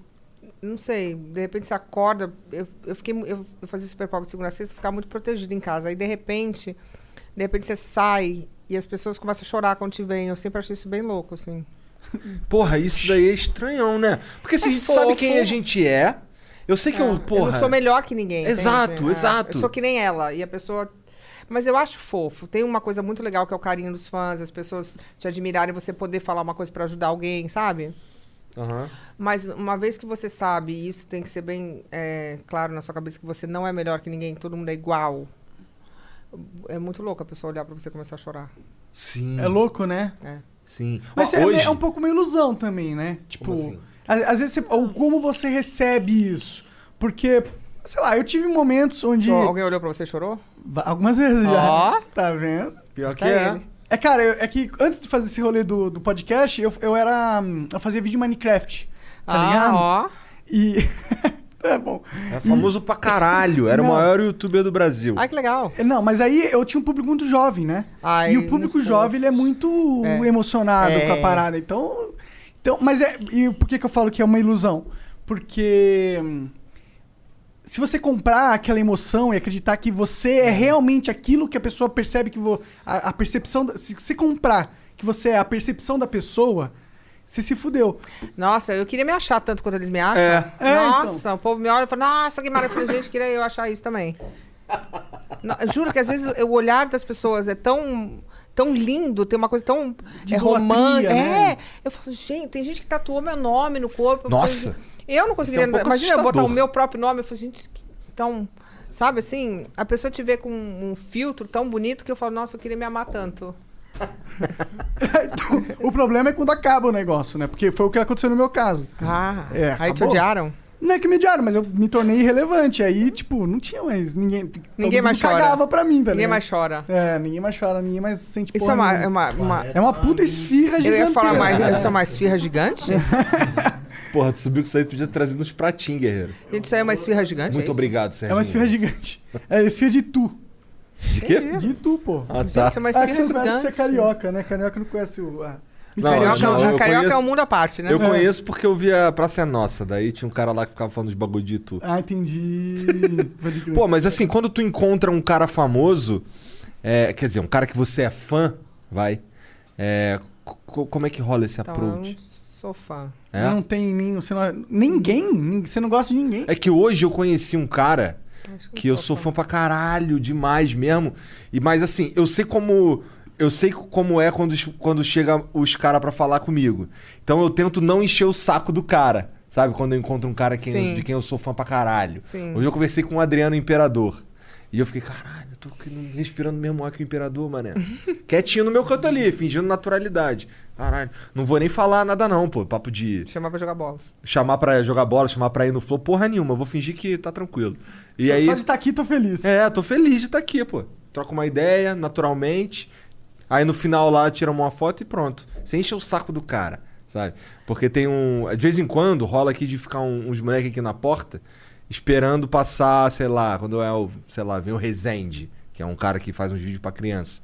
Speaker 4: não sei, de repente você acorda. Eu, eu fiquei, mu- eu, eu fazia super pop de segunda a sexta, eu ficava muito protegida em casa. Aí, de repente, de repente você sai e as pessoas começam a chorar quando te veem. Eu sempre achei isso bem louco, assim.
Speaker 2: Porra, isso daí é estranhão, né? Porque se
Speaker 4: É
Speaker 2: a gente sabe
Speaker 4: fofo.
Speaker 2: quem a gente é, eu sei que eu, porra...
Speaker 4: Ah, Eu não sou melhor que ninguém. entende?
Speaker 2: Exato,
Speaker 4: É,
Speaker 2: exato.
Speaker 4: Eu sou que nem ela. E a pessoa. Mas eu acho fofo. Tem uma coisa muito legal que é o carinho dos fãs, as pessoas te admirarem, você poder falar uma coisa pra ajudar alguém, sabe?
Speaker 2: Aham.
Speaker 4: Mas uma vez que você sabe, e isso tem que ser bem é, claro na sua cabeça, que você não é melhor que ninguém, todo mundo é igual. É muito louco a pessoa olhar pra você e começar a chorar.
Speaker 2: Sim,
Speaker 3: É louco, né?
Speaker 2: sim.
Speaker 3: Mas
Speaker 2: Ó,
Speaker 3: é,
Speaker 2: Ah, hoje...
Speaker 3: é um pouco uma ilusão também, né? Tipo,
Speaker 2: assim?
Speaker 3: a- às, vezes você, ou como você recebe isso? Porque, sei lá, eu tive momentos onde
Speaker 4: Então, Alguém olhou pra você e chorou?
Speaker 3: Va- algumas vezes já.
Speaker 4: Ó.
Speaker 3: Tá vendo?
Speaker 2: Pior que
Speaker 4: Tá
Speaker 2: é.
Speaker 4: ele.
Speaker 3: É, cara, eu- é que antes de fazer esse rolê do, do podcast, eu, eu era. hum, Eu fazia vídeo de Minecraft. Tá
Speaker 4: ah,
Speaker 3: ligado?
Speaker 4: ó.
Speaker 3: E. é bom.
Speaker 2: É famoso pra caralho. Era
Speaker 3: Não.
Speaker 2: o maior youtuber do Brasil.
Speaker 4: Ai, que legal.
Speaker 3: Não, mas aí eu tinha um público muito jovem, né?
Speaker 4: Ai,
Speaker 3: e o público
Speaker 4: muito
Speaker 3: jovem ele é muito
Speaker 4: É.
Speaker 3: emocionado
Speaker 4: É.
Speaker 3: com a parada. Então, então, mas é e por que, que eu falo que é uma ilusão? Porque hum, se você comprar aquela emoção e acreditar que você é realmente aquilo que a pessoa percebe que vo, a, a percepção da- se você comprar que você é a percepção da pessoa, você se fudeu.
Speaker 4: Nossa, eu queria me achar tanto quanto eles me acham.
Speaker 3: É,
Speaker 4: Nossa, o povo me olha e fala, nossa, que maravilha, gente, queria eu achar isso também. Não, eu juro que às vezes o olhar das pessoas é tão, tão lindo, tem uma coisa tão
Speaker 3: De
Speaker 4: é
Speaker 3: idolatria,
Speaker 4: romântica.
Speaker 3: né?
Speaker 4: É, eu falo, gente, tem gente que tatuou meu nome no corpo. Eu
Speaker 2: Nossa.
Speaker 4: falei, Eu não conseguiria.
Speaker 2: Isso é um pouco
Speaker 4: imagina eu botar o
Speaker 2: assustador.
Speaker 4: meu próprio nome. Eu falo, gente, que- então, sabe assim, a pessoa te vê com um filtro tão bonito que eu falo, nossa, eu queria me amar tanto.
Speaker 3: o problema é quando acaba o negócio, né? Porque foi o que aconteceu no meu caso.
Speaker 4: Ah,
Speaker 3: É,
Speaker 4: aí te
Speaker 3: acabou.
Speaker 4: odiaram?
Speaker 3: Não é que me odiaram, mas eu me tornei irrelevante. Aí, tipo, não tinha mais ninguém. todo
Speaker 4: Ninguém
Speaker 3: mundo
Speaker 4: mais chora.
Speaker 3: cagava pra mim, tá
Speaker 4: Ninguém
Speaker 3: ligado?
Speaker 4: mais chora.
Speaker 3: É, ninguém mais chora, ninguém mais sente
Speaker 4: Isso
Speaker 3: porra
Speaker 4: é uma-
Speaker 3: nenhuma.
Speaker 4: é uma- uma,
Speaker 3: É uma puta esfirra
Speaker 4: Eu
Speaker 3: gigantesca. É,
Speaker 4: ia falar mais, eu sou mais esfirra gigante?
Speaker 2: Porra, tu subiu com isso aí, tu podia trazer uns pratinhos, guerreiro.
Speaker 4: Gente, isso aí é uma esfirra gigante?
Speaker 2: Muito
Speaker 4: é isso?
Speaker 2: obrigado, Sérgio.
Speaker 3: É uma esfirra gigante. É esfirra de tu.
Speaker 2: De
Speaker 4: É
Speaker 2: quê?
Speaker 3: De tu, pô.
Speaker 2: Ah, tá.
Speaker 4: Gente, é uma
Speaker 3: É que
Speaker 4: esfirra
Speaker 3: você não conhece que
Speaker 4: gigante.
Speaker 3: você é carioca, né? Carioca não conhece o... Ah, a-
Speaker 2: Não,
Speaker 4: Carioca,
Speaker 2: não, eu
Speaker 4: carioca
Speaker 2: conheço-
Speaker 4: é um mundo à parte, né?
Speaker 2: Eu conheço porque eu via a Praça é Nossa, daí tinha um cara lá que ficava falando de bagulho de tu.
Speaker 3: Ah, entendi. Pode crer.
Speaker 2: Pô, mas assim, quando tu encontra um cara famoso, é, quer dizer, um cara que você é fã, vai, é, co- como é que rola esse
Speaker 4: Então, eu
Speaker 2: approach?
Speaker 4: não sou fã.
Speaker 2: É?
Speaker 3: Não tem nem... Você não, é- ninguém? nin- Você não gosta de ninguém?
Speaker 2: É que hoje eu conheci um cara
Speaker 4: Acho
Speaker 2: que eu sou fã pra caralho, demais mesmo. E mas assim, eu sei como eu sei como é quando quando chega os cara pra falar comigo. Então eu tento não encher o saco do cara, sabe? Quando eu encontro um cara que-
Speaker 4: Sim.
Speaker 2: de quem eu sou fã pra caralho.
Speaker 4: Sim.
Speaker 2: Hoje eu conversei com o Adriano Imperador. E eu fiquei, caralho, eu tô aqui no- respirando o mesmo ar que o imperador, mané. Quietinho no meu canto ali, fingindo naturalidade. Caralho, não vou nem falar nada não, pô. Papo de
Speaker 4: Chamar pra jogar bola.
Speaker 2: chamar pra jogar bola, chamar pra ir no flow, porra nenhuma, eu vou fingir que tá tranquilo. E
Speaker 3: Só-
Speaker 2: aí.
Speaker 3: Só de estar aqui, tô feliz.
Speaker 2: É, tô feliz de estar aqui, pô. Troca uma ideia, naturalmente. Aí no final lá tira uma foto e pronto. Você enche o saco do cara, sabe? Porque tem um. De vez em quando rola aqui de ficar um- uns moleques aqui na porta esperando passar, sei lá, quando é o. Sei lá, vem o Rezende, que é um cara que faz uns vídeos pra criança.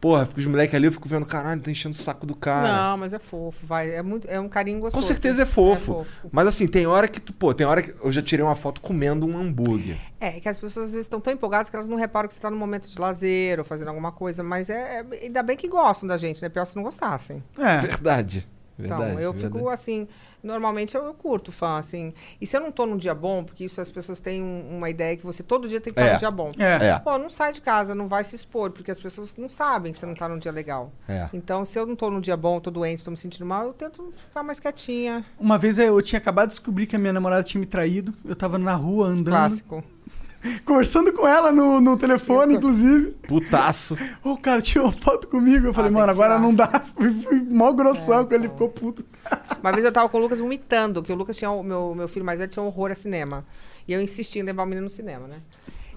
Speaker 2: Porra, fica os moleques ali, eu fico vendo, caralho, tá enchendo o saco do cara.
Speaker 4: Não, mas é fofo, vai. É, muito, é um carinho
Speaker 2: Com
Speaker 4: gostoso.
Speaker 2: certeza é fofo. Mas assim, tem hora que tu, pô, tem hora que eu já tirei uma foto comendo um hambúrguer.
Speaker 4: É, que as pessoas às vezes estão tão empolgadas que elas não reparam que você tá num momento de lazer ou fazendo alguma coisa, mas é, é- ainda bem que gostam da gente, né? Pior se não gostassem.
Speaker 3: É.
Speaker 2: Verdade.
Speaker 4: Então,
Speaker 2: verdade é
Speaker 4: eu
Speaker 2: verdade.
Speaker 4: fico assim, normalmente eu, eu curto fã, assim. E se eu não tô num dia bom, porque isso as pessoas têm um- uma ideia que você todo dia tem que estar
Speaker 2: É.
Speaker 4: num dia bom.
Speaker 3: É.
Speaker 2: É.
Speaker 4: Pô, não sai de casa, não vai se expor, porque as pessoas não sabem que você não tá num dia legal.
Speaker 2: É.
Speaker 4: Então, se eu não tô num dia bom, tô doente, tô me sentindo mal, eu tento ficar mais quietinha.
Speaker 3: Uma vez eu tinha acabado de descobrir que a minha namorada tinha me traído. Eu tava na rua andando.
Speaker 4: Clássico.
Speaker 3: Conversando com ela no, no telefone, inclusive.
Speaker 2: Putaço.
Speaker 3: Ô, cara, tirou uma foto comigo. Eu falei,
Speaker 4: Ah, tem
Speaker 3: mano,
Speaker 4: que
Speaker 3: agora
Speaker 4: tirar." É.
Speaker 3: não dá. Fui, fui mó grossão com ele, ficou puto.
Speaker 4: Uma vez eu tava com o Lucas vomitando, que o Lucas tinha. o Meu, meu filho mais velho tinha um horror a cinema. E eu insisti em levar o menino no cinema, né?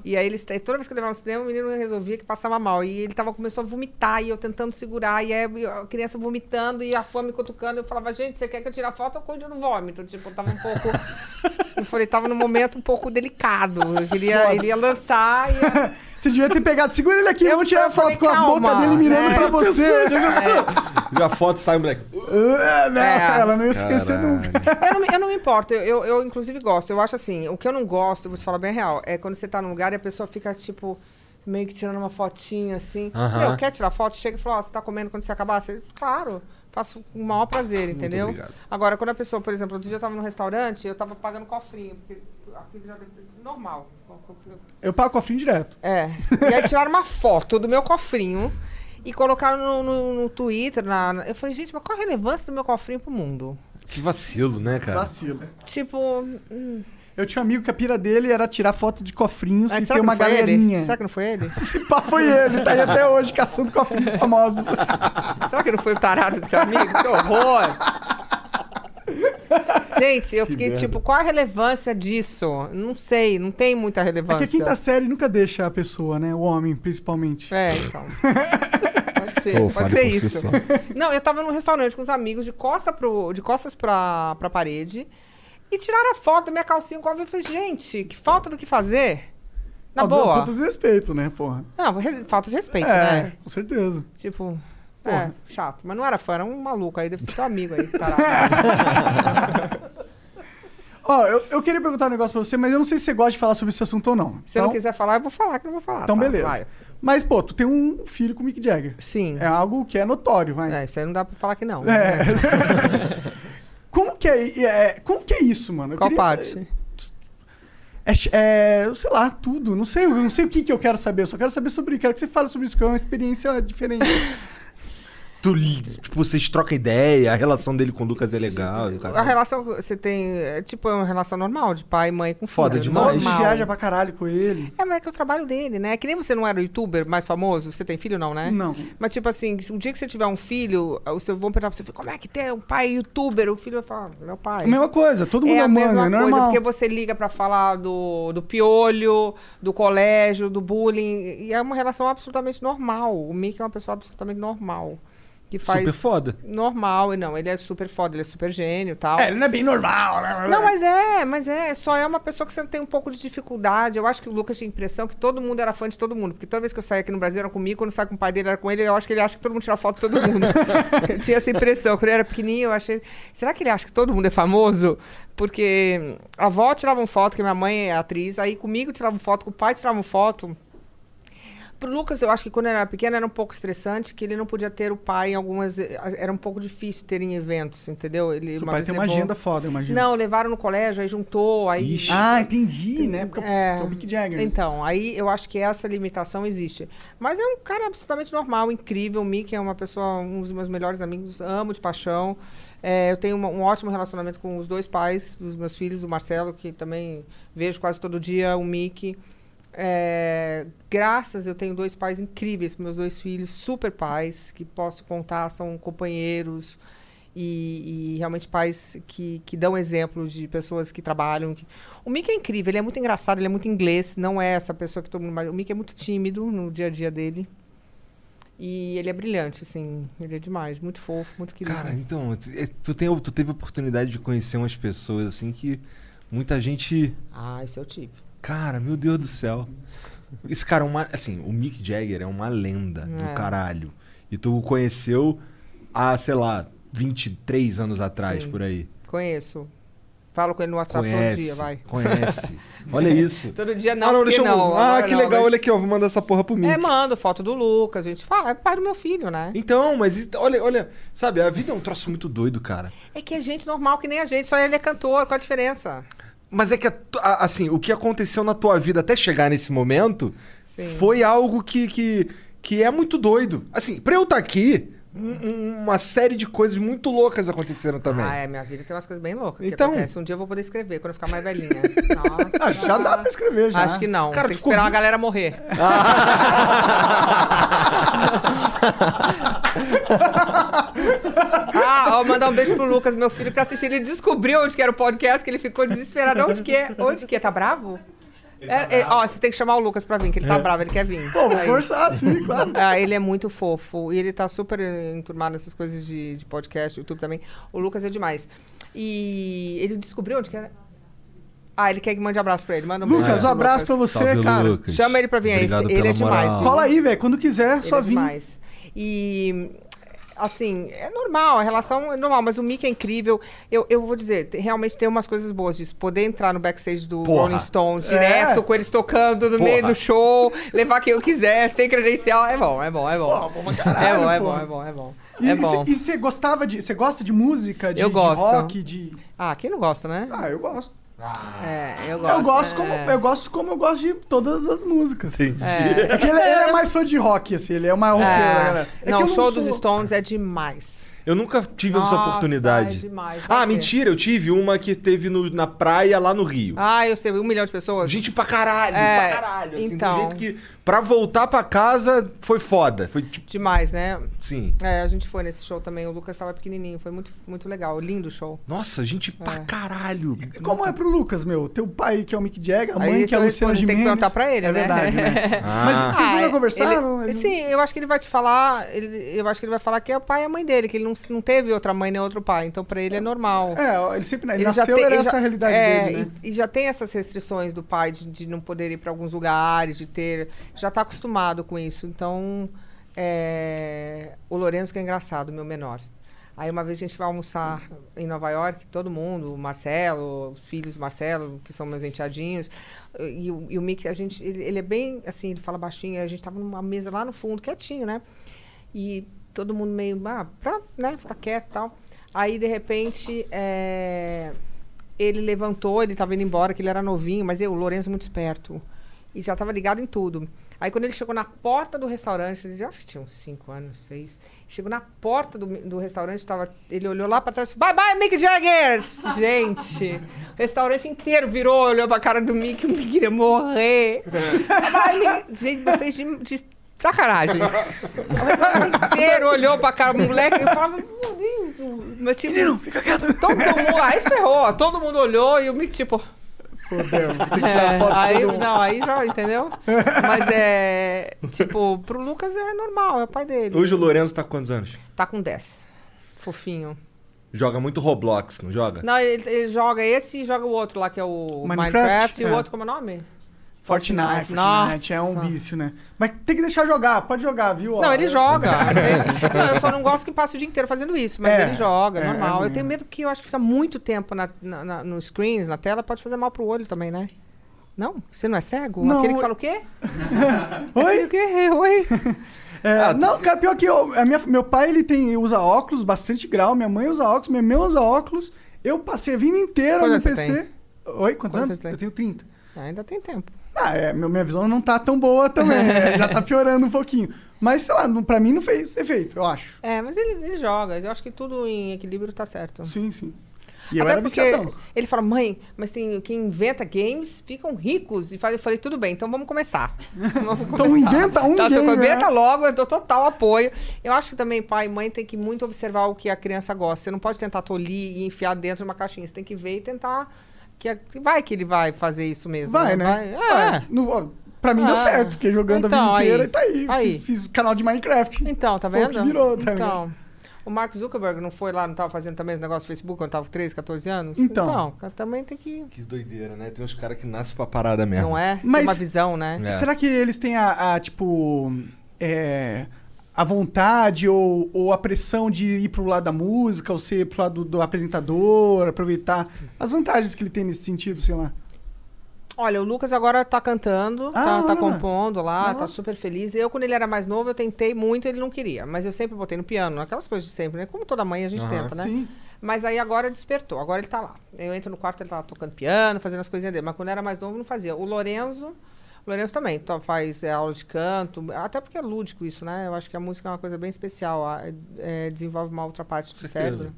Speaker 4: E aí eles. e Toda vez que eu levava no cinema, o menino resolvia que passava mal. E ele tava, começou a vomitar, e eu tentando segurar, e aí a criança vomitando, e a fome cutucando. Eu falava, gente, você quer que eu tire a foto? Eu cuido no vômito. Tipo, eu tava um pouco. eu falei, tava num momento um pouco delicado. Eu queria, ele ia lançar e. eu-
Speaker 3: Você devia ter pegado. Segura ele aqui, eu
Speaker 4: Eu
Speaker 3: vou tirar a
Speaker 4: falei,
Speaker 3: foto com a
Speaker 4: "Calma",
Speaker 3: boca dele mirando
Speaker 4: né?
Speaker 3: pra você.
Speaker 2: Já foto sai, moleque.
Speaker 3: Ah, não,
Speaker 4: É.
Speaker 3: ela não ia esquecer nunca.
Speaker 4: Eu não, me- eu não me importo, eu, eu, eu, inclusive gosto. Eu acho assim, o que eu não gosto, eu vou te falar bem a real, é quando você tá num lugar e a pessoa fica, tipo, meio que tirando uma fotinha assim.
Speaker 2: Aham.
Speaker 4: Meu, quer tirar foto? Chega e fala, ó, você tá comendo quando você acabar? Você, claro. Faço com o maior prazer, entendeu?
Speaker 2: obrigado.
Speaker 4: Agora, quando a pessoa, por exemplo, outro dia eu tava num restaurante, eu tava pagando cofrinho, porque aquilo já tem normal.
Speaker 3: Eu pago cofrinho direto.
Speaker 4: É. E aí tiraram uma foto do meu cofrinho e colocaram no, no- no Twitter. na- na- Eu falei, gente, mas qual a relevância do meu cofrinho pro mundo?
Speaker 2: Que vacilo, né, cara?
Speaker 3: Vacilo.
Speaker 4: Tipo, hum,
Speaker 3: Eu tinha um amigo que a pira dele era tirar foto de cofrinhos
Speaker 4: mas
Speaker 3: e
Speaker 4: será
Speaker 3: ter
Speaker 4: que
Speaker 3: uma
Speaker 4: não foi
Speaker 3: galerinha.
Speaker 4: ele? Será que É. não foi ele?
Speaker 3: Esse pá foi ele, tá aí até hoje caçando cofrinhos famosos.
Speaker 4: Será que não foi o tarado do seu amigo? Que horror! Gente, eu fiquei tipo, qual a relevância disso? Não sei, não tem muita
Speaker 3: É que
Speaker 4: relevância.
Speaker 3: a quinta série nunca deixa a pessoa, né? O homem, principalmente.
Speaker 4: É, então. Pode ser,
Speaker 2: Pô,
Speaker 4: pode
Speaker 2: fale
Speaker 4: ser
Speaker 2: por si
Speaker 4: isso.
Speaker 2: só.
Speaker 4: Não, eu tava num restaurante com os amigos de, costa pro, de costas pra, pra parede e tiraram a foto da minha calcinha com a Eu falei, gente, que falta do que fazer. Na
Speaker 3: Ah,
Speaker 4: boa.
Speaker 3: Puta desrespeito, né, porra?
Speaker 4: Não, re- falta de respeito,
Speaker 3: É,
Speaker 4: né?
Speaker 3: com certeza.
Speaker 4: Tipo,
Speaker 3: Porra.
Speaker 4: é, chato. Mas não era fã, era um maluco aí, deve ser teu amigo aí,
Speaker 3: É,
Speaker 4: tarado.
Speaker 3: Ó, eu, eu queria perguntar um negócio pra você, mas eu não sei se você gosta de falar sobre esse assunto ou não.
Speaker 4: Se eu não quiser falar, eu vou falar que eu não vou falar.
Speaker 3: Então,
Speaker 4: tá?
Speaker 3: beleza.
Speaker 4: Vai.
Speaker 3: Mas, pô, tu tem um filho com o Mick Jagger.
Speaker 4: Sim.
Speaker 3: É algo que é notório, vai.
Speaker 4: É, isso aí não dá pra falar que não.
Speaker 3: É.
Speaker 4: né?
Speaker 3: como, que é, é, como que é isso, mano? Eu
Speaker 4: Qual
Speaker 3: queria-
Speaker 4: parte?
Speaker 3: É, ch- é, eu sei lá, tudo. Não sei, eu não sei o que, que eu quero saber. Eu só quero saber sobre. Quero que você fale sobre isso, porque é uma experiência diferente.
Speaker 2: Tu, li- tipo, vocês trocam ideia, a relação dele com o Lucas é legal. e o cara-
Speaker 4: A relação que você tem, é tipo, é uma relação normal, de pai e mãe com filho.
Speaker 2: Foda
Speaker 4: é
Speaker 2: demais.
Speaker 3: A gente
Speaker 4: normal.
Speaker 3: viaja pra caralho com ele.
Speaker 4: É, mas é que é o trabalho dele, né? Que nem você não era o youtuber mais famoso, você tem filho não, né?
Speaker 3: Não.
Speaker 4: Mas tipo assim, se um dia que você tiver um filho, o seu vão perguntar pra você, como é que tem um pai youtuber? O filho vai falar, "Ah, meu pai.
Speaker 3: A mesma coisa, todo mundo
Speaker 4: é
Speaker 3: é
Speaker 4: a
Speaker 3: humano,
Speaker 4: mesma
Speaker 3: é
Speaker 4: coisa,
Speaker 3: normal.
Speaker 4: porque você liga pra falar do, do piolho, do colégio, do bullying, e é uma relação absolutamente normal. O Mickey é uma pessoa absolutamente normal, que faz
Speaker 2: Super foda.
Speaker 4: normal, e não, ele é super foda, ele é super gênio, e tal.
Speaker 3: É, ele não é bem normal, né?
Speaker 4: Não, mas é, mas é, só é uma pessoa que você tem um pouco de dificuldade. Eu acho que o Lucas tinha a impressão que todo mundo era fã de todo mundo, porque toda vez que eu saía aqui no Brasil era comigo, quando eu saio com o pai dele era com ele, eu acho que ele acha que todo mundo tira foto de todo mundo. eu tinha essa impressão. Quando eu era pequenininho, eu achei, será que ele acha que todo mundo é famoso? Porque a avó tirava uma foto, que minha mãe é atriz, aí comigo tiravam foto, com o pai tiravam foto. Pro Lucas, eu acho que quando ele era pequeno era um pouco estressante, que ele não podia ter o pai em algumas. Era um pouco difícil ter em eventos, entendeu? Ele,
Speaker 3: O pai
Speaker 4: vez
Speaker 3: tem uma
Speaker 4: levou-
Speaker 3: agenda foda, eu imagino.
Speaker 4: não, levaram no colégio, aí juntou, aí.
Speaker 2: Ixi.
Speaker 3: Ah, entendi, né? Porque
Speaker 4: É.
Speaker 3: é o Mick Jagger. né?
Speaker 4: Então, aí eu acho que essa limitação existe. Mas é um cara absolutamente normal, incrível. O Mickey é uma pessoa, um dos meus melhores amigos, amo de paixão. É, eu tenho uma- um ótimo relacionamento com os dois pais dos meus filhos, o Marcelo, que também vejo quase todo dia, o Mickey. É, graças, eu tenho dois pais incríveis para meus dois filhos, super pais, que posso contar, são companheiros e, e realmente pais que, que dão exemplo de pessoas que trabalham. que- O Mickey é incrível, ele é muito engraçado, ele é muito inglês, não é essa pessoa que todo mundo imagina. O Mickey é muito tímido no dia a dia dele. E ele é brilhante, assim, ele é demais, muito fofo, muito querido.
Speaker 2: Cara, então, tu- é, tu, tem, tu teve a oportunidade de conhecer umas pessoas assim que muita gente.
Speaker 4: Ah, esse é o tipo.
Speaker 2: Cara, meu Deus do céu. Esse cara é uma. Assim, o Mick Jagger é uma lenda
Speaker 4: É.
Speaker 2: do caralho. E tu o conheceu há, sei lá, 23 anos atrás,
Speaker 4: Sim.
Speaker 2: por aí.
Speaker 4: Conheço. Falo com ele no WhatsApp todo
Speaker 2: conhece.
Speaker 4: dia, vai.
Speaker 2: Conhece. Olha isso.
Speaker 4: Todo dia não,
Speaker 2: ah, não,
Speaker 4: porque
Speaker 2: deixa eu.
Speaker 4: não.
Speaker 2: ah,
Speaker 4: agora
Speaker 2: que
Speaker 4: não,
Speaker 2: legal,
Speaker 4: agora-
Speaker 2: olha aqui, ó. Vou mandar essa porra pro Mick.
Speaker 4: É, mando foto do Lucas, a gente fala, é pai do meu filho, né?
Speaker 2: Então, mas isso- olha, olha, sabe, a vida é um troço muito doido, cara.
Speaker 4: É que é gente normal que nem a gente, só ele é cantor, qual a diferença?
Speaker 2: Mas é que, a tu- a- assim, o que aconteceu na tua vida até chegar nesse momento
Speaker 4: Sim.
Speaker 2: foi algo que, que, que é muito doido. Assim, pra eu estar aqui, um- um- uma série de coisas muito loucas aconteceram também.
Speaker 4: Ah, é, minha vida tem umas coisas bem loucas
Speaker 2: Então-
Speaker 4: que acontecem. Um dia eu vou poder escrever, quando eu ficar mais velhinha.
Speaker 3: Ah,
Speaker 4: Nossa.
Speaker 3: já dá pra escrever, já.
Speaker 4: Acho que não.
Speaker 2: Cara,
Speaker 4: Tem que
Speaker 2: ficou
Speaker 4: esperar
Speaker 2: vi-
Speaker 4: a galera morrer. ah, ó, mandar um beijo pro Lucas, meu filho que tá assistindo. Ele descobriu onde que era o podcast, que ele ficou desesperado. Onde que é? Onde que é? Tá bravo? É, é, ó, você tem que chamar o Lucas pra vir, que ele tá bravo, ele quer vir.
Speaker 3: Pô, vou
Speaker 4: Aí.
Speaker 3: forçar, sim, claro.
Speaker 4: Ah, ele é muito fofo. E ele tá super enturmado nessas coisas de, de podcast, YouTube também. O Lucas é demais. E ele descobriu onde que era. Ah, ele quer que mande abraço pra ele. Manda um beijo
Speaker 3: Lucas, um
Speaker 4: pro
Speaker 3: abraço pra você, cara.
Speaker 4: Chama ele pra vir aí,
Speaker 2: Obrigado
Speaker 4: ele
Speaker 2: pela
Speaker 4: é demais,
Speaker 2: moral.
Speaker 4: viu?
Speaker 3: Cola aí, velho. Quando quiser,
Speaker 4: Ele
Speaker 3: só
Speaker 4: é
Speaker 3: vim.
Speaker 4: demais. é E assim, é normal, a relação é normal, mas o Mick é incrível. Eu, eu vou dizer, te- realmente tem umas coisas boas disso. Poder entrar no backstage do
Speaker 2: Porra.
Speaker 4: Rolling Stones direto,
Speaker 3: É.
Speaker 4: com eles tocando no
Speaker 2: Porra.
Speaker 4: meio do show, levar quem eu quiser, sem credencial. É bom, é bom, é bom. é bom, é bom,
Speaker 3: porra.
Speaker 4: é bom, é bom.
Speaker 3: E-
Speaker 4: É
Speaker 3: e cê-
Speaker 4: bom.
Speaker 3: E você gostava de. Você gosta de música? De,
Speaker 4: Eu
Speaker 3: de
Speaker 4: gosto.
Speaker 3: rock, de.
Speaker 4: Ah, quem não gosta, né?
Speaker 3: Ah, eu gosto.
Speaker 4: É, eu gosto.
Speaker 3: Ah. eu gosto
Speaker 4: né?
Speaker 3: como.
Speaker 4: É.
Speaker 3: Eu gosto como eu gosto de todas as músicas.
Speaker 2: Entendi.
Speaker 3: É que ele, ele é mais fã de rock, assim, ele é uma roqueiro, né, galera. É que
Speaker 4: não,
Speaker 3: eu
Speaker 4: o show dos
Speaker 3: sou-
Speaker 4: Stones é demais.
Speaker 2: Eu nunca tive
Speaker 4: Nossa,
Speaker 2: essa oportunidade.
Speaker 4: é demais, vai
Speaker 2: ah,
Speaker 4: ter.
Speaker 2: mentira, eu tive uma que teve no- na praia lá no Rio.
Speaker 4: Ah, eu sei, um milhão de pessoas.
Speaker 2: Gente pra caralho,
Speaker 4: É,
Speaker 2: pra caralho. Assim,
Speaker 4: então.
Speaker 2: Do jeito que. Pra voltar pra casa foi foda. Foi tipo,
Speaker 4: Demais, né?
Speaker 2: sim.
Speaker 4: É, a gente foi nesse show também. O Lucas tava pequenininho. Foi muito, muito legal. Lindo o show.
Speaker 2: Nossa, gente pra caralho.
Speaker 3: Como é pro Lucas, meu? Teu pai que é o Mick Jagger, a mãe
Speaker 4: Aí
Speaker 3: que é a Luciana
Speaker 4: eu respondo, tem que
Speaker 3: Gimenez.
Speaker 4: perguntar pra ele,
Speaker 3: é
Speaker 4: né?
Speaker 3: verdade, né? Mas
Speaker 2: Ah,
Speaker 3: vocês nunca
Speaker 4: ele-
Speaker 3: conversaram?
Speaker 4: é, ele-
Speaker 3: Ele-
Speaker 4: Sim, eu acho que ele vai te falar. ele- eu acho que ele vai falar que é o pai e a mãe dele, que ele não, não teve outra mãe nem outro pai. Então pra ele é normal.
Speaker 3: É, ele sempre ele nasceu,
Speaker 4: tem-
Speaker 3: era
Speaker 4: ele
Speaker 3: essa
Speaker 4: já-
Speaker 3: a realidade
Speaker 4: é,
Speaker 3: dele, né?
Speaker 4: E, e já tem essas restrições do pai de, de não poder ir pra alguns lugares, de ter. Já tá acostumado com isso. Então, é, o Lourenço que é engraçado, meu menor. Aí uma vez a gente vai almoçar em Nova York, todo mundo, o Marcelo, os filhos do Marcelo, que são meus enteadinhos, e, o- e o Mick, a gente, ele, ele é bem assim, ele fala baixinho, a gente tava numa mesa lá no fundo, quietinho, né? E todo mundo meio, ah, pra, né, ficar quieto e tal. Aí, de repente, é, ele levantou, ele tava indo embora, que ele era novinho, mas eu, o Lourenço, muito esperto. E já tava ligado em tudo. Aí, quando ele chegou na porta do restaurante, ele já acho que tinha uns 5 anos, 6. Chegou na porta do, do restaurante, tava, ele olhou lá pra trás e falou: Bye bye, Mick Jagger! Gente, o restaurante inteiro virou, olhou pra cara do Mick, o Mick queria morrer. Bye, Mick. Gente, mas fez de, de sacanagem. O restaurante inteiro olhou pra cara do moleque e falava: Meu Deus, meu tipo,
Speaker 2: fica quieto.
Speaker 4: Todo mundo, aí ferrou, todo mundo olhou e o Mick, tipo. É, aí, não, aí já, entendeu? Mas é. Tipo, pro Lucas é normal, é o pai dele.
Speaker 2: Hoje o Lourenço tá com quantos anos?
Speaker 4: Tá com 10. Fofinho.
Speaker 2: Joga muito Roblox, não joga?
Speaker 4: Não, ele, ele joga esse e joga o outro lá, que é o
Speaker 3: Minecraft?
Speaker 4: Minecraft. E
Speaker 3: É.
Speaker 4: o outro, como é o nome?
Speaker 3: Fortnite, Fortnite
Speaker 4: Nossa.
Speaker 3: é um vício, né? Mas tem que deixar jogar, pode jogar, viu?
Speaker 4: Não,
Speaker 3: Ó,
Speaker 4: ele
Speaker 3: eu-
Speaker 4: joga. Ele- não, eu só não gosto que passe o dia inteiro fazendo isso, mas
Speaker 3: É,
Speaker 4: ele joga,
Speaker 3: é, é
Speaker 4: normal.
Speaker 3: ruim,
Speaker 4: eu tenho
Speaker 3: né?
Speaker 4: medo porque eu acho que fica muito tempo na, na- na- no screens, na tela, pode fazer mal pro olho também, né? Não? Você não é cego?
Speaker 3: Não,
Speaker 4: Aquele que
Speaker 3: eu-
Speaker 4: fala o quê? Aquele
Speaker 3: Oi?
Speaker 4: que- Oi?
Speaker 3: É, não, cara, pior que eu, a minha- meu pai ele tem, usa óculos, bastante grau, minha mãe usa óculos, minha irmã usa óculos. Eu passei a vida inteira
Speaker 4: Quantos
Speaker 3: no
Speaker 4: anos você
Speaker 3: PC. Oi, quantos,
Speaker 4: Quantos
Speaker 3: anos?
Speaker 4: você tem?
Speaker 3: Eu tenho 30.
Speaker 4: Ainda tem tempo.
Speaker 3: Ah, é, meu- minha visão não tá tão boa também, né? já tá piorando um pouquinho. Mas, sei lá, não- pra mim não fez efeito, eu acho.
Speaker 4: É, mas ele, ele joga. Eu acho que tudo em equilíbrio tá certo.
Speaker 3: Sim, sim. E eu
Speaker 4: Até
Speaker 3: era
Speaker 4: porque
Speaker 3: viciadão.
Speaker 4: ele fala, mãe, mas tem quem inventa games ficam ricos. E faz, eu falei, tudo bem, então vamos começar. Vamos
Speaker 3: Então inventa um
Speaker 4: tá,
Speaker 3: game,
Speaker 4: então Inventa
Speaker 3: né?
Speaker 4: logo, eu dou total apoio. Eu acho que também pai e mãe tem que muito observar o que a criança gosta. Você não pode tentar tolir e enfiar dentro de uma caixinha. Você tem que ver e tentar... Que a- que vai que ele vai fazer isso mesmo.
Speaker 3: Vai, né?
Speaker 4: Vai. é.
Speaker 3: Vai. Não- ó, pra mim deu
Speaker 4: Ah.
Speaker 3: certo, porque jogando
Speaker 4: Então,
Speaker 3: a
Speaker 4: aí.
Speaker 3: vida inteira e tá aí.
Speaker 4: Aí.
Speaker 3: Fiz, fiz canal de Minecraft.
Speaker 4: Então, tá
Speaker 3: Foi o
Speaker 4: vendo?
Speaker 3: que virou, tá
Speaker 4: então, o Mark Zuckerberg não foi lá, não tava fazendo também esse negócio do Facebook quando tava com 13, 14 anos?
Speaker 3: Então.
Speaker 4: cara, também tem que.
Speaker 2: Que doideira, né? Tem uns caras que nascem pra parada mesmo.
Speaker 4: Não é? Tem
Speaker 3: Mas-
Speaker 4: uma visão, né?
Speaker 2: É.
Speaker 3: Será que eles têm a, a, tipo. é, a vontade ou, ou a pressão de ir pro lado da música, ou ser pro lado do, do apresentador, aproveitar as vantagens que ele tem nesse sentido, sei lá.
Speaker 4: Olha, o Lucas agora tá cantando,
Speaker 3: Ah,
Speaker 4: tá, tá
Speaker 3: olha lá.
Speaker 4: compondo lá, tá
Speaker 3: Nossa.
Speaker 4: super feliz. Eu, quando ele era mais novo, eu tentei muito, ele não queria. Mas eu sempre botei no piano, aquelas coisas de sempre, né? Como toda mãe a gente tenta, né?
Speaker 3: Sim.
Speaker 4: Mas aí agora despertou, agora ele tá lá. Eu entro no quarto, ele tá tocando piano, fazendo as coisinhas dele. Mas quando era mais novo, não fazia. O Lorenzo, o Lorenzo também to- faz é, aula de canto, até porque é lúdico isso, né? Eu acho que a música é uma coisa bem especial, a- é, desenvolve uma outra parte do
Speaker 2: certeza.
Speaker 4: cérebro.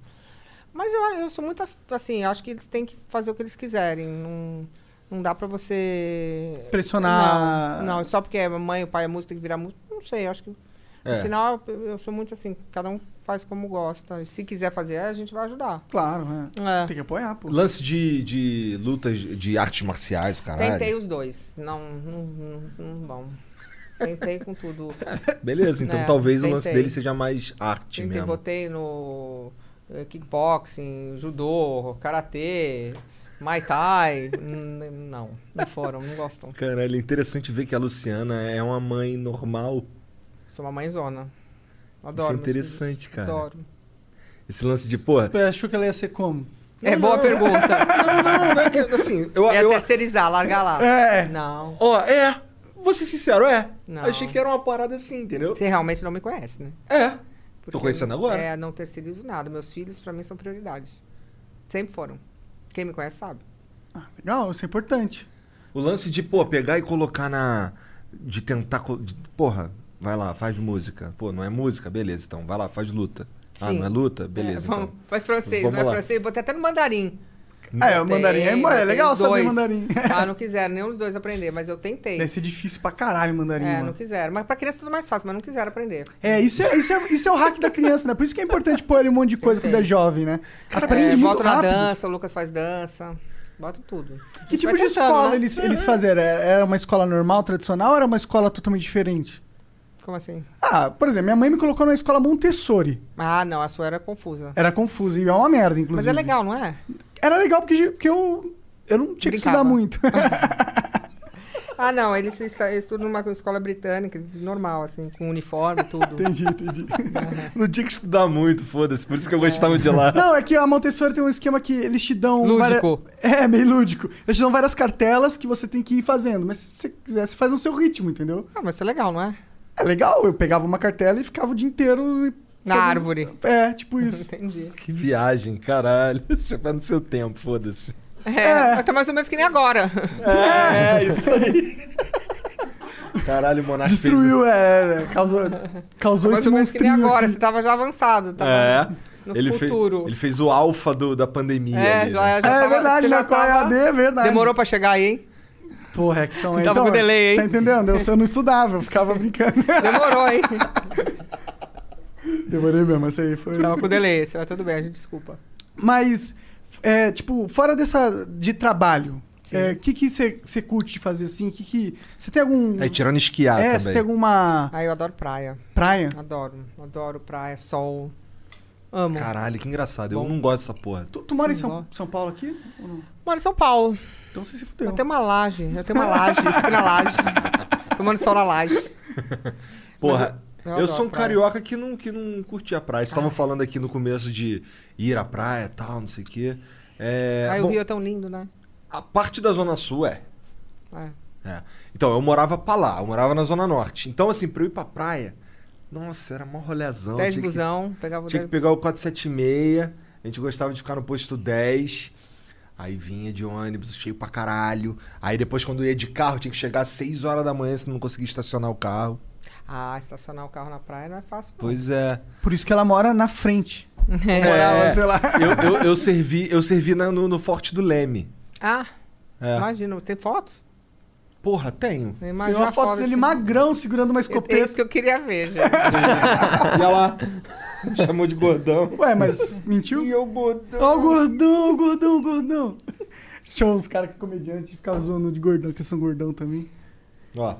Speaker 4: Mas eu, eu sou muito, af- assim, eu acho que eles têm que fazer o que eles quiserem. Não, não dá pra você...
Speaker 3: Pressionar-
Speaker 4: Não, não, só porque é mãe, o pai é música, tem que virar música. Não sei, eu acho que...
Speaker 2: É.
Speaker 4: No final, eu eu sou muito assim, cada um faz como gosta. E se quiser fazer, a gente vai ajudar.
Speaker 3: Claro, né?
Speaker 4: É.
Speaker 3: Tem que apoiar, pô.
Speaker 2: Lance de, de lutas de artes marciais, caralho.
Speaker 4: Tentei os dois. Não, não, não, não bom. Tentei com tudo.
Speaker 2: Beleza, então
Speaker 4: É,
Speaker 2: talvez o lance
Speaker 4: tentei.
Speaker 2: dele seja mais arte
Speaker 4: Tentei,
Speaker 2: mesmo.
Speaker 4: botei no eh, kickboxing, judô, karatê, muay thai. N- não, não foram, não gostam.
Speaker 2: Caralho, é interessante ver que a Luciana é uma mãe normal.
Speaker 4: Sou uma mãezona. Adoro. meus
Speaker 2: é interessante,
Speaker 4: filhos.
Speaker 2: cara.
Speaker 4: Adoro.
Speaker 2: Esse lance de, porra.
Speaker 3: Achou que ela ia ser como?
Speaker 4: É boa pergunta.
Speaker 2: Não, não é que, assim, eu,
Speaker 4: É
Speaker 2: eu-
Speaker 4: terceirizar, largar lá.
Speaker 2: É.
Speaker 4: Não.
Speaker 2: Ó, é. Vou ser sincero, é.
Speaker 4: Não.
Speaker 2: Achei que era uma parada assim, entendeu?
Speaker 4: Você realmente não me conhece, né?
Speaker 2: É.
Speaker 4: Porque
Speaker 2: Tô conhecendo agora.
Speaker 4: É, não terceirizo nada. Meus filhos, pra mim, são prioridade. Sempre foram. Quem me conhece sabe.
Speaker 3: Legal, isso é importante.
Speaker 2: O lance de, pô, pegar e colocar na. De tentar. co- de- porra, vai lá, faz música. Pô, não é música? Beleza, então. Vai lá, faz luta. Ah,
Speaker 4: Sim.
Speaker 2: não é luta? Beleza,
Speaker 4: É, vamos-
Speaker 2: então.
Speaker 4: Faz francês,
Speaker 2: Vamos
Speaker 4: não é
Speaker 2: lá.
Speaker 4: francês? Botei até no mandarim.
Speaker 3: É, o mandarim é,
Speaker 4: Tem,
Speaker 3: é legal
Speaker 4: botei
Speaker 3: saber
Speaker 4: dois.
Speaker 3: mandarim.
Speaker 4: Ah, não quiseram nenhum dos dois aprender, mas eu tentei.
Speaker 3: Deve ser difícil pra caralho o mandarim,
Speaker 4: É,
Speaker 3: mano.
Speaker 4: não quiseram. Mas pra criança tudo mais fácil, mas não quiseram aprender.
Speaker 3: É, isso é, isso, é, isso é o hack da criança, né? Por isso que é importante pôr ele um monte de coisa quando é jovem, né? Cara,
Speaker 4: É,
Speaker 3: parece muito
Speaker 4: boto na
Speaker 3: rápido.
Speaker 4: dança, o Lucas faz dança. Boto tudo. A
Speaker 3: Que
Speaker 4: gente
Speaker 3: tipo
Speaker 4: vai
Speaker 3: de
Speaker 4: tentando,
Speaker 3: escola
Speaker 4: né?
Speaker 3: eles, eles fizeram? Era- Era uma escola normal, tradicional, ou era uma escola totalmente diferente?
Speaker 4: Como assim?
Speaker 3: Ah, por exemplo, minha mãe me colocou numa escola Montessori.
Speaker 4: Ah, não, a sua era confusa.
Speaker 3: Era confusa e é uma merda, inclusive.
Speaker 4: Mas é legal, não é?
Speaker 3: Era legal porque, porque eu, eu não tinha
Speaker 4: Brincava.
Speaker 3: que estudar muito.
Speaker 4: Ah, não, eles esta- eles estudam numa escola britânica, de normal, assim, com uniforme e tudo.
Speaker 3: entendi, entendi.
Speaker 2: Não tinha que estudar muito, foda-se. Por isso que eu gostava de lá.
Speaker 3: Não, é que a Montessori tem um esquema que eles te dão.
Speaker 4: Lúdico.
Speaker 3: várias- É, meio lúdico. Eles te dão várias cartelas que você tem que ir fazendo. Mas se você quiser, você faz no seu ritmo, entendeu?
Speaker 4: Ah, mas isso é legal, não é?
Speaker 3: É legal, eu pegava uma cartela e ficava o dia inteiro. e-
Speaker 4: Na árvore.
Speaker 3: É, tipo isso.
Speaker 4: Entendi.
Speaker 2: Que viagem, caralho. Você vai no seu tempo, foda-se.
Speaker 4: É, tá mais ou menos que nem agora.
Speaker 2: É, isso aí. Caralho, o Monark
Speaker 3: Destruiu, é. Causou, causou
Speaker 4: mais
Speaker 3: esse
Speaker 4: ou menos que nem
Speaker 3: monstrinho
Speaker 4: agora,
Speaker 3: aqui.
Speaker 4: você tava já avançado,
Speaker 2: Fez...
Speaker 4: tava
Speaker 2: É.
Speaker 4: no
Speaker 2: ele
Speaker 4: Tá futuro.
Speaker 2: Fez, ele fez o alfa do, da pandemia.
Speaker 4: É,
Speaker 2: ali,
Speaker 4: já,
Speaker 2: né?
Speaker 4: já tava,
Speaker 3: É verdade,
Speaker 4: você já
Speaker 3: né? Qual é a
Speaker 4: tava-
Speaker 3: D? É verdade.
Speaker 4: Demorou pra chegar aí, hein?
Speaker 3: Porra, é que tão aí.
Speaker 4: Tava com delay, hein?
Speaker 3: Tá entendendo? Eu, eu não estudava, eu ficava brincando.
Speaker 4: Demorou, hein?
Speaker 3: Demorei mesmo, essa aí foi.
Speaker 4: Tava com delay, isso, mas tudo bem, a gente desculpa.
Speaker 3: Mas, é, tipo, fora dessa. de trabalho,
Speaker 4: Sim.
Speaker 3: é, o que que você curte de fazer assim? Que que, você tem algum.
Speaker 2: Aí, tirando esquiar
Speaker 3: é, você
Speaker 2: também.
Speaker 3: tem alguma
Speaker 4: Ah, eu adoro praia.
Speaker 3: praia?
Speaker 4: Adoro. Adoro praia, sol. Amo.
Speaker 2: Caralho, que engraçado. Eu
Speaker 4: Bom.
Speaker 2: não gosto dessa porra.
Speaker 3: Tu, tu mora em
Speaker 4: Sim,
Speaker 3: São,
Speaker 4: bom.
Speaker 3: São Paulo aqui? Ou não?
Speaker 4: Moro em São Paulo.
Speaker 3: Então você se fudeu.
Speaker 4: Eu tenho uma laje. Eu tenho uma laje. Eu fico na laje. Tomando sol na laje.
Speaker 2: Porra,
Speaker 4: eu-
Speaker 2: eu,
Speaker 4: eu
Speaker 2: sou um
Speaker 4: adoro praia. Ah.
Speaker 2: carioca que não, que não curtia a praia. Estavam falando aqui no começo de ir à praia e tal, não sei o quê. É,
Speaker 4: Aí
Speaker 2: bom,
Speaker 4: o Rio é tão lindo, né?
Speaker 2: A parte da Zona Sul é.
Speaker 4: É.
Speaker 2: é. Então, eu morava pra lá, eu morava na Zona Norte. Então, assim, pra eu ir pra praia, nossa, era mó rolezão.
Speaker 4: 10
Speaker 2: tinha que-
Speaker 4: busão, pegava o
Speaker 2: Tinha que
Speaker 4: 10...
Speaker 2: pegar o 476, a gente gostava de ficar no posto 10. Aí vinha de ônibus, cheio pra caralho. Aí depois, quando ia de carro, tinha que chegar às 6 horas da manhã, senão não conseguia estacionar o carro.
Speaker 4: Ah, estacionar o carro na praia não é fácil. não.
Speaker 2: Pois é.
Speaker 3: Por isso que ela mora na frente.
Speaker 2: É.
Speaker 3: Morava, sei lá.
Speaker 2: Eu, eu, eu servi, eu servi na- no, no Forte do Leme.
Speaker 4: Ah,
Speaker 2: É.
Speaker 4: imagina. Tem foto?
Speaker 2: Porra, tenho.
Speaker 3: Tem
Speaker 4: Imagina assim.
Speaker 3: uma foto dele magrão segurando uma
Speaker 4: É isso
Speaker 3: escopeta.
Speaker 4: que eu queria ver, gente.
Speaker 2: Olha lá. Chamou de gordão.
Speaker 3: Ué, mas mentiu?
Speaker 2: E eu gordão.
Speaker 3: Ó, o gordão, o gordão, o gordão. Show os caras que é comediante ficam zoando de gordão, que são gordão também.
Speaker 2: Ó.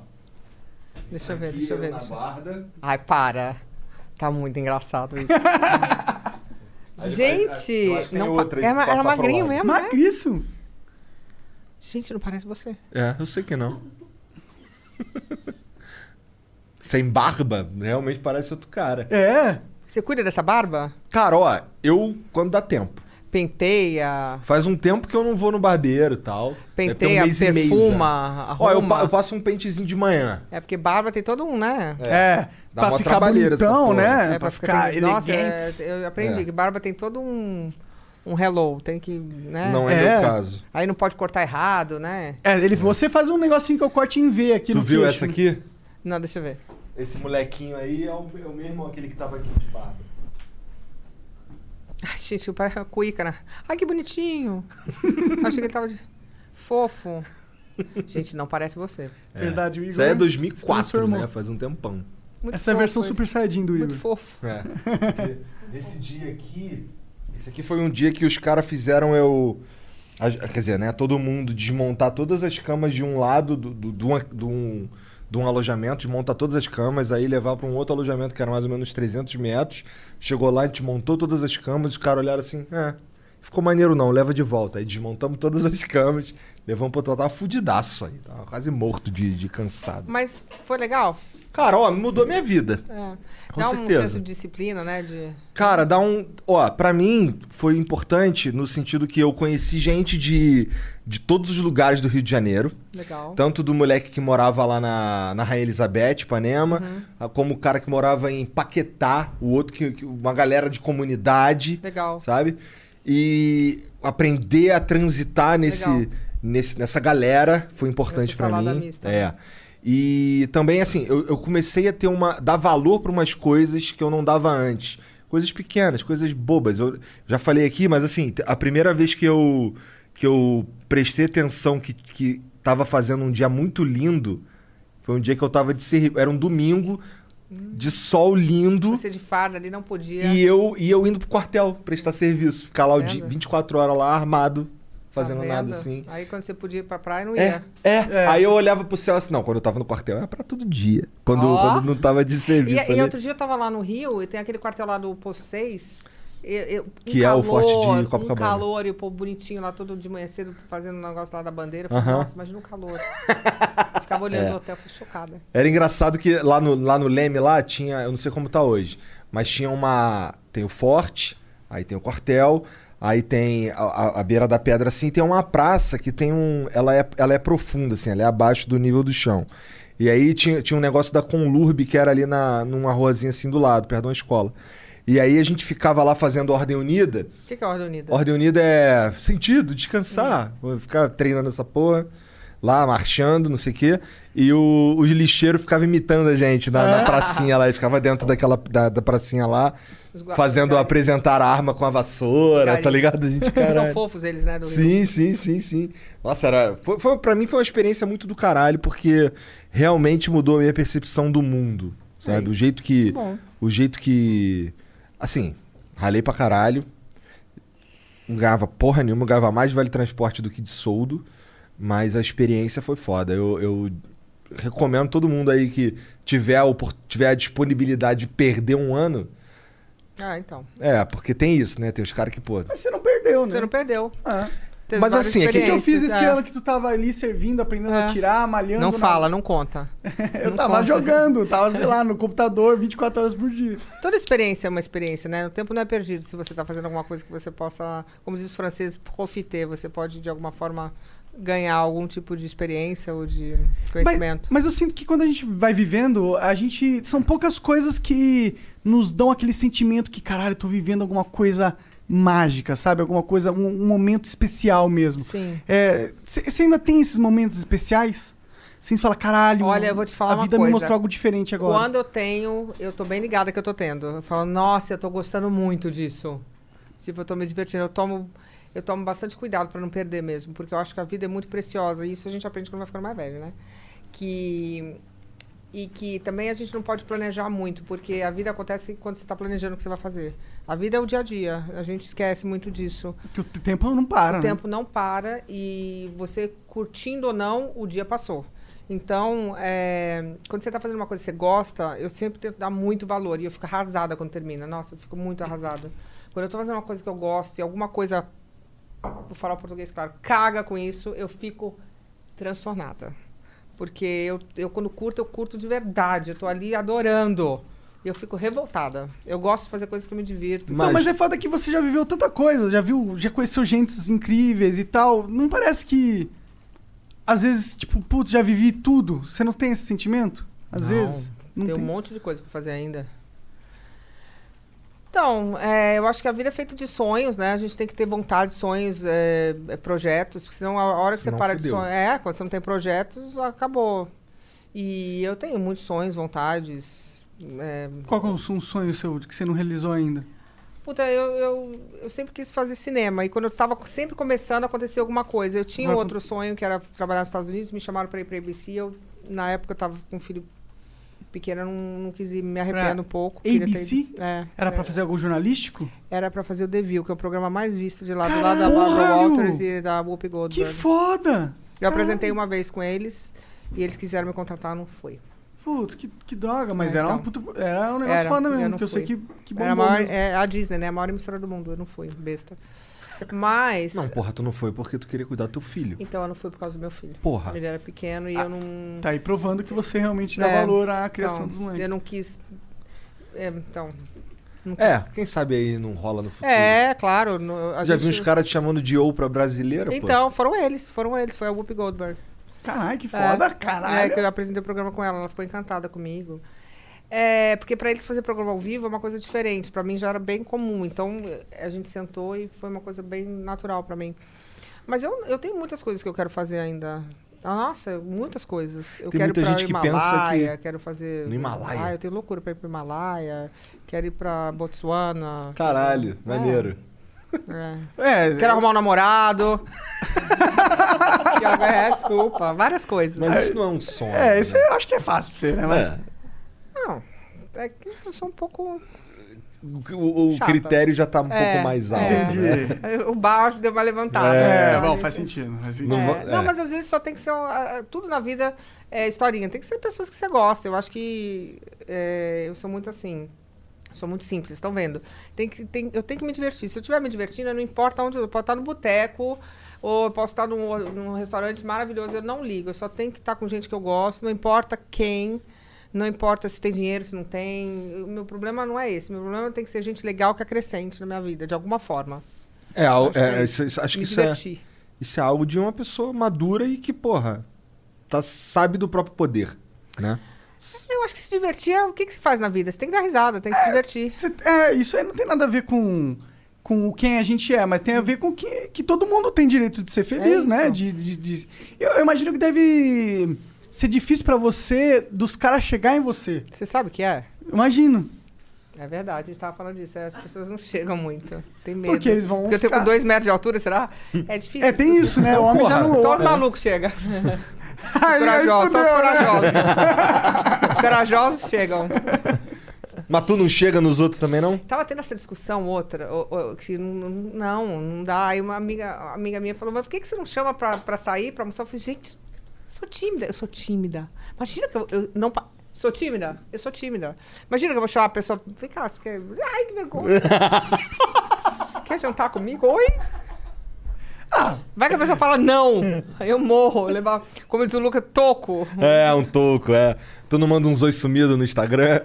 Speaker 4: Deixa eu ver, deixa eu ver.
Speaker 2: na
Speaker 4: Deixa... eu-
Speaker 2: barda.
Speaker 4: Ai, para. Tá muito engraçado isso.
Speaker 5: eu acho
Speaker 4: Gente,
Speaker 5: que tem
Speaker 4: não pa-
Speaker 5: outra, se
Speaker 4: era,
Speaker 5: passar
Speaker 4: era
Speaker 5: pro
Speaker 4: magrinho
Speaker 5: lado.
Speaker 4: mesmo, né?
Speaker 3: Magríssimo.
Speaker 4: Gente, não parece você.
Speaker 2: É, eu sei que não. Sem barba, realmente parece outro cara.
Speaker 3: É.
Speaker 4: Você cuida dessa barba?
Speaker 2: Cara, ó, eu quando dá tempo.
Speaker 4: Penteia,
Speaker 2: Faz um tempo que eu não vou no barbeiro e tal. É, Deve ter um
Speaker 4: penteia,
Speaker 2: e meio
Speaker 4: perfuma,
Speaker 2: já. Ó, eu,
Speaker 4: arruma.
Speaker 2: pa- eu passo um pentezinho de manhã.
Speaker 4: É porque barba tem todo um, né?
Speaker 3: É.
Speaker 2: Dá
Speaker 3: pra
Speaker 2: mó
Speaker 3: ficar
Speaker 2: trabalheira essa
Speaker 3: bonitão,
Speaker 2: porra.
Speaker 3: né?
Speaker 4: É,
Speaker 3: pra
Speaker 4: tem-
Speaker 3: ficar
Speaker 4: Nossa,
Speaker 3: elegante.
Speaker 4: é, eu aprendi
Speaker 2: É.
Speaker 4: que barba tem todo um, um hello, tem que, né?
Speaker 2: Não é, meu
Speaker 3: É.
Speaker 2: caso.
Speaker 4: Aí não pode cortar errado, né?
Speaker 3: É, ele, você faz um negocinho que eu corte em V aqui
Speaker 2: tu
Speaker 3: no
Speaker 2: viu
Speaker 3: queixo. né?
Speaker 2: essa aqui?
Speaker 4: Não, deixa eu ver.
Speaker 2: Esse molequinho aí é o, é o mesmo aquele que tava aqui de barba.
Speaker 4: Ai, gente, parece uma cuíca, né? Ai, que bonitinho. Achei que ele tava de... fofo. Gente, não parece você.
Speaker 3: Verdade, o Igor.
Speaker 2: Isso aí é
Speaker 3: se
Speaker 2: 2004,
Speaker 3: transformou.
Speaker 2: né? Faz um tempão.
Speaker 4: Muito
Speaker 3: Essa é a versão
Speaker 4: fofo,
Speaker 3: super saiyajin do
Speaker 4: ele.
Speaker 3: Igor.
Speaker 4: Muito fofo.
Speaker 2: É. Esse dia aqui. Esse aqui foi um dia que os caras fizeram eu. a- Quer dizer, né? Todo mundo desmontar todas as camas de um lado do, do, do, do um, de um alojamento, desmontar todas as camas, aí levar pra um outro alojamento que era mais ou menos 300 metros. Chegou lá, a gente montou todas as camas, os caras olharam assim: é, ficou maneiro não, leva de volta. Aí desmontamos todas as camas, levamos pro outro lado, tava fudidaço aí, tava quase morto de, de cansado.
Speaker 4: Mas foi legal?
Speaker 2: Cara, ó, mudou minha vida.
Speaker 4: É.
Speaker 2: Com
Speaker 4: Dá um
Speaker 2: certeza.
Speaker 4: senso de disciplina, né? De...
Speaker 2: Cara, dá um. Ó, pra mim foi importante no sentido que eu conheci gente de, de todos os lugares do Rio de Janeiro.
Speaker 4: Legal.
Speaker 2: Tanto do moleque que morava lá na, na Rainha Elizabeth, Ipanema,
Speaker 4: Uhum.
Speaker 2: a- como o cara que morava em Paquetá, o outro que. que- uma galera de comunidade.
Speaker 4: Legal.
Speaker 2: Sabe? E aprender a transitar nesse,
Speaker 4: Legal.
Speaker 2: nesse, nessa galera foi importante
Speaker 4: Essa
Speaker 2: pra
Speaker 4: salada
Speaker 2: mim.
Speaker 4: mista,
Speaker 2: é.
Speaker 4: né?
Speaker 2: E também, assim, eu, eu comecei a ter uma. dar valor pra umas coisas que eu não dava antes. Coisas pequenas, coisas bobas. Eu já falei aqui, mas assim, a primeira vez que eu, que eu prestei atenção que, que tava fazendo um dia muito lindo, foi um dia que eu tava de ser. Era um domingo de sol lindo.
Speaker 4: Você de farda ali não podia.
Speaker 2: E eu, e eu indo pro quartel prestar serviço. Ficar lá o dia,
Speaker 4: Tá vendo?
Speaker 2: 24 horas lá armado,
Speaker 4: Tá
Speaker 2: fazendo nada
Speaker 4: vendo?
Speaker 2: assim.
Speaker 4: Aí quando você podia ir pra praia, não
Speaker 2: É,
Speaker 4: ia.
Speaker 2: é, Aí eu olhava pro céu assim, não, quando eu tava no quartel era pra todo dia. Quando,
Speaker 4: Ó.
Speaker 2: quando não tava de
Speaker 4: E,
Speaker 2: serviço
Speaker 4: e
Speaker 2: ali.
Speaker 4: outro dia eu tava lá no Rio e tem aquele quartel lá do Poço 6. eu- eu- um
Speaker 2: Que é o forte de
Speaker 4: calor,
Speaker 2: Copacabana.
Speaker 4: Um calor e o povo bonitinho lá todo de manhã cedo fazendo um negócio lá da bandeira. Eu falei,
Speaker 2: Aham. É.
Speaker 4: nossa, imagina o calor. Eu Ficava olhando o hotel, fui chocada.
Speaker 2: Era engraçado que lá no, lá no Leme, lá tinha, eu não sei como tá hoje, mas tinha uma. Tem o Forte, aí tem o quartel, aí tem a, a- a beira da pedra assim, tem uma praça que tem um. Ela é, ela é profunda, assim, ela é abaixo do nível do chão. E aí tinha, tinha um negócio da Conlurbe que era ali na, numa ruazinha assim do lado, perto de uma escola. E aí a gente ficava lá fazendo ordem unida.
Speaker 4: O que, que é a Ordem Unida?
Speaker 2: Ordem unida é sentido, descansar, vou ficar treinando essa porra, lá marchando, não sei o quê. E o, os lixeiros ficavam imitando a gente na, na pracinha lá, e ficava dentro daquela da, da pracinha lá,
Speaker 4: Os guarda-
Speaker 2: fazendo
Speaker 4: cara.
Speaker 2: apresentar a arma com a vassoura, tá
Speaker 4: Cara,
Speaker 2: ligado? A gente,
Speaker 4: São
Speaker 2: caralho.
Speaker 4: fofos eles, né? Do Rio.
Speaker 2: Sim, sim, sim, sim. Nossa, era. Foi, foi, pra mim foi uma experiência muito do caralho, porque realmente mudou a minha percepção do mundo. Sabe?
Speaker 4: Aí.
Speaker 2: O jeito que.
Speaker 4: Bom.
Speaker 2: O jeito que. Assim, ralei pra caralho. Não ganhava porra nenhuma, eu ganhava mais vale transporte do que de soldo. Mas a experiência foi foda. Eu, eu recomendo todo mundo aí que tiver a, opor- tiver a disponibilidade de perder um ano.
Speaker 4: Ah, então.
Speaker 2: É, porque tem isso, né? Tem os caras que, pô.
Speaker 3: Mas você não perdeu, né?
Speaker 4: Você não perdeu.
Speaker 3: Ah.
Speaker 4: Teve
Speaker 2: Mas
Speaker 4: várias
Speaker 2: assim, é que-
Speaker 3: O que, que eu fiz
Speaker 4: experiências,
Speaker 3: esse
Speaker 4: é.
Speaker 3: ano que tu tava ali servindo, aprendendo a
Speaker 4: É.
Speaker 3: tirar, malhando?
Speaker 4: Não
Speaker 3: na-
Speaker 4: fala, não conta.
Speaker 3: Eu
Speaker 4: não
Speaker 3: tava
Speaker 4: conta.
Speaker 3: jogando, tava, sei lá, no computador 24 horas por dia.
Speaker 4: Toda experiência é uma experiência, né? O tempo não é perdido se você está fazendo alguma coisa que você possa, como diz os franceses, profiter. Você pode, de alguma forma, ganhar algum tipo de experiência ou de
Speaker 3: Mas,
Speaker 4: conhecimento.
Speaker 3: mas eu sinto que quando a gente vai vivendo, a gente. São poucas coisas que nos dão aquele sentimento que, caralho, eu tô vivendo alguma coisa mágica, sabe? Alguma coisa, um, um momento especial mesmo. É,
Speaker 4: Sim.
Speaker 3: Você ainda tem esses momentos especiais? Você fala, caralho,
Speaker 4: Olha, eu vou te falar
Speaker 3: a
Speaker 4: uma
Speaker 3: vida me
Speaker 4: coisa.
Speaker 3: mostrou algo diferente agora.
Speaker 4: Quando eu tenho, eu tô bem ligada que eu tô tendo. Eu falo, nossa, eu tô gostando muito disso. Tipo, eu tô me divertindo. Eu tomo, eu tomo bastante cuidado pra não perder mesmo, porque eu acho que a vida é muito preciosa. E isso a gente aprende quando vai ficando mais velho, né? Que. E que também a gente não pode planejar muito, porque a vida acontece quando você está planejando o que você vai fazer. A vida é o dia a dia, a gente esquece muito disso.
Speaker 3: Que o t- tempo não para,
Speaker 4: O
Speaker 3: né?
Speaker 4: tempo não para e você curtindo ou não, o dia passou. Então, é, quando você está fazendo uma coisa que você gosta, eu sempre tento dar muito valor e eu fico arrasada quando termina. Nossa, eu fico muito arrasada. Quando eu estou fazendo uma coisa que eu gosto e alguma coisa, vou falar o português claro, caga com isso, eu fico transtornada. Porque eu, eu quando curto, eu curto de verdade. Eu tô ali adorando. E eu fico revoltada. Eu gosto de fazer coisas que eu me divirto.
Speaker 3: Não,
Speaker 2: Mas-
Speaker 3: mas é foda que você já viveu tanta coisa, já viu, já conheceu gentes incríveis e tal. Não parece que. Às vezes, tipo, putz, já vivi tudo. Você não tem esse sentimento? Às
Speaker 4: Não,
Speaker 3: vezes. Não
Speaker 4: tem,
Speaker 3: tem.
Speaker 4: um monte de coisa pra fazer ainda. Então, é, eu acho que a vida é feita de sonhos, né? A gente tem que ter vontade, sonhos, é, é, projetos, porque senão a hora que
Speaker 2: Senão
Speaker 4: você para de
Speaker 2: fudeu.
Speaker 4: sonhar. É, quando você não tem projetos, acabou. E eu tenho muitos sonhos, vontades. é,
Speaker 3: Qual que é um sonho seu que você não realizou ainda?
Speaker 4: Puta, eu, eu, eu sempre quis fazer cinema. E quando eu tava sempre começando, aconteceu alguma coisa. Eu tinha um
Speaker 3: Agora
Speaker 4: outro sonho, que era trabalhar nos Estados Unidos. Me chamaram pra ir pra ABC. Eu, na época, eu tava com um filho pequeno. Eu não, não quis ir. Me arrependo um pouco. queria ter
Speaker 3: ABC?
Speaker 4: ido. É.
Speaker 3: Era pra fazer algo jornalístico?
Speaker 4: Era pra fazer o The View, que é o programa mais visto de lá. Do lado da
Speaker 3: Caralho!
Speaker 4: Barbara Walters e da Whoopi
Speaker 3: Que
Speaker 4: Goldberg.
Speaker 3: foda!
Speaker 4: eu apresentei uma vez com eles. E eles quiseram me contratar, não foi.
Speaker 3: Putz, que, que droga, mas
Speaker 4: É,
Speaker 3: era, uma
Speaker 4: então.
Speaker 3: puta- era um negócio
Speaker 4: Era,
Speaker 3: foda
Speaker 4: eu
Speaker 3: mesmo,
Speaker 4: não
Speaker 3: que eu sei
Speaker 4: fui.
Speaker 3: que, que
Speaker 4: Era a,
Speaker 3: bombou.
Speaker 4: maior,
Speaker 3: mesmo.
Speaker 4: é, a Disney, né? A maior emissora do mundo. Eu não fui, besta. Mas.
Speaker 2: Não, porra, tu não foi porque tu queria cuidar do teu filho.
Speaker 4: Então eu não fui por causa do meu filho.
Speaker 2: Porra.
Speaker 4: Ele era pequeno
Speaker 2: Ah,
Speaker 4: e eu não.
Speaker 3: Tá aí provando que você realmente dá
Speaker 4: É,
Speaker 3: valor à criação
Speaker 4: então,
Speaker 3: dos moleques.
Speaker 4: Eu não quis. É, então.
Speaker 2: É, quem sabe aí não rola no futuro.
Speaker 4: É, claro. no- a
Speaker 2: Já
Speaker 4: gente-
Speaker 2: vi uns caras te chamando de ou pra brasileira, pô.
Speaker 4: Então, foram eles, foram eles, foi a Whoopi Goldberg.
Speaker 3: Caralho, que
Speaker 4: É.
Speaker 3: foda,
Speaker 4: É,
Speaker 3: caralho.
Speaker 4: que eu apresentei o programa com ela, ela ficou encantada comigo. É, porque pra eles fazer programa ao vivo é uma coisa diferente, Pra mim já era bem comum. Então eh, a gente sentou e foi uma coisa bem natural pra mim. Mas eu, eu tenho muitas coisas que eu quero fazer ainda. Ah, Nossa, muitas coisas. Eu
Speaker 2: Tem
Speaker 4: quero
Speaker 2: muita
Speaker 4: ir pra
Speaker 2: gente que pensa
Speaker 4: Himalaia, quero fazer.
Speaker 2: No Himalaia?
Speaker 4: Ah, eu tenho loucura pra ir pro Himalaia, quero ir pra Botsuana.
Speaker 2: Caralho, maneiro.
Speaker 4: É.
Speaker 3: É,
Speaker 4: Quero arrumar um namorado. é, desculpa. Várias coisas.
Speaker 2: Mas isso não é um sonho.
Speaker 3: é, isso
Speaker 2: né?
Speaker 3: eu acho que é fácil pra você, né? Mas-
Speaker 2: É.
Speaker 4: Não, é que eu sou um pouco.
Speaker 2: O- O, o
Speaker 4: Chata.
Speaker 2: critério já tá um
Speaker 4: É,
Speaker 2: pouco mais alto.
Speaker 3: Entendi.
Speaker 2: Né?
Speaker 4: O baixo deu uma levantada.
Speaker 3: É,
Speaker 4: Então,
Speaker 3: bom,
Speaker 4: a
Speaker 3: faz
Speaker 4: gente-
Speaker 3: sentido. Faz
Speaker 4: É.
Speaker 3: sentido.
Speaker 2: Não
Speaker 4: Não,
Speaker 2: va- é.
Speaker 4: mas às vezes só tem que ser. ah, ah, Tudo na vida é historinha. Tem que ser pessoas que você gosta. Eu acho que. é, eu sou muito assim. Sou muito simples, estão vendo? Tem que, tem, eu tenho que me divertir. Se eu estiver me divertindo, não importa onde. Eu posso estar no boteco, ou eu posso estar num, num restaurante maravilhoso. Eu não ligo. Eu só tenho que estar com gente que eu gosto, não importa quem. Não importa se tem dinheiro, se não tem. O meu problema não é esse. Meu problema tem que ser gente legal que acrescente na minha vida, de alguma forma.
Speaker 2: É, al-
Speaker 4: Acho
Speaker 2: é,
Speaker 4: que-
Speaker 2: isso- isso- acho que
Speaker 4: me
Speaker 2: isso é,
Speaker 4: divertir.
Speaker 2: isso é algo de uma pessoa madura e que, porra, tá, sabe do próprio poder, né?
Speaker 4: Eu acho que se divertir é o que, que se faz na vida. Você tem que dar risada, tem que se divertir.
Speaker 3: Você- é, isso aí não tem nada a ver com, com quem a gente é, mas tem a ver com que, que todo mundo tem direito de ser feliz,
Speaker 4: isso.
Speaker 3: né? De, de- de- Eu, eu imagino que deve ser difícil pra você dos caras chegar em você.
Speaker 4: Você sabe o que é?
Speaker 3: Imagino.
Speaker 4: É verdade, a gente tava falando disso. é, As pessoas não chegam muito. Tem medo.
Speaker 3: Porque eles vão
Speaker 4: Porque eu tenho
Speaker 3: ficar-
Speaker 4: com dois metros de altura, será? É difícil.
Speaker 3: É, tem isso, né? O homem já não.
Speaker 4: Só os malucos chegam.
Speaker 3: Ai, ai,
Speaker 4: Corajosos, só os
Speaker 3: fudeu, né?
Speaker 4: corajosos. os corajosos chegam.
Speaker 2: Mas tu não chega nos outros também, não?
Speaker 4: Tava tendo essa discussão outra, o- o- que não, não- não, não dá. Aí uma amiga, uma amiga minha falou, mas por que, que você não chama pra, pra sair, pra almoçar? Eu falei, gente, eu sou tímida, eu sou tímida. Imagina que eu, eu não... pa- Sou tímida? Eu sou tímida. Imagina que eu vou chamar a pessoa, vem cá, você quer... Ai, que vergonha. quer jantar comigo? Oi? Vai que a pessoa fala não. Aí eu morro, levar, como diz o Luca, toco.
Speaker 2: É, um toco, é. Tu não manda uns oi sumido no Instagram?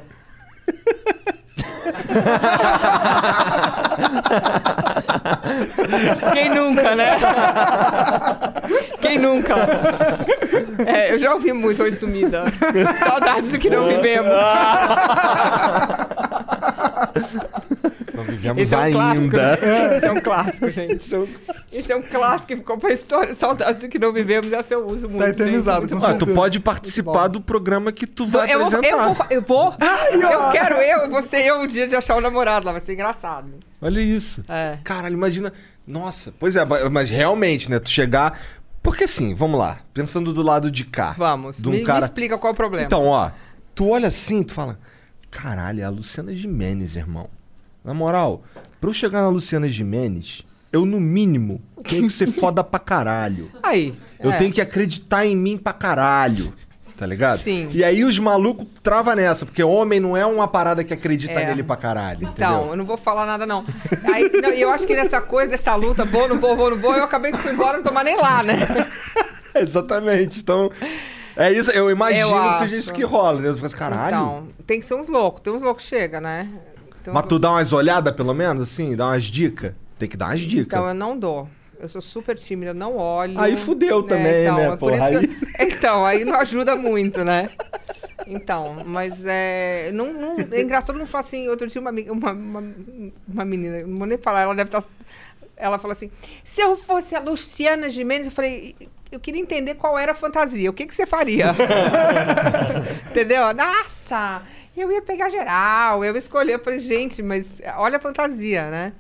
Speaker 4: Quem nunca, né? Quem nunca? É, eu já ouvi muito Oi Sumida. Saudades do que não vivemos.
Speaker 2: Não vivemos
Speaker 4: Esse é um clássico.
Speaker 2: ainda.
Speaker 4: né? Esse é um clássico, gente. Esse é um clássico que ficou pra história. Saudades do que não vivemos. Essa eu uso muito.
Speaker 3: Tá
Speaker 4: gente. é
Speaker 3: eternizado,
Speaker 4: Muito
Speaker 3: com
Speaker 4: bom.
Speaker 2: Ah, tu
Speaker 3: certeza.
Speaker 2: pode participar do programa que tu vai
Speaker 4: eu, vou,
Speaker 2: apresentar.
Speaker 4: eu vou. Eu vou. eu quero eu. Vou ser eu o dia de achar o namorado lá. Vai ser engraçado.
Speaker 2: Olha isso.
Speaker 4: É.
Speaker 2: Caralho, imagina. Nossa, pois é, ba- mas realmente, né? Tu chegar. Porque assim, vamos lá. Pensando do lado de cá.
Speaker 4: Vamos.
Speaker 2: De um
Speaker 4: me, me
Speaker 2: cara...
Speaker 4: explica qual é o problema.
Speaker 2: Então, ó, tu olha assim, tu fala: Caralho, é a Luciana Gimenez, irmão. Na moral, pra eu chegar na Luciana Gimenez, eu no mínimo tenho que ser foda pra caralho.
Speaker 4: Aí.
Speaker 2: Eu
Speaker 4: é.
Speaker 2: tenho que acreditar em mim pra caralho. Tá ligado?
Speaker 4: Sim.
Speaker 2: E aí os malucos travam nessa, porque homem não é uma parada que acredita
Speaker 4: É.
Speaker 2: nele pra caralho.
Speaker 4: Então,
Speaker 2: entendeu?
Speaker 4: eu não vou falar nada, não. Aí, não, E eu acho que nessa coisa, nessa luta, vou, não vou, vou, não vou, eu acabei que fui embora, não tô mais nem lá, né?
Speaker 2: Exatamente. Então, é isso. Eu imagino
Speaker 4: Eu
Speaker 2: que seja
Speaker 4: acho.
Speaker 2: isso que rola. Né? Tu fica assim, caralho.
Speaker 4: Então, tem que ser uns loucos, tem uns loucos que chega, né? Então,
Speaker 2: Mas tu dá umas olhadas, pelo menos, assim? Dá umas dicas? Tem que dar umas dicas.
Speaker 4: Então, eu não dou. Eu sou super tímida, eu não olho.
Speaker 2: Aí fudeu também, né,
Speaker 4: é por
Speaker 2: porra,
Speaker 4: isso que eu- Então, aí não ajuda muito, né? Então, mas é. Não, não, é engraçado, todo mundo fala assim. Outro dia, uma, amiga- uma, uma, uma menina, não vou nem falar, ela deve estar. Ela falou assim: se eu fosse a Luciana Gimenez, eu falei. Eu queria entender qual era a fantasia. O que, que você faria? Entendeu? Nossa, eu ia pegar geral, eu ia escolher. Eu falei, gente, mas olha a fantasia, né?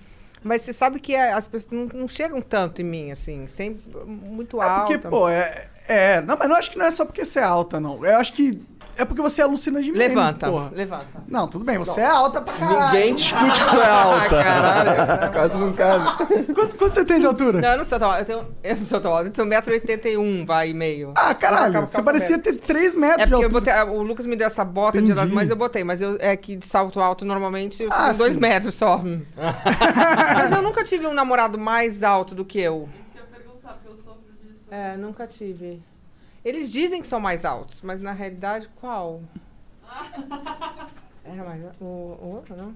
Speaker 4: Mas você sabe que é, as pessoas não, não chegam tanto em mim, assim, sempre muito
Speaker 3: É
Speaker 4: alta.
Speaker 3: porque, pô, é. é não, mas eu acho que não é só porque você é alta, não. Eu acho que É porque você alucina de memes,
Speaker 4: Levanta,
Speaker 3: porra.
Speaker 4: levanta.
Speaker 3: Não, tudo bem, você é alta pra caralho.
Speaker 5: Ninguém discute que tu é alta. Caralho, quase não cabe.
Speaker 3: Quanto, quanto você tem de altura?
Speaker 4: Não, eu não sou tão alta. Eu, tenho, eu não sou tão alta. Eu tenho 1,81m, vai, e meio.
Speaker 3: Ah,
Speaker 4: Eu
Speaker 3: caralho,
Speaker 4: tava com
Speaker 3: você
Speaker 4: calça
Speaker 3: parecia
Speaker 4: aberta.
Speaker 3: ter 3 metros
Speaker 4: É
Speaker 3: de
Speaker 4: porque eu
Speaker 3: altura.
Speaker 4: botei, o Lucas me deu essa bota no dia das
Speaker 3: Entendi.
Speaker 4: mães, eu botei, mas eu, é que de salto alto normalmente eu fico
Speaker 3: Ah,
Speaker 4: com dois
Speaker 3: sim.
Speaker 4: metros só. mas eu nunca tive um namorado mais alto do que eu. É, nunca tive. Eles dizem que são mais altos, mas na realidade, qual? Era mais al- o, o outro, não?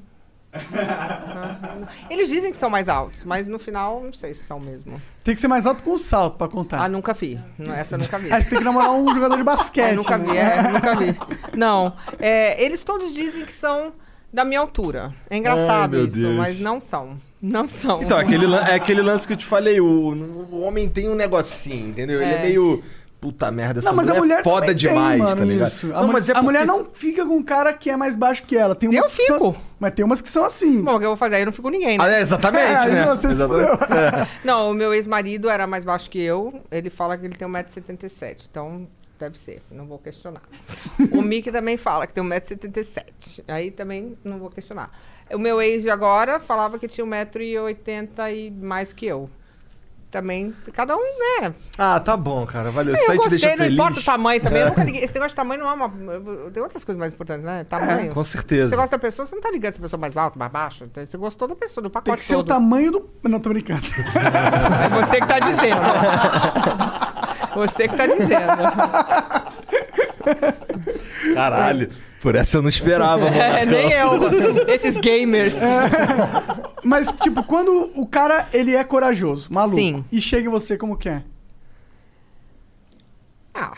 Speaker 4: Ah, Não, não. Eles dizem que são mais altos, mas no final não sei se são mesmo.
Speaker 3: Tem que ser mais alto com um salto pra contar.
Speaker 4: Ah, nunca vi. Não, Essa eu nunca vi.
Speaker 3: Aí você tem que namorar um jogador de basquete.
Speaker 4: É, nunca
Speaker 3: né?
Speaker 4: vi, é, nunca vi. Não. É, eles todos dizem que são da minha altura. É engraçado
Speaker 2: Ai, meu
Speaker 4: isso,
Speaker 2: Deus.
Speaker 4: mas não são. Não são.
Speaker 2: Então, aquele lan- é aquele lance que eu te falei, o, o homem tem um negocinho, entendeu? Ele é meio. Puta merda, essa
Speaker 3: Não, mas a
Speaker 2: mulher,
Speaker 3: mulher
Speaker 2: é foda
Speaker 3: também tem,
Speaker 2: demais,
Speaker 3: mano,
Speaker 2: tá ligado?
Speaker 3: isso. A,
Speaker 2: Não,
Speaker 3: mu-
Speaker 2: mas é
Speaker 3: a mulher
Speaker 2: porque-
Speaker 3: não fica com um cara que é mais baixo que ela. Tem umas
Speaker 4: Eu
Speaker 3: que são-
Speaker 4: fico.
Speaker 3: mas tem umas que são assim.
Speaker 4: Bom, o que eu vou fazer? Aí eu não fico ninguém, né?
Speaker 2: Ah, é, exatamente,
Speaker 3: É,
Speaker 2: né?
Speaker 3: você se
Speaker 2: Exatamente.
Speaker 4: É. Não, o meu ex-marido era mais baixo que eu. Ele fala que ele tem 1,77m. Então, deve ser. Não vou questionar. o Mickey também fala que tem 1,77m. Aí também não vou questionar. O meu ex de agora falava que tinha 1,80m e mais que eu. Também, cada um, né?
Speaker 2: Ah, tá bom, cara. Valeu. Isso
Speaker 4: eu
Speaker 2: aí te
Speaker 4: gostei,
Speaker 2: deixa
Speaker 4: não
Speaker 2: feliz.
Speaker 4: importa o tamanho também. Eu nunca liguei- Esse negócio de tamanho não é uma. Tem outras coisas mais importantes, né? Tamanho.
Speaker 2: É, Com certeza.
Speaker 4: Você gosta da pessoa, você não tá ligando se a pessoa é mais alta, mais baixa. Então, Você gostou da pessoa, do pacote
Speaker 3: Tem que ser o
Speaker 4: todo.
Speaker 3: tamanho do. Não, tô brincando.
Speaker 4: É você que tá dizendo. você que tá dizendo.
Speaker 2: Caralho. Por essa eu não esperava, mano.
Speaker 4: É, nem
Speaker 2: então.
Speaker 4: eu. Esses gamers.
Speaker 2: É.
Speaker 3: Mas, tipo, quando o cara ele é corajoso, maluco,
Speaker 4: Sim.
Speaker 3: e chega em você como que é?
Speaker 4: Ah.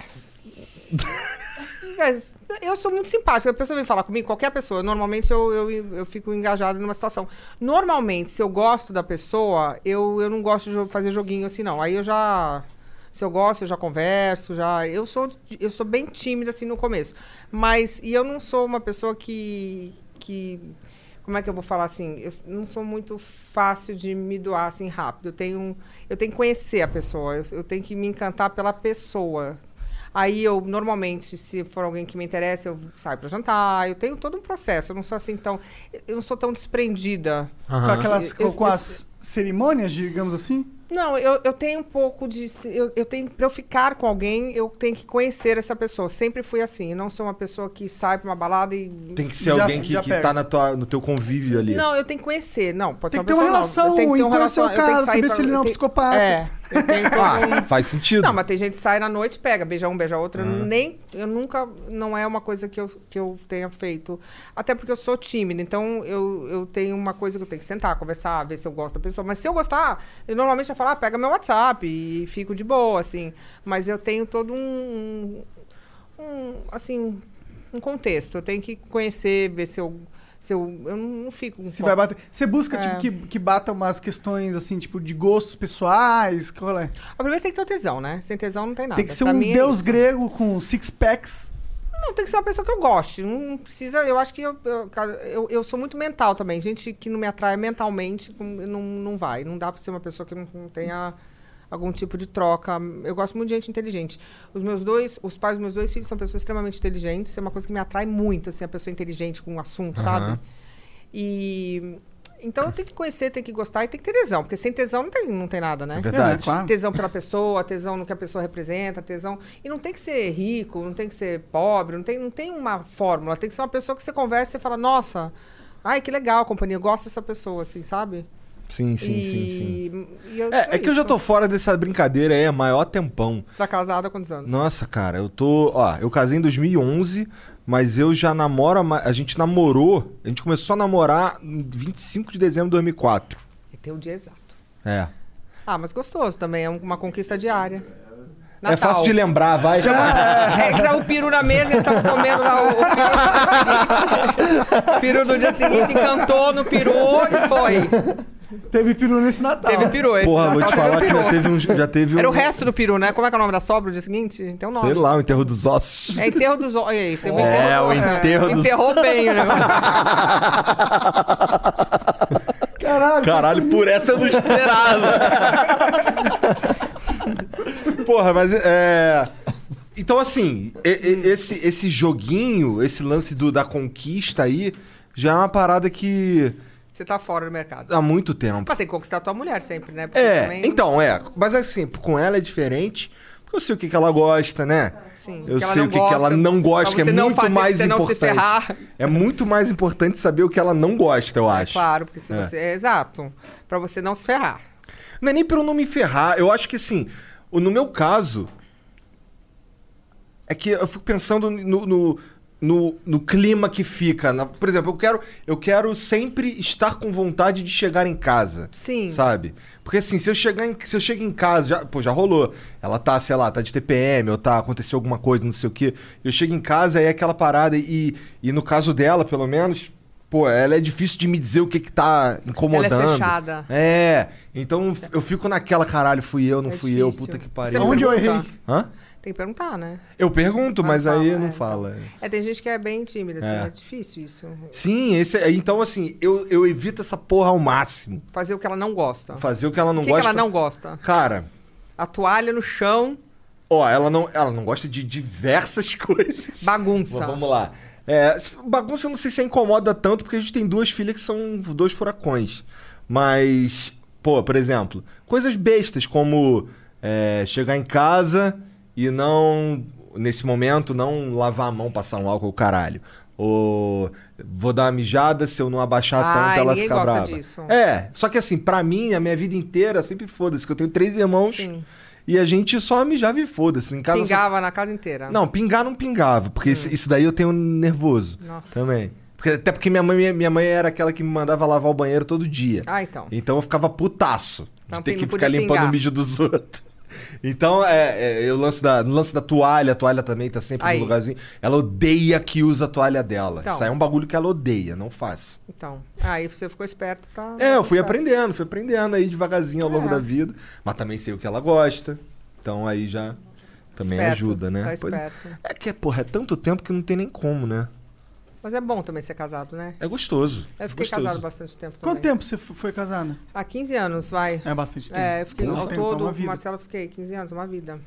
Speaker 4: Mas Eu sou muito simpática. A pessoa vem falar comigo, qualquer pessoa. Normalmente eu, eu, eu fico engajada numa situação. Normalmente, se eu gosto da pessoa, eu, eu não gosto de jo- fazer joguinho assim, não. Aí eu já. Se eu gosto, eu já converso, já. Eu sou, eu sou bem tímida assim no começo. Mas. E eu não sou uma pessoa que. que como é que eu vou falar assim? Eu s- não sou muito fácil de me doar assim rápido. Eu tenho, eu tenho que conhecer a pessoa, eu, eu tenho que me encantar pela pessoa. Aí eu, normalmente, se for alguém que me interessa, eu saio pra jantar, eu tenho todo um processo. Eu não sou assim tão. Eu não sou tão desprendida.
Speaker 3: Com aquelas.
Speaker 4: Eu- eu-
Speaker 3: com as cerimônias, digamos assim?
Speaker 4: Não, eu, eu tenho um pouco de. se- Eu, eu tenho para eu ficar com alguém, eu tenho que conhecer essa pessoa. Sempre fui assim. Eu não sou uma pessoa que sai pra uma balada e.
Speaker 2: Tem que ser
Speaker 3: Já-
Speaker 2: alguém que,
Speaker 3: já
Speaker 2: que
Speaker 3: pega.
Speaker 2: tá na tua, no teu convívio ali.
Speaker 4: Não, eu tenho que conhecer. Não, pode
Speaker 3: Tem
Speaker 4: ser uma
Speaker 3: que ter uma
Speaker 4: pessoa
Speaker 3: relação,
Speaker 4: nova. Eu tenho que ter um
Speaker 3: e conhecer o
Speaker 4: eu tenho
Speaker 3: cara,
Speaker 4: que sair
Speaker 3: saber
Speaker 4: pra-
Speaker 3: se ele não é
Speaker 4: eu
Speaker 3: um
Speaker 4: tenho-
Speaker 3: psicopata. Ah,
Speaker 4: É, eu tenho todo um-
Speaker 2: Faz sentido.
Speaker 4: Não, mas tem gente que sai na noite, pega, beija um, beija outro. Eu Nem, eu nunca, não é uma coisa que eu, que eu tenha feito. Até porque eu sou tímida, então eu, eu tenho uma coisa que eu tenho que sentar, conversar, ver se eu gosto da pessoa. Mas se eu gostar, eu normalmente eu falo, ah, pega meu WhatsApp e fico de boa, assim. Mas eu tenho todo um, um assim, um contexto. Eu tenho que conhecer, ver se eu, se eu, eu não fico... com
Speaker 3: Se vai bater. Você busca,
Speaker 4: É.
Speaker 3: tipo, que, que bata umas questões, assim, tipo, de gostos pessoais, qual é?
Speaker 4: Ah, Primeiro tem que ter o tesão, né? Sem tesão não tem nada.
Speaker 3: Tem que ser
Speaker 4: Pra
Speaker 3: um
Speaker 4: mim é
Speaker 3: deus
Speaker 4: isso.
Speaker 3: grego com six packs.
Speaker 4: Não, tem que ser uma pessoa que eu goste. Não precisa. Eu acho que eu, eu, cara, eu, eu sou muito mental também. Gente que não me atrai mentalmente como- não, não vai. Não dá pra ser uma pessoa que não, não tenha algum tipo de troca. Eu gosto muito de gente inteligente. Os meus dois, os pais dos meus dois filhos são pessoas extremamente inteligentes. Isso é uma coisa que me atrai muito, assim, a pessoa inteligente com um assunto, sabe? E. Então eu tenho que conhecer, tenho que gostar e tem que ter tesão, porque sem tesão não tem, não tem nada, né?
Speaker 2: Verdade.
Speaker 3: É, claro.
Speaker 4: Tesão pela pessoa, tesão no que a pessoa representa, tesão. E não tem que ser rico, não tem que ser pobre, não tem, não tem uma fórmula. Tem que ser uma pessoa que você conversa e fala, nossa, ai, que legal, companhia, eu gosto dessa pessoa, assim, sabe?
Speaker 2: Sim, sim,
Speaker 4: E-
Speaker 2: sim, sim.
Speaker 4: e eu- tipo
Speaker 2: É, é que eu já
Speaker 4: isso.
Speaker 2: tô fora dessa brincadeira aí há maior tempão.
Speaker 4: Você tá casada há quantos anos?
Speaker 2: Nossa, cara, eu tô. Ó, eu casei em 2011, mas eu já namoro. há ma- A gente namorou. A gente começou a namorar em 25 de dezembro de 2004.
Speaker 4: É teu dia exato.
Speaker 2: É.
Speaker 4: Ah, mas gostoso também, é um- uma conquista diária.
Speaker 2: É fácil de
Speaker 4: Natal.
Speaker 2: lembrar, vai.
Speaker 4: É que tava o peru na mesa, eles estavam comendo lá o, o peru do dia seguinte. O peru do dia seguinte encantou no peru e foi.
Speaker 3: Teve peru nesse Natal.
Speaker 4: Teve um peru. Esse
Speaker 2: Porra, vou te
Speaker 4: Natal
Speaker 2: falar que
Speaker 4: teve um
Speaker 2: já
Speaker 4: peru.
Speaker 2: teve um. Já teve
Speaker 4: Era
Speaker 2: um-
Speaker 4: o resto do peru, né? Como é que é o nome da sobra o dia seguinte? Tem um nome.
Speaker 2: Sei lá, o enterro dos ossos.
Speaker 4: É enterro dos... Olha aí, tem um
Speaker 2: É, o
Speaker 4: enterro...
Speaker 2: enterro dos
Speaker 4: Enterrou bem o negócio.
Speaker 3: Caralho.
Speaker 2: Caralho, por essa eu não esperava. Porra, mas é. Então, assim, e- e- esse, esse joguinho, esse lance do, da conquista aí, já é uma parada que
Speaker 4: Você tá fora do mercado.
Speaker 2: há muito tempo.
Speaker 4: Pra ter que conquistar tua mulher sempre, né? Porque
Speaker 2: É,
Speaker 4: também-
Speaker 2: então, é. Mas assim, com ela é diferente, porque eu sei o que, que ela gosta, né?
Speaker 4: Sim,
Speaker 2: Eu
Speaker 4: que ela
Speaker 2: sei
Speaker 4: não
Speaker 2: o que, que ela
Speaker 4: gosta,
Speaker 2: não gosta,
Speaker 4: pra
Speaker 2: que é
Speaker 4: você não
Speaker 2: muito
Speaker 4: fazer-
Speaker 2: mais
Speaker 4: você não se
Speaker 2: importante.
Speaker 4: ferrar.
Speaker 2: É muito mais importante saber o que ela não gosta, eu acho.
Speaker 4: Claro, porque se
Speaker 2: É.
Speaker 4: você. É, exato. Pra você não se ferrar.
Speaker 2: Não é nem pra eu não me ferrar. Eu acho que assim, o- no meu caso. É que eu fico pensando no, no, no- no clima que fica. na- por exemplo, eu quero, eu quero sempre estar com vontade de chegar em casa.
Speaker 4: Sim.
Speaker 2: Sabe? Porque assim, se eu chegar em, se eu chego em casa, já, pô, já rolou. Ela tá, sei lá, tá de TPM, ou tá, aconteceu alguma coisa, não sei o quê. Eu chego em casa, aí é aquela parada, e, e no caso dela, pelo menos, pô, ela é difícil de me dizer o que que tá incomodando.
Speaker 4: fechada.
Speaker 2: É, então eu fico naquela, caralho, fui eu, não
Speaker 4: É
Speaker 2: fui eu,
Speaker 4: difícil.
Speaker 2: puta que
Speaker 4: Você
Speaker 2: pariu.
Speaker 4: não
Speaker 3: Aonde eu
Speaker 4: pergunta.
Speaker 3: errei?
Speaker 2: Hã?
Speaker 4: Tem que perguntar, né?
Speaker 2: Eu pergunto, mas
Speaker 4: fala,
Speaker 2: aí
Speaker 4: é,
Speaker 2: não
Speaker 4: então.
Speaker 2: fala.
Speaker 4: É, tem gente que é bem tímida, assim,
Speaker 2: É.
Speaker 4: é, difícil isso.
Speaker 2: Sim, esse, é- então assim, eu, eu evito essa porra ao máximo.
Speaker 4: Fazer o que ela não gosta. O
Speaker 2: Fazer o que ela não
Speaker 4: que, que
Speaker 2: gosta.
Speaker 4: ela não gosta?
Speaker 2: Cara,
Speaker 4: A toalha no chão,
Speaker 2: ó, ela não, ela não gosta de diversas coisas.
Speaker 4: bagunça.
Speaker 2: Mas Vamos lá. É, bagunça eu não sei se incomoda tanto, porque a gente tem duas filhas que são dois furacões. Mas, pô, por exemplo, coisas bestas como é, chegar em casa e não, nesse momento, não lavar a mão, passar um álcool, caralho. Ou vou dar uma mijada, se eu não abaixar a
Speaker 4: Ai,
Speaker 2: tampa, ela
Speaker 4: ninguém
Speaker 2: fica
Speaker 4: gosta
Speaker 2: brava.
Speaker 4: disso.
Speaker 2: É, só que assim, pra mim, a minha vida inteira, sempre foda-se, que eu tenho três irmãos
Speaker 4: Sim.
Speaker 2: e a gente só mijava e foda-se. Em casa só-
Speaker 4: Pingava na casa inteira.
Speaker 2: não, pingar não pingava, porque isso, isso daí eu tenho nervoso
Speaker 4: Hum. Nossa.
Speaker 2: também. Porque- até porque minha mãe, minha mãe era aquela que me mandava lavar o banheiro todo dia.
Speaker 4: Ah, então.
Speaker 2: Então eu ficava putaço
Speaker 4: Então,
Speaker 2: de ter
Speaker 4: não
Speaker 2: que
Speaker 4: podia
Speaker 2: ficar limpando
Speaker 4: pingar.
Speaker 2: o mijo dos outros. Então, é, é, eu lance da, no lance da toalha, a toalha também tá sempre
Speaker 4: Aí.
Speaker 2: no lugarzinho. Ela odeia que usa a toalha dela.
Speaker 4: Então.
Speaker 2: Isso aí é um bagulho que ela odeia, não faz.
Speaker 4: Então. Aí você ficou esperto pra.
Speaker 2: É, eu fui
Speaker 4: pra-
Speaker 2: aprendendo, fui aprendendo aí devagarzinho ao longo
Speaker 4: É.
Speaker 2: da vida. Mas também sei o que ela gosta. Então aí já também
Speaker 4: Esperto,
Speaker 2: ajuda, né?
Speaker 4: Tá
Speaker 2: Pois é.
Speaker 4: esperto.
Speaker 2: É que, porra, é tanto tempo que não tem nem como, né?
Speaker 4: Mas é bom também ser casado, né?
Speaker 2: É gostoso.
Speaker 4: Eu fiquei
Speaker 2: gostoso.
Speaker 4: casado bastante tempo também.
Speaker 3: Quanto tempo você f- foi casada?
Speaker 4: Há 15 anos, vai.
Speaker 3: É bastante tempo.
Speaker 4: É, eu
Speaker 2: um
Speaker 4: fiquei
Speaker 3: Pouco
Speaker 4: ao
Speaker 2: então,
Speaker 3: tempo, é
Speaker 4: todo,
Speaker 3: uma
Speaker 4: com o
Speaker 3: vida.
Speaker 4: Marcelo, eu fiquei 15 anos, uma vida.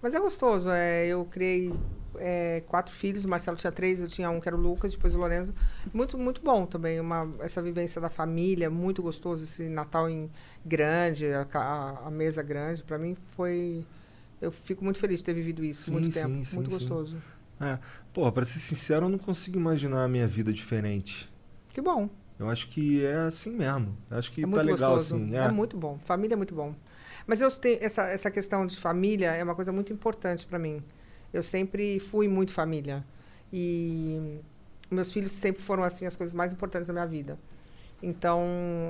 Speaker 4: Mas é gostoso, é, eu criei é, quatro filhos, o Marcelo tinha três, eu tinha um que era o Lucas, depois o Lorenzo. Muito, muito bom também, uma, essa vivência da família, muito gostoso, esse Natal em grande, a, ca- a- a mesa grande, pra mim foi... Eu fico muito feliz de ter vivido isso,
Speaker 2: Sim,
Speaker 4: muito
Speaker 2: sim,
Speaker 4: tempo,
Speaker 2: sim,
Speaker 4: muito
Speaker 2: sim.
Speaker 4: gostoso.
Speaker 2: É. Porra, pra ser sincero, eu não consigo imaginar a minha vida diferente.
Speaker 4: Que bom,
Speaker 2: Eu acho que é assim mesmo. Eu acho que
Speaker 4: é
Speaker 2: tá
Speaker 4: muito
Speaker 2: legal
Speaker 4: gostoso,
Speaker 2: assim.
Speaker 4: é. muito bom, família é muito bom. Mas eu tenho essa, essa questão de família é uma coisa muito importante pra mim. Eu sempre fui muito família. E meus filhos sempre foram assim as coisas mais importantes da minha vida. Então,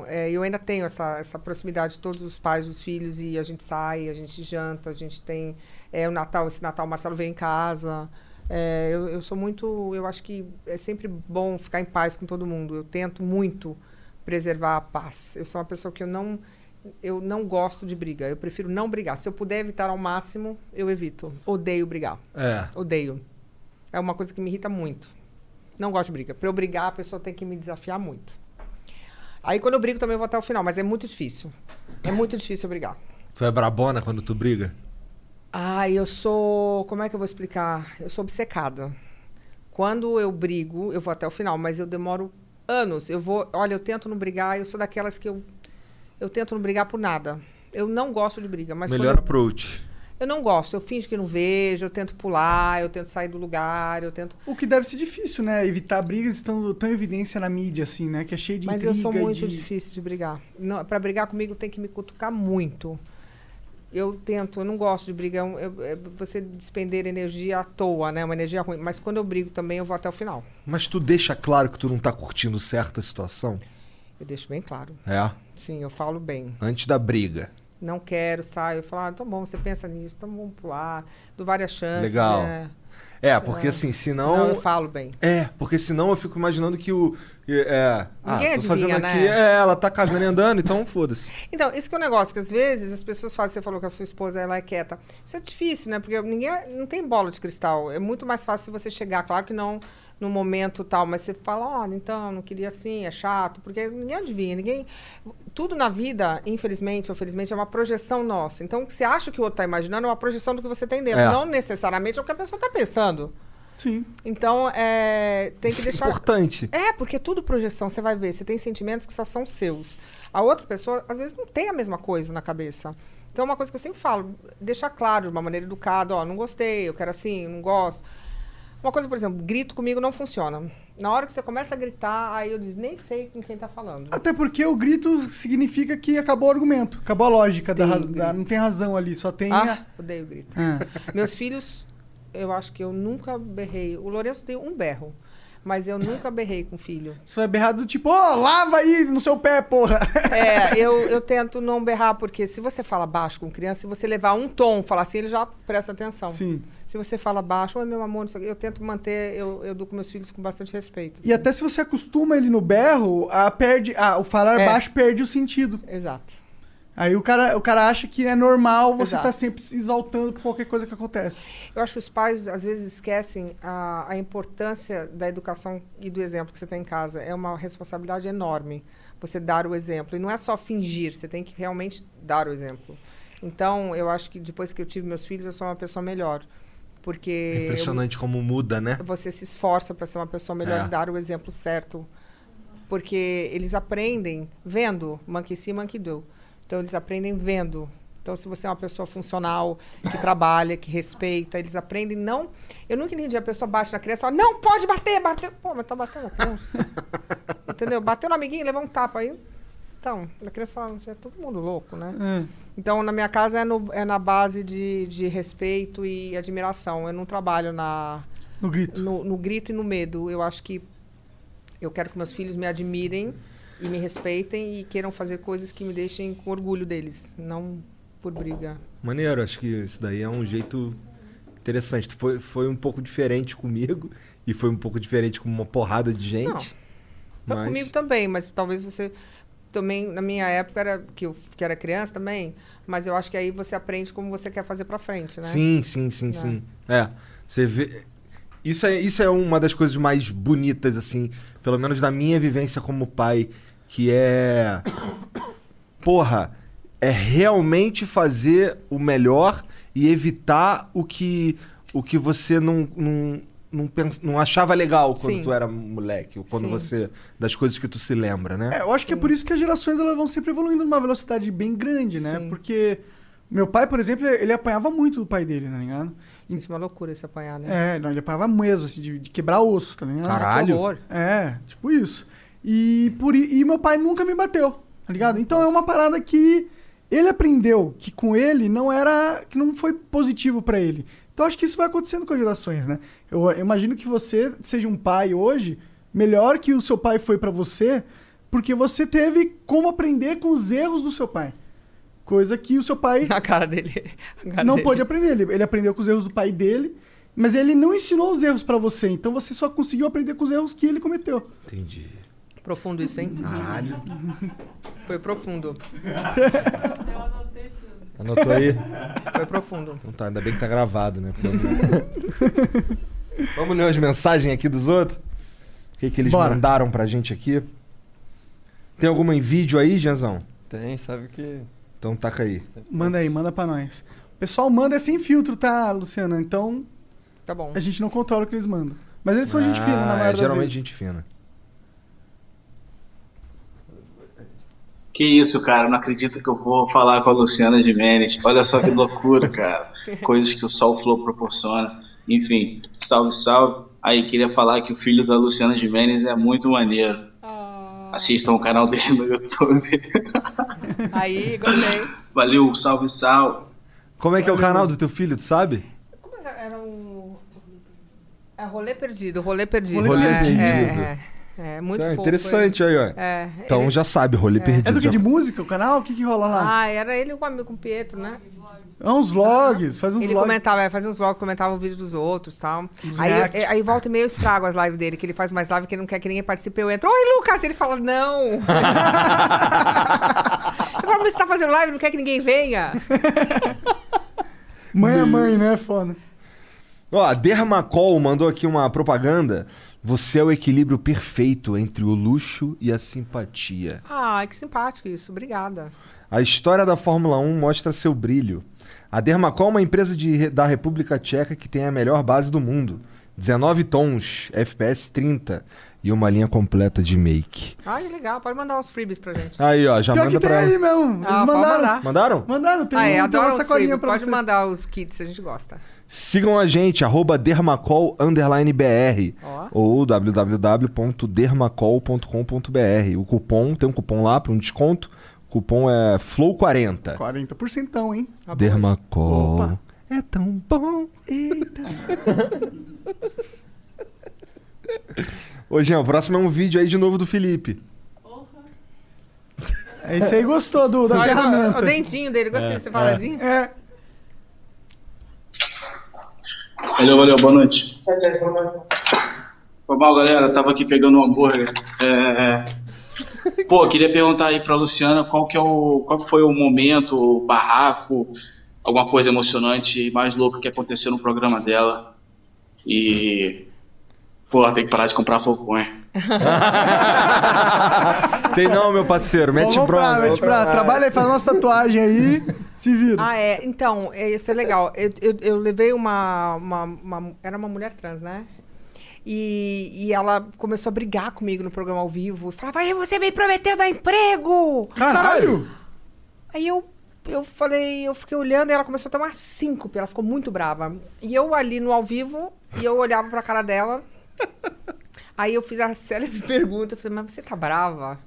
Speaker 4: eh, eu ainda tenho essa, essa proximidade de todos os pais, os filhos, e a gente sai, a gente janta, a gente tem eh, o Natal, esse Natal o Marcelo veio em casa. Eh, eu, eu sou muito, eu acho que é sempre bom ficar em paz com todo mundo. Eu tento muito preservar a paz. Eu sou uma pessoa que eu não, eu não gosto de briga. Eu prefiro não brigar. Se eu puder evitar ao máximo, eu evito. Odeio brigar.
Speaker 2: É.
Speaker 4: Odeio. É uma coisa que me irrita muito. Não gosto de briga. Pra eu brigar, a pessoa tem que me desafiar muito. Aí quando eu brigo também eu vou até o final, mas é muito difícil. É muito difícil eu brigar.
Speaker 2: Tu é brabona quando tu briga?
Speaker 4: Ai, eu sou. Como é que eu vou explicar? Eu sou obcecada. Quando eu brigo, eu vou até o final, mas eu demoro anos. Eu vou. Olha, eu tento não brigar, eu sou daquelas que eu. Eu tento não brigar por nada. Eu não gosto de briga, mas quando
Speaker 2: Melhor
Speaker 4: eu
Speaker 2: approach.
Speaker 4: eu não gosto, eu finjo que não vejo, eu tento pular, eu tento sair do lugar, eu tento.
Speaker 3: O que deve ser difícil, né? Evitar brigas estando tão em evidência na mídia, assim, né? Que é cheio de
Speaker 4: Mas eu
Speaker 3: intriga
Speaker 4: sou
Speaker 3: e
Speaker 4: muito
Speaker 3: de...
Speaker 4: difícil de brigar. Não, para brigar comigo tem que me cutucar muito. Eu tento, eu não gosto de brigar. eu- é você despender energia à toa, né? Uma energia ruim. Mas quando eu brigo também, eu vou até o final.
Speaker 2: Mas tu deixa claro que tu não tá curtindo certa situação?
Speaker 4: Eu deixo bem claro.
Speaker 2: É.
Speaker 4: Sim, eu falo bem.
Speaker 2: Antes da briga.
Speaker 4: Não quero, saio. Eu falo, ah, tá bom, você pensa nisso, então vamos pular. Dou várias chances.
Speaker 2: Legal.
Speaker 4: né?
Speaker 2: É, porque assim, senão.
Speaker 4: Não, eu falo bem.
Speaker 2: É, porque senão eu fico imaginando que o. E, é. Ah,
Speaker 4: Ninguém
Speaker 2: tô fazendo
Speaker 4: adivinha,
Speaker 2: aqui.
Speaker 4: né?
Speaker 2: É, ela tá cagando e andando, então foda-se.
Speaker 4: Então, esse que é o negócio, que às vezes as pessoas fazem, você falou que a sua esposa ela é quieta. Isso é difícil, né? Porque ninguém é- não tem bola de cristal. É muito mais fácil você chegar, claro que não no momento tal, mas você fala, olha, então, não queria assim, é chato, porque ninguém adivinha, ninguém. Tudo na vida, infelizmente ou felizmente, é uma projeção nossa. Então, o que você acha que o outro está imaginando é uma projeção do que você tem dentro.
Speaker 2: É.
Speaker 4: Não necessariamente é o que a pessoa está pensando.
Speaker 3: Sim.
Speaker 4: Então, é, tem que
Speaker 2: Isso é
Speaker 4: deixar.
Speaker 2: importante.
Speaker 4: É, porque é tudo projeção, você vai ver. Você tem sentimentos que só são seus. A outra pessoa, às vezes, não tem a mesma coisa na cabeça. Então, é uma coisa que eu sempre falo, deixar claro, de uma maneira educada, ó, não gostei, eu quero assim, não gosto. Uma coisa, por exemplo, grito comigo não funciona. Na hora que você começa a gritar, aí eu diz, nem sei com quem tá falando.
Speaker 3: Até porque o grito significa que acabou o argumento, acabou a lógica da, raz- da- Não tem razão ali, só tem.
Speaker 4: Ah, odeio grito.
Speaker 3: a- Ah.
Speaker 4: Meus filhos, eu acho que eu nunca berrei. O Lourenço tem um berro, mas eu nunca berrei com o filho.
Speaker 3: Você vai berrar do tipo, ó, lava aí no seu pé, porra.
Speaker 4: É, eu, eu tento não berrar, porque se você fala baixo com criança, se você levar um tom, falar assim, ele já presta atenção.
Speaker 3: Sim.
Speaker 4: Se você fala baixo, oi meu amor, não sei o quê", eu tento manter, eu, eu dou com meus filhos com bastante respeito.
Speaker 3: E
Speaker 4: assim.
Speaker 3: até se você acostuma ele no berro, a perde, ah, o falar
Speaker 4: É.
Speaker 3: baixo perde o sentido.
Speaker 4: Exato.
Speaker 3: Aí o cara, o cara acha que é normal você
Speaker 4: Exato.
Speaker 3: tá sempre se exaltando por qualquer coisa que acontece.
Speaker 4: Eu acho que os pais, às vezes, esquecem a, a importância da educação e do exemplo que você tem em casa. É uma responsabilidade enorme você dar o exemplo. E não é só fingir, você tem que realmente dar o exemplo. Então, eu acho que depois que eu tive meus filhos, eu sou uma pessoa melhor. Porque eu-
Speaker 2: É Impressionante como muda, né?
Speaker 4: você se esforça para ser uma pessoa melhor
Speaker 2: É.
Speaker 4: e dar o exemplo certo. Porque eles aprendem vendo, monkey see, monkey do. Então, eles aprendem vendo. Então, se você é uma pessoa funcional, que trabalha, que respeita, eles aprendem não... Eu nunca entendi, a pessoa bate na criança e fala, não pode bater, bateu. Pô, mas tá batendo na criança. Entendeu? Bateu no amiguinho, levou um tapa aí. Então, a criança fala, é todo mundo louco, né?
Speaker 2: É.
Speaker 4: Então, na minha casa é, no- é na base de, de respeito e admiração. Eu não trabalho na,
Speaker 3: No grito.
Speaker 4: no, no grito e no medo. Eu acho que eu quero que meus filhos me admirem e me respeitem e queiram fazer coisas que me deixem com orgulho deles, não por briga.
Speaker 2: Maneiro, acho que isso daí é um jeito interessante. Tu Foi, foi um pouco diferente comigo e foi um pouco diferente com uma porrada de gente.
Speaker 4: Não. Foi
Speaker 2: mas
Speaker 4: Comigo também, mas talvez você também na minha época era que eu que era criança também, mas eu acho que aí você aprende como você quer fazer pra frente, né?
Speaker 2: Sim, sim, sim, sim. É. Você vê. Isso é, isso é uma das coisas mais bonitas, assim, pelo menos na minha vivência como pai, que é. Porra, é realmente fazer o melhor e evitar o que, o que você não, não, não, pens- não achava legal quando
Speaker 4: Sim.
Speaker 2: tu era moleque, ou quando
Speaker 4: Sim.
Speaker 2: você. das coisas que tu se lembra, né?
Speaker 3: É, eu acho que é por isso que as gerações elas vão sempre evoluindo numa velocidade bem grande, né?
Speaker 4: Sim.
Speaker 3: Porque meu pai, por exemplo, ele apanhava muito do pai dele, tá ligado?
Speaker 4: Isso é uma loucura se apanhar, né? Ah,
Speaker 3: É, não, ele apanhava mesmo, assim, de, de quebrar osso, tá ligado?
Speaker 2: Caraca.
Speaker 4: Que
Speaker 2: Caralho.
Speaker 4: horror.
Speaker 3: É, tipo isso. E, por, i- e meu pai nunca me bateu, tá ligado?
Speaker 4: Uhum.
Speaker 3: Então é uma parada que ele aprendeu que com ele não era. que não foi positivo pra ele. Então acho que isso vai acontecendo com as gerações, né? Eu imagino que você seja um pai hoje melhor que o seu pai foi pra você, porque você teve como aprender com os erros do seu pai. Coisa que o seu pai
Speaker 4: A cara dele. A cara
Speaker 3: não
Speaker 4: dele.
Speaker 3: pôde aprender. Ele, ele aprendeu com os erros do pai dele, mas ele não ensinou os erros pra você. Então você só conseguiu aprender com os erros que ele cometeu.
Speaker 2: Entendi.
Speaker 4: Profundo isso, hein?
Speaker 2: Caralho.
Speaker 4: Foi profundo.
Speaker 2: Anotou aí?
Speaker 4: Foi profundo.
Speaker 2: Então tá, ainda bem que tá gravado, né? Vamos ler as mensagens aqui dos outros? O que, que eles
Speaker 3: Bora.
Speaker 2: mandaram pra gente aqui? Tem alguma em vídeo aí, Janzão?
Speaker 5: Tem, sabe que.
Speaker 2: Então taca aí.
Speaker 3: Manda aí, manda pra nós. O pessoal manda é sem filtro, tá, Luciana? Então
Speaker 4: Tá bom.
Speaker 3: a gente não controla o que eles mandam. Mas eles são gente
Speaker 2: Ah,
Speaker 3: fina, na maioria
Speaker 2: é,
Speaker 3: das
Speaker 2: geralmente
Speaker 3: vezes.
Speaker 2: gente fina.
Speaker 8: Que isso, cara, não acredito que eu vou falar com a Luciana Gimenez. Olha só que loucura, cara. Coisas que o Sol Flow proporciona. Enfim, salve, salve. Aí, queria falar que o filho da Luciana Gimenez é muito maneiro. Assistam o canal dele no YouTube.
Speaker 4: Aí, gostei.
Speaker 8: Valeu, salve, salve.
Speaker 2: Como é que é o canal do teu filho, tu sabe?
Speaker 4: Como era? Era um. É rolê perdido, rolê perdido.
Speaker 2: Rolê
Speaker 4: é,
Speaker 2: Perdido.
Speaker 4: É, é, é, muito
Speaker 2: Então, é
Speaker 4: fofo,
Speaker 2: interessante aí, ó.
Speaker 4: ele. É,
Speaker 2: Então
Speaker 4: ele-
Speaker 2: já sabe, rolê perdido.
Speaker 3: É do que?
Speaker 2: já-
Speaker 3: De música, o canal? O que que rola lá?
Speaker 4: Ah, era ele com o amigo com o um Pietro, né?
Speaker 3: É uns vlogs, faz um uns
Speaker 4: Ele
Speaker 3: vlogs.
Speaker 4: comentava, é, fazia uns vlogs, comentava o vídeo dos outros e tal.
Speaker 3: Uns
Speaker 4: Aí,
Speaker 3: react.
Speaker 4: é, aí volta e meio eu estrago as lives dele, que ele faz mais live que ele não quer que ninguém participe. Eu entro, oi Lucas! Ele fala, não! eu falo, mas você tá fazendo live, não quer que ninguém venha?
Speaker 3: Mãe é mãe, né? Foda.
Speaker 2: Ó, a Dermacol mandou aqui uma propaganda. Você é o equilíbrio perfeito entre o luxo e a simpatia.
Speaker 4: Ah, que simpático isso, obrigada.
Speaker 2: A história da Fórmula 1 mostra seu brilho. A Dermacol é uma empresa de- da República Tcheca que tem a melhor base do mundo. 19 tons, FPS 30 e uma linha completa de make.
Speaker 4: Ai, que legal, pode mandar uns freebies pra gente.
Speaker 2: Aí, ó, já
Speaker 3: Pior que
Speaker 2: manda
Speaker 3: tem
Speaker 2: pra
Speaker 3: aí mesmo. Eles
Speaker 4: Ah, pode
Speaker 3: mandaram.
Speaker 4: mandar.
Speaker 2: Mandaram?
Speaker 3: Mandaram, tem,
Speaker 4: ah,
Speaker 3: um,
Speaker 4: é,
Speaker 3: tem uma
Speaker 4: adoro uns
Speaker 3: sacolinha
Speaker 4: freebies,
Speaker 3: pra
Speaker 4: pode
Speaker 3: você.
Speaker 4: mandar os kits, a gente gosta.
Speaker 2: Sigam a gente, arroba dermacol underline br
Speaker 4: Ó.
Speaker 2: ou www.dermacol.com.br. O cupom, tem um cupom lá para um desconto. O cupom é FLOW40.
Speaker 3: 40%, hein?
Speaker 4: Uma boa.
Speaker 2: Dermacol.
Speaker 3: Opa.
Speaker 2: É tão bom.
Speaker 3: Eita.
Speaker 2: Ô, Jean, o próximo é um vídeo aí de novo do Felipe.
Speaker 3: É, Esse aí gostou do, da
Speaker 4: Olha o,
Speaker 3: ferramenta.
Speaker 4: o dentinho dele, gostei desse paradinho.
Speaker 3: É.
Speaker 8: Valeu, valeu, boa noite. Foi mal, galera, eu tava aqui pegando um hambúrguer. É, é. Pô, eu queria perguntar aí pra Luciana qual que, é o, qual que foi o momento, o barraco, alguma coisa emocionante e mais louca que aconteceu no programa dela. E. Pô, tem que parar de comprar flocões.
Speaker 2: Tem não, meu parceiro. Mete
Speaker 3: Vamos pra,
Speaker 2: bronca.
Speaker 3: mete pra. Trabalha aí, faz uma tatuagem aí. Se vira.
Speaker 4: Ah, é. Então, é, isso é legal. Eu, eu, eu levei uma, uma, uma- Era uma mulher trans, né? E, e ela começou a brigar comigo no programa ao vivo. Falava, "Ai, você me prometeu dar emprego!
Speaker 3: Caralho!
Speaker 4: Aí eu, eu falei, eu fiquei olhando e ela começou a tomar síncope, ela ficou muito brava. E eu ali no ao vivo, e eu olhava pra cara dela. Aí eu fiz a célebre pergunta, eu falei, mas você tá brava?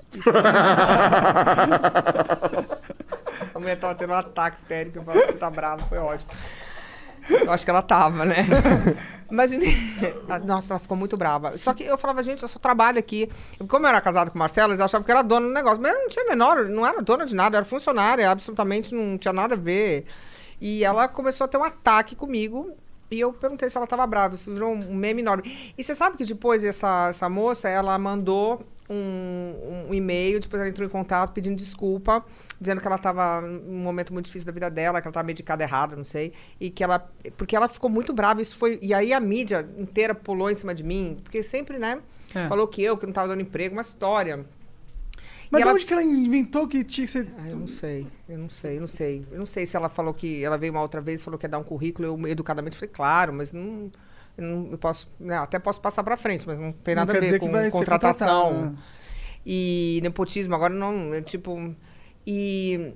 Speaker 4: a mulher tava tendo um ataque histérico, eu falei, você tá brava, foi ótimo. Eu acho que ela tava, né? Mas, nossa, ela ficou muito brava. Só que eu falava, gente, eu só trabalho aqui. Como eu era casado com o Marcelo, eles achavam que eu era dona do negócio. Mas eu não tinha a menor, não era dona de nada, eu era funcionária, absolutamente não tinha nada a ver. E ela começou a ter um ataque comigo. E eu perguntei se ela tava brava. Isso virou um meme enorme. E você sabe que depois essa, essa moça, ela mandou um, um e-mail, depois ela entrou em contato pedindo desculpa, dizendo que ela estava num momento muito difícil da vida dela, que ela estava medicada errada, não sei, e que ela porque ela ficou muito brava, isso foi, e aí a mídia inteira pulou em cima de mim, porque sempre, né,
Speaker 3: É.
Speaker 4: falou que eu que não estava dando emprego, uma história.
Speaker 3: Mas de um
Speaker 4: E ela-
Speaker 3: onde que ela inventou que tinha que ser.
Speaker 4: Ah, eu não sei, eu não sei, eu não sei. Eu não sei se ela falou que. Ela veio uma outra vez, falou que ia dar um currículo, eu educadamente falei, claro, mas não. Eu, não- eu posso. né, até posso passar pra frente, mas não tem
Speaker 3: Não
Speaker 4: nada
Speaker 3: quer
Speaker 4: a ver
Speaker 3: dizer que
Speaker 4: com
Speaker 3: vai ser contratada,
Speaker 4: contratação.
Speaker 3: né?
Speaker 4: E nepotismo, agora não. é tipo. E.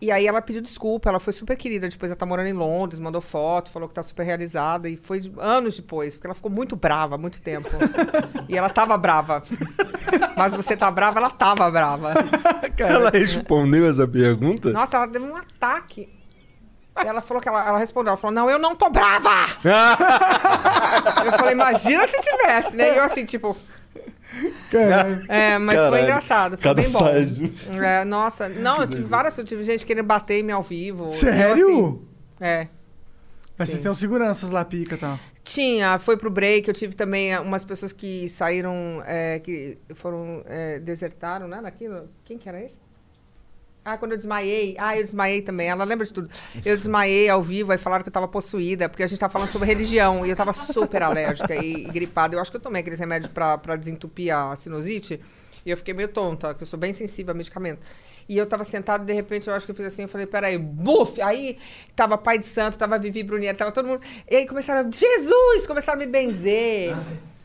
Speaker 4: E aí ela pediu desculpa, ela foi super querida. Depois ela tá morando em Londres, mandou foto, falou que tá super realizada. E foi de- anos depois, porque ela ficou muito brava, há muito tempo. e ela tava brava. Mas você tá brava, ela tava brava.
Speaker 2: Ela respondeu essa pergunta?
Speaker 4: Nossa, ela teve um ataque. Ela falou que ela, ela respondeu, ela falou, não, eu não tô brava! eu falei, imagina se tivesse, né? E eu assim, tipo. É, mas foi
Speaker 5: Caralho,
Speaker 4: engraçado, foi
Speaker 5: cada
Speaker 4: bem
Speaker 5: saia um.
Speaker 4: bom. É, nossa, não, eu tive várias, eu tive gente querendo bater em mim ao vivo. Eu, assim,
Speaker 3: Sério?
Speaker 4: é.
Speaker 3: Mas vocês têm uns seguranças lá, pica tá? e tal.
Speaker 4: Tinha, foi pro break, eu tive também umas pessoas que saíram, é, que foram, é, desertaram, né, naquilo. Quem que era esse? Ah, quando eu desmaiei. Ah, eu desmaiei também. Ela lembra de tudo. Eu desmaiei ao vivo, aí falaram que eu tava possuída, porque a gente tava falando sobre religião, e eu tava super alérgica e, e gripada. Eu acho que eu tomei aqueles remédios pra, pra desentupir a sinusite, e eu fiquei meio tonta, que eu sou bem sensível a medicamento. E eu tava sentada, de repente, eu acho que eu fiz assim, eu falei, peraí, buf! Aí tava Pai de Santo, tava Vivi Brunier, tava todo mundo. E aí começaram, a- Jesus! Começaram a me benzer.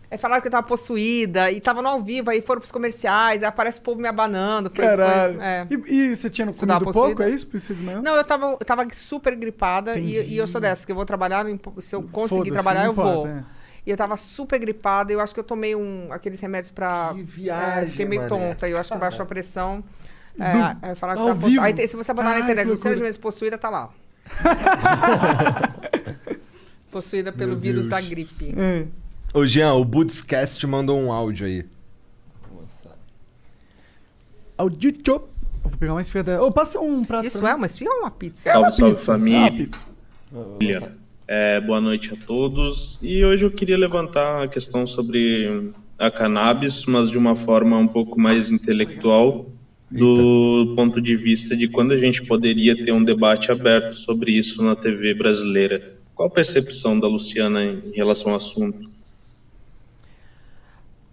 Speaker 4: Aí falaram que eu tava possuída, e tava no ao vivo, aí foram pros comerciais, aí aparece o povo me abanando. Foi- foi-
Speaker 3: Caralho.
Speaker 4: é.
Speaker 3: E, e você tinha
Speaker 4: Você dá
Speaker 3: comido
Speaker 4: uma
Speaker 3: pouco, é
Speaker 4: possuída?
Speaker 3: isso? Precisa de maior?
Speaker 4: Não, eu tava, eu tava super gripada e, e eu sou dessa, que eu vou trabalhar, em- se eu
Speaker 3: Foda-se,
Speaker 4: conseguir trabalhar,
Speaker 3: não
Speaker 4: eu
Speaker 3: importa,
Speaker 4: vou.
Speaker 3: é.
Speaker 4: E eu tava super gripada, eu acho que eu tomei um, aqueles remédios pra.
Speaker 2: Que viagem,
Speaker 4: é, fiquei meio
Speaker 2: mané.
Speaker 4: tonta, eu acho que baixou a pressão. É, aí falaram
Speaker 3: ao
Speaker 4: que tava possu-
Speaker 3: vivo.
Speaker 4: Aí, tem- se você botar
Speaker 3: Ai,
Speaker 4: na internet,
Speaker 3: que
Speaker 4: Luciana
Speaker 3: loucura.
Speaker 4: Gimenez possuída, tá lá. possuída pelo vírus da gripe.
Speaker 3: É.
Speaker 2: Ô, Jean, o Budscast mandou um áudio aí.
Speaker 3: Auditio. Eu vou pegar uma esfirra. Ô, passa um prato.
Speaker 4: Isso
Speaker 3: pra
Speaker 4: é
Speaker 3: mim.
Speaker 4: uma esfirra ou uma pizza?
Speaker 3: É uma
Speaker 9: Salve, salve,
Speaker 3: pizza.
Speaker 9: família.
Speaker 3: É uma pizza.
Speaker 9: Olha, é, boa noite a todos. E hoje eu queria levantar a questão sobre a cannabis, mas de uma forma um pouco mais intelectual, do ponto de vista de quando a gente poderia ter um debate aberto sobre isso na TV brasileira. Qual a percepção da Luciana em relação ao assunto?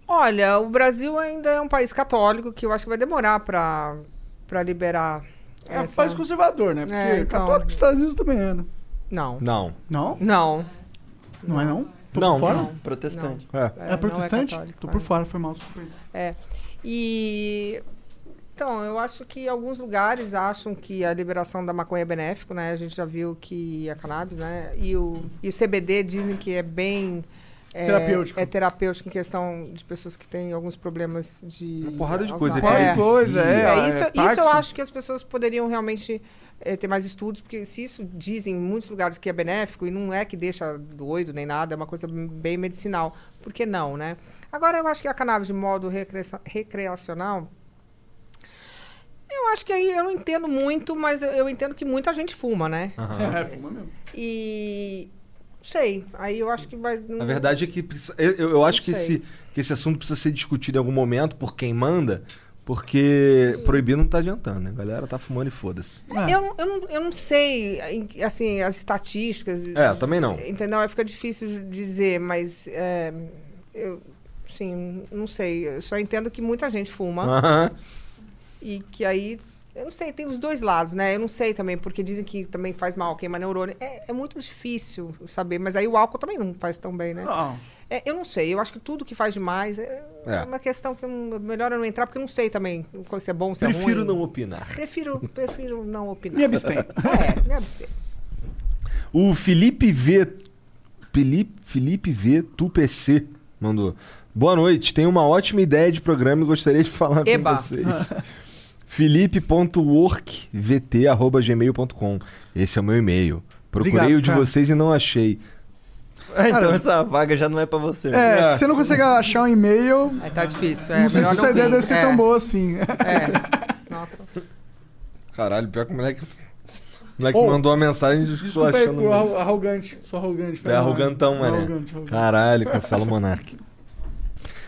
Speaker 4: Olha, o Brasil ainda é um país católico que eu acho que vai demorar pra, pra liberar.
Speaker 3: É um
Speaker 4: essa-
Speaker 3: país conservador, né? Porque
Speaker 4: É, então.
Speaker 3: católico dos Estados Unidos também é, né?
Speaker 4: Não.
Speaker 2: Não.
Speaker 3: Não?
Speaker 4: Não.
Speaker 3: Não é não? Tô
Speaker 2: Não,
Speaker 3: por fora?
Speaker 4: não.
Speaker 5: Protestante.
Speaker 2: É.
Speaker 4: É,
Speaker 3: É,
Speaker 4: não é
Speaker 3: protestante?
Speaker 4: católico,
Speaker 3: Tô
Speaker 4: é.
Speaker 3: por fora, foi mal. desculpa aí.
Speaker 4: É. E. Então, eu acho que alguns lugares acham que a liberação da maconha é benéfico, né? A gente já viu que a cannabis, né? E o, e o CBD dizem que é bem. É,
Speaker 3: Terapêutico.
Speaker 4: É terapêutico em questão de pessoas que têm alguns problemas de.
Speaker 2: Uma porrada de coisa,
Speaker 4: Alzheimer.
Speaker 2: é
Speaker 4: É,
Speaker 3: coisa, é.
Speaker 4: É, isso, isso eu
Speaker 3: Parkinson.
Speaker 4: acho que as pessoas poderiam realmente eh, ter mais estudos, porque se isso dizem em muitos lugares que é benéfico e não é que deixa doido nem nada, é uma coisa m- bem medicinal. Por que não, né? Agora, eu acho que a cannabis de modo recreacio- recreacional. Eu acho que aí eu não entendo muito, mas eu, eu entendo que muita gente fuma, né?
Speaker 3: É, fuma mesmo.
Speaker 4: E. Não sei. Aí eu acho que vai.
Speaker 2: A verdade é que precisa- eu, eu acho que
Speaker 4: Não
Speaker 2: esse,
Speaker 4: sei.
Speaker 2: que esse assunto precisa ser discutido em algum momento por quem manda, porque proibir não tá adiantando, né? A galera tá fumando e foda-se.
Speaker 3: É.
Speaker 4: Eu, não- eu, não, eu não sei, em- assim, as estatísticas.
Speaker 2: É, também não.
Speaker 4: Entendeu? Aí Fica difícil de dizer, mas é, eu, sim, não sei. Eu só entendo que muita gente fuma
Speaker 2: Aham.
Speaker 4: e que aí, eu não sei, tem os dois lados, né? Eu não sei também, porque dizem que também faz mal, queima neurônio. É, é muito difícil saber, mas aí o álcool também não faz tão bem, né?
Speaker 2: Ah.
Speaker 3: Não.
Speaker 4: É, eu não sei, eu acho que tudo que faz demais é,
Speaker 2: É.
Speaker 4: uma questão que eu não- melhor eu não entrar, porque eu não sei também se é bom, se é
Speaker 2: Prefiro
Speaker 4: ruim.
Speaker 2: não opinar.
Speaker 4: Prefiro, prefiro não opinar.
Speaker 3: Me abstenho.
Speaker 4: É, me abstenho.
Speaker 2: O Felipe V. Felipe, Felipe V. Tupc mandou. Boa noite, tenho uma ótima ideia de programa e gostaria de falar
Speaker 4: Eba.
Speaker 2: com vocês. Felipe.workvt.gmail.com Esse é o meu e-mail. Procurei
Speaker 3: Obrigado,
Speaker 2: o de
Speaker 3: cara.
Speaker 2: vocês e não achei.
Speaker 5: Ah, então
Speaker 3: Cara,
Speaker 5: essa vaga já não é pra você. né?
Speaker 3: É, se você não consegue achar um e-mail,
Speaker 4: É, tá difícil. É,
Speaker 3: não sei se
Speaker 4: melhor
Speaker 3: essa ideia
Speaker 4: vir.
Speaker 3: deve ser
Speaker 4: é,
Speaker 3: tão boa assim.
Speaker 4: É. Nossa.
Speaker 2: Caralho, pior que o moleque. O moleque
Speaker 3: Ô,
Speaker 2: mandou uma mensagem e estou
Speaker 3: Desculpa aí,
Speaker 2: achando.
Speaker 3: fui arro- arrogante. Sou arrogante.
Speaker 2: É arrogantão, mané.
Speaker 4: é
Speaker 2: Caralho, cancela o Monark.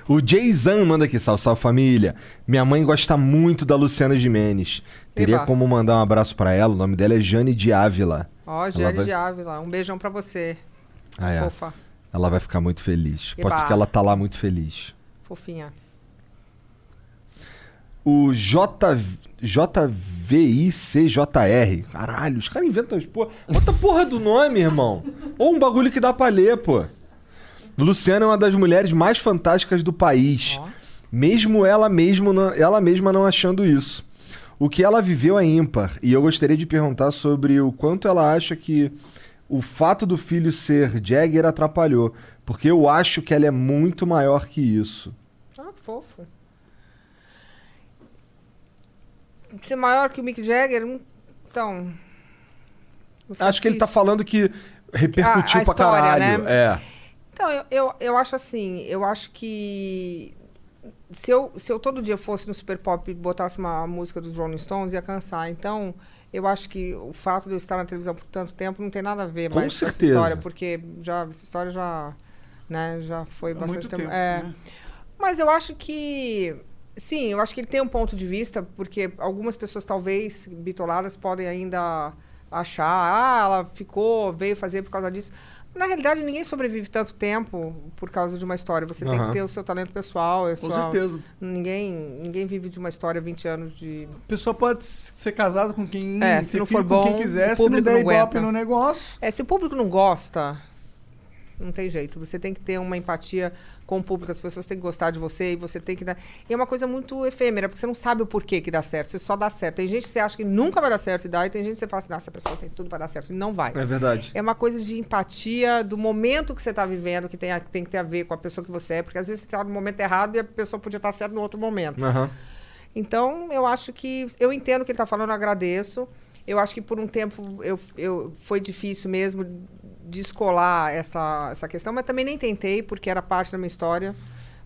Speaker 2: O Jayzan manda aqui, salve, salve família. Minha mãe gosta muito da Luciana Jimenez. Teria
Speaker 4: Eba.
Speaker 2: como mandar um abraço pra ela? O nome dela é Jane de Ávila.
Speaker 4: Ó, Gelli
Speaker 2: vai-
Speaker 4: de Ávila. Um beijão pra você,
Speaker 2: Ah, é.
Speaker 4: fofa.
Speaker 2: Ela vai ficar muito feliz.
Speaker 4: Eba.
Speaker 2: Pode que ela tá lá muito feliz.
Speaker 4: Fofinha.
Speaker 2: O J... JVICJR. Caralho, os caras inventam as porra. Bota a porra do nome, irmão. Ou um bagulho que dá pra ler, pô. Luciana é uma das mulheres mais fantásticas do país.
Speaker 4: Ó.
Speaker 2: Mesmo ela, mesmo não- ela mesma não achando isso. O que ela viveu é ímpar. E eu gostaria de perguntar sobre o quanto ela acha que o fato do filho ser Jagger atrapalhou. Porque eu acho que ela é muito maior que isso.
Speaker 4: Ah, que fofo. Ser maior que o Mick Jagger? hum, Então.
Speaker 2: Acho que ele tá
Speaker 4: falando.
Speaker 2: falando que repercutiu
Speaker 4: A- a
Speaker 2: pra
Speaker 4: história, né?
Speaker 2: caralho. É.
Speaker 4: Então, eu, eu, eu acho assim, eu acho que se eu, se eu todo dia fosse no Super Pop e botasse uma música dos Rolling Stones, ia cansar. Então, eu acho que o fato de eu estar na televisão por tanto tempo não tem nada a ver
Speaker 2: Com
Speaker 4: mais com
Speaker 2: certeza.
Speaker 4: essa história, porque já, essa história já, né, já foi
Speaker 3: Há
Speaker 4: bastante
Speaker 3: muito tempo.
Speaker 4: É.
Speaker 3: né?
Speaker 4: Mas eu acho que. Sim, eu acho que ele tem um ponto de vista, porque algumas pessoas, talvez, bitoladas, podem ainda achar, ah, ela ficou, veio fazer por causa disso. Na realidade, ninguém sobrevive tanto tempo por causa de uma história. Você tem
Speaker 2: Aham.
Speaker 4: que ter o seu talento pessoal. A
Speaker 3: Com
Speaker 4: sua...
Speaker 3: certeza.
Speaker 4: Ninguém, ninguém vive de uma história 20 anos de.
Speaker 3: A pessoa pode s- ser casada com quem
Speaker 4: É,
Speaker 3: ser
Speaker 4: se não
Speaker 3: filho
Speaker 4: for
Speaker 3: com quem
Speaker 4: bom,
Speaker 3: quiser,
Speaker 4: o
Speaker 3: se não
Speaker 4: público
Speaker 3: der
Speaker 4: não
Speaker 3: ibope
Speaker 4: aguenta.
Speaker 3: no negócio.
Speaker 4: É, se o público não gosta, não tem jeito. Você tem que ter uma empatia com o público. As pessoas têm que gostar de você e você tem que dar. E é uma coisa muito efêmera, porque você não sabe o porquê que dá certo. Você só dá certo. Tem gente que você acha que nunca vai dar certo e dá, e tem gente que você fala assim, nossa, a pessoa tem tudo para dar certo. E não vai.
Speaker 2: É verdade.
Speaker 4: É uma coisa de empatia do momento que você está vivendo, que tem, a- tem que ter a ver com a pessoa que você é, porque às vezes você está no momento errado e a pessoa podia estar certa no outro momento.
Speaker 2: Aham.
Speaker 4: Então, eu acho que. Eu entendo o que ele está falando, eu agradeço. Eu acho que por um tempo eu, eu, foi difícil mesmo descolar essa, essa questão, mas também nem tentei, porque era parte da minha história.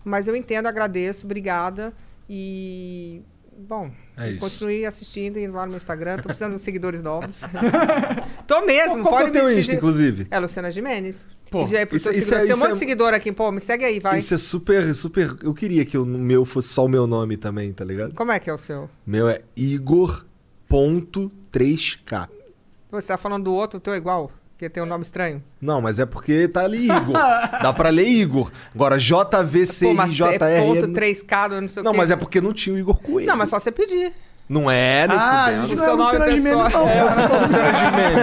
Speaker 4: Mas eu entendo, agradeço, obrigada. E. Bom,
Speaker 2: É É isso.
Speaker 4: Continue assistindo, indo lá no meu Instagram. Tô precisando de uns seguidores novos. Tô mesmo.
Speaker 2: Qual que é
Speaker 4: pode
Speaker 2: o teu
Speaker 4: me
Speaker 2: Insta,
Speaker 4: pedir.
Speaker 2: inclusive?
Speaker 4: É, Luciana Jimenez.
Speaker 2: Pô,
Speaker 4: Pô, já é pros
Speaker 2: isso-
Speaker 4: teus
Speaker 2: isso
Speaker 4: seguidores.
Speaker 2: é-
Speaker 4: Tem um
Speaker 2: isso
Speaker 4: monte
Speaker 2: é-
Speaker 4: de seguidor aqui. Pô, me segue aí, vai.
Speaker 2: Isso é super, super. Eu queria que o meu fosse só o meu nome também, tá ligado?
Speaker 4: Como é que é o seu?
Speaker 2: Meu é Igor.3K.
Speaker 4: Você tá falando do outro, o teu é igual? Porque tem um nome estranho.
Speaker 2: Não, mas é porque tá ali Igor. Dá pra ler Igor. Agora,
Speaker 4: Pô, mas é ponto
Speaker 2: JVCIJR.
Speaker 4: 3K, do não sei o
Speaker 2: Não,
Speaker 4: quê.
Speaker 2: mas é porque não tinha o Igor Coelho.
Speaker 4: Não, mas só você pedir.
Speaker 2: Não é, nem
Speaker 3: Ah, a
Speaker 2: fudendo.
Speaker 3: gente
Speaker 4: O
Speaker 3: não é
Speaker 4: seu nome
Speaker 3: Luciana Gimenez,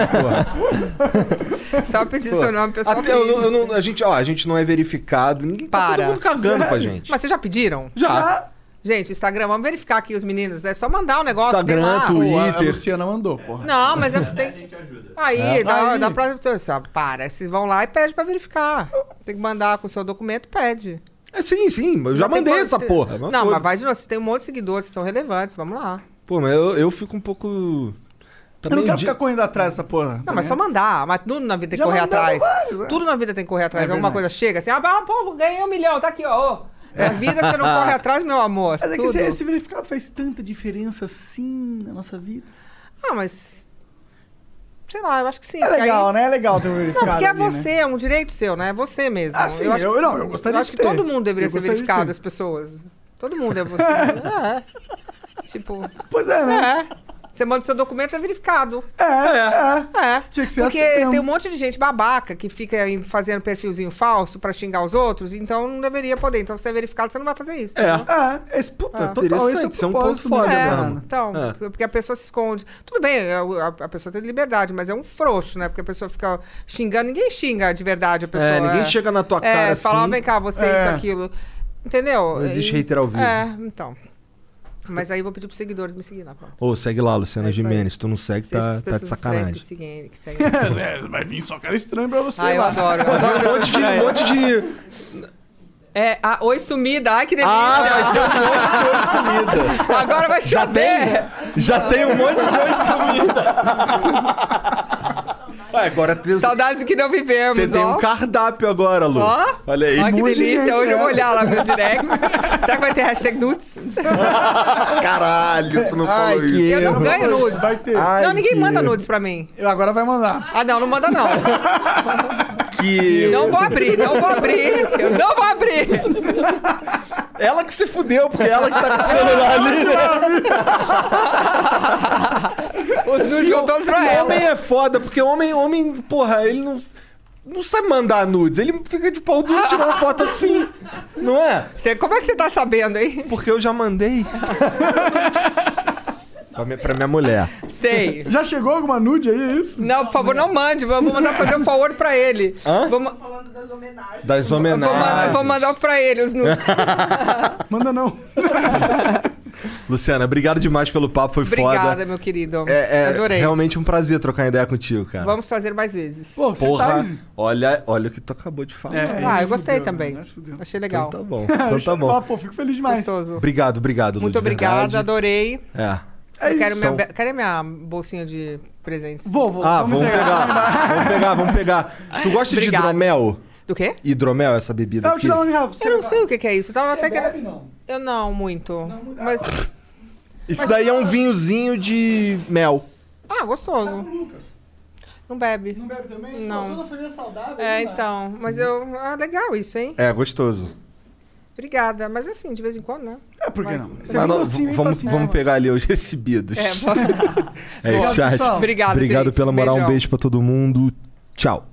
Speaker 4: pessoal.
Speaker 3: não.
Speaker 4: É,
Speaker 3: cara.
Speaker 4: Só pedir seu é nome pessoal.
Speaker 2: Até eu não- eu não- a, gente, ó, a gente não é verificado, ninguém tá todo
Speaker 4: Para.
Speaker 2: mundo cagando pra
Speaker 3: Sério?
Speaker 2: gente.
Speaker 4: Mas vocês já pediram?
Speaker 2: Já.
Speaker 4: Gente, Instagram, vamos verificar aqui os meninos. É só mandar o negócio. tem
Speaker 2: Instagram,
Speaker 4: lá.
Speaker 2: Twitter.
Speaker 3: Pô, a Luciana mandou, porra.
Speaker 4: Não, mas é, tem... Aí,
Speaker 2: É.
Speaker 4: dá,
Speaker 3: Aí.
Speaker 4: dá pra... só Para, vocês vão lá e pede pra verificar. Tem que mandar com o seu documento, pede.
Speaker 2: É, sim, sim, eu já
Speaker 4: Não tem
Speaker 2: mandei
Speaker 4: quanto-
Speaker 2: essa porra. é
Speaker 4: Não,
Speaker 2: foda-se.
Speaker 4: mas vai de novo. Você tem um monte de seguidores, vocês são relevantes, vamos lá.
Speaker 2: Pô, mas eu, eu fico um pouco.
Speaker 3: Eu não
Speaker 2: Também
Speaker 3: quero
Speaker 2: di-
Speaker 3: ficar correndo atrás dessa porra.
Speaker 4: Não, mas só mandar. Mas tudo na vida tem que
Speaker 3: É. Já
Speaker 4: correr
Speaker 3: mandaram
Speaker 4: atrás.
Speaker 3: vários, é.
Speaker 4: Tudo na vida tem que correr atrás.
Speaker 3: É
Speaker 4: Alguma
Speaker 3: verdade. É.
Speaker 4: coisa chega assim, ah, mas, pô, ganhei um milhão, tá aqui, ó. ó. Na vida você não corre atrás, meu amor.
Speaker 3: Mas é que
Speaker 4: tudo.
Speaker 3: esse, esse verificado faz tanta diferença assim na nossa vida.
Speaker 4: Ah, mas. Sei lá, eu acho que sim.
Speaker 3: É
Speaker 4: porque aí-
Speaker 3: legal, né? É legal ter um
Speaker 4: Não,
Speaker 3: verificado.
Speaker 4: porque é
Speaker 3: ali, né?
Speaker 4: você, é um direito seu, né? É você mesmo.
Speaker 3: Ah, sim, eu- não, eu gostaria
Speaker 4: acho
Speaker 3: de
Speaker 4: que
Speaker 3: ter.
Speaker 4: todo mundo deveria
Speaker 3: Eu
Speaker 4: ser
Speaker 3: gostaria de ter.
Speaker 4: verificado, as pessoas. Todo mundo é você. é. Tipo,
Speaker 3: Pois é, né?
Speaker 4: é. Você manda o seu documento, é verificado.
Speaker 3: É, é.
Speaker 4: É.
Speaker 3: Tinha que ser
Speaker 4: Porque
Speaker 3: assim mesmo.
Speaker 4: tem um monte de gente babaca que fica aí fazendo perfilzinho falso pra xingar os outros, então não deveria poder. Então, se é verificado, você não vai fazer isso.
Speaker 2: É.
Speaker 4: entendeu?
Speaker 3: É, esse, puta, total, esse é, o
Speaker 2: Interessante, isso é um
Speaker 3: propósito
Speaker 2: ponto
Speaker 3: do
Speaker 2: foda,
Speaker 3: cara.
Speaker 4: Ah. É,
Speaker 2: mano.
Speaker 4: então,
Speaker 2: É.
Speaker 4: porque a pessoa se esconde. Tudo bem, é a, a- a pessoa tem liberdade, mas é um frouxo, né? Porque a pessoa fica xingando, ninguém xinga de verdade a pessoa.
Speaker 2: É, ninguém chega na tua
Speaker 4: é,
Speaker 2: cara assim.
Speaker 4: fala, "Ó, vem cá, você,
Speaker 3: É.
Speaker 4: isso, aquilo. Entendeu?
Speaker 2: Não existe hater ao vivo.
Speaker 4: É, então. Mas aí eu vou pedir pros seguidores me seguir lá, pronto.
Speaker 2: Ô, segue lá, Luciana
Speaker 4: É isso aí.
Speaker 2: Gimenez. Tu não segue, tá,
Speaker 4: Essas
Speaker 2: tá de
Speaker 4: pessoas estranhas
Speaker 2: sacanagem.
Speaker 4: Que seguem, que seguem.
Speaker 3: É, vai vir só cara estranho pra você
Speaker 4: ah, eu
Speaker 3: lá.
Speaker 4: adoro. Eu adoro
Speaker 2: Um monte de. Um monte de...
Speaker 4: É, ah, oi sumida, ai que delícia.
Speaker 2: Ah, vai ter um monte de oi sumida.
Speaker 4: Agora vai
Speaker 2: Já
Speaker 4: chover.
Speaker 2: tem? Já tem um monte de oi sumida. Ué, agora tem-
Speaker 4: Saudades que não vivemos,
Speaker 2: você tem
Speaker 4: ó.
Speaker 2: um cardápio agora, Lu.
Speaker 4: Ó.
Speaker 2: Olha aí.
Speaker 4: Olha que
Speaker 3: Muito
Speaker 4: delícia,
Speaker 3: gente,
Speaker 4: hoje eu vou
Speaker 2: é.
Speaker 3: né?
Speaker 4: olhar lá meus directs. Será que vai ter hashtag nudes?
Speaker 2: Caralho, tu não falou
Speaker 5: Ai, que
Speaker 2: isso.
Speaker 4: Eu não ganho nudes.
Speaker 3: Vai ter.
Speaker 5: Ai,
Speaker 4: Não, ninguém
Speaker 5: que-
Speaker 4: manda nudes pra mim.
Speaker 3: Eu Agora vai mandar.
Speaker 4: Ah, não, não manda não.
Speaker 2: Que...
Speaker 4: Não vou abrir, não vou abrir. Eu não vou abrir.
Speaker 2: Ela que se fudeu, porque ela que tá com o celular ali.
Speaker 4: Os nudes vão todos pra ela.
Speaker 2: Homem é foda, porque homem, homem, porra, ele não. Não sabe mandar nudes, ele fica de pau duro tirando foto assim. Não é?
Speaker 4: Você, como é que você tá sabendo, hein?
Speaker 2: Porque eu já mandei. pra, minha, pra minha mulher.
Speaker 4: Sei.
Speaker 3: Já chegou alguma nude aí, é isso?
Speaker 4: Não, por favor, não mande. Vou vou mandar fazer um forward pra ele.
Speaker 2: Hã?
Speaker 4: Vou, ma-
Speaker 2: Das
Speaker 4: eu vou, mandar-
Speaker 2: homenagens.
Speaker 4: vou mandar pra ele os nudes.
Speaker 3: Manda não.
Speaker 2: Luciana, obrigado demais pelo papo, foi
Speaker 4: Obrigada,
Speaker 2: foda.
Speaker 4: meu querido.
Speaker 2: É, é
Speaker 4: Adorei.
Speaker 2: realmente um prazer trocar ideia contigo, cara.
Speaker 4: Vamos fazer mais vezes.
Speaker 3: Pô, você
Speaker 2: Porra,
Speaker 3: tá...
Speaker 2: olha, olha o que tu acabou de falar.
Speaker 3: É,
Speaker 4: ah,
Speaker 3: se
Speaker 4: eu gostei
Speaker 3: fudeu,
Speaker 4: também.
Speaker 3: né? Se fudeu.
Speaker 4: Achei
Speaker 2: Então
Speaker 4: legal.
Speaker 2: tá bom, então tá
Speaker 3: Ó,
Speaker 2: bom.
Speaker 3: pô, fico feliz demais.
Speaker 4: Gostoso.
Speaker 2: Obrigado, obrigado, Lu,
Speaker 4: Muito
Speaker 2: de
Speaker 4: obrigada,
Speaker 2: verdade.
Speaker 4: adorei.
Speaker 2: É.
Speaker 3: É
Speaker 4: eu quero
Speaker 3: isso.
Speaker 4: minha, be- cadê minha bolsinha de presentes?
Speaker 3: Vou, vou.
Speaker 2: Ah, vamos
Speaker 3: entregar.
Speaker 2: pegar. vamos pegar, vamos pegar. Tu gosta de
Speaker 4: Obrigada.
Speaker 2: hidromel?
Speaker 4: Do quê?
Speaker 2: Hidromel, essa bebida
Speaker 3: Eu
Speaker 2: aqui?
Speaker 3: te dou um rápido.
Speaker 4: Eu não sei o que, que é isso. Eu tava até
Speaker 3: bebe,
Speaker 4: querendo.
Speaker 3: não?
Speaker 4: Eu não, muito. mas.
Speaker 2: Isso daí é um vinhozinho de mel.
Speaker 4: Ah, gostoso. Não bebe.
Speaker 3: Não bebe também?
Speaker 4: Não.
Speaker 3: Pô, Toda família saudável.
Speaker 4: É,
Speaker 3: não dá.
Speaker 4: então. Mas eu. Ah, legal isso, hein?
Speaker 2: É, gostoso.
Speaker 4: Obrigada. Mas assim, de vez em quando, né?
Speaker 3: É, por que
Speaker 4: Vai.
Speaker 3: não?
Speaker 2: Mas
Speaker 3: Você é bem
Speaker 2: assim, não,
Speaker 3: docinho,
Speaker 2: v-
Speaker 3: bem
Speaker 2: vamos,
Speaker 3: facinho.
Speaker 2: vamos pegar ali os recebidos.
Speaker 4: É,
Speaker 2: É, isso,
Speaker 3: Obrigado,
Speaker 2: chat.
Speaker 3: pessoal.
Speaker 4: Obrigada,
Speaker 2: Obrigado
Speaker 4: gente.
Speaker 2: pela moral, um
Speaker 4: Beijão.
Speaker 2: beijo pra todo mundo. Tchau.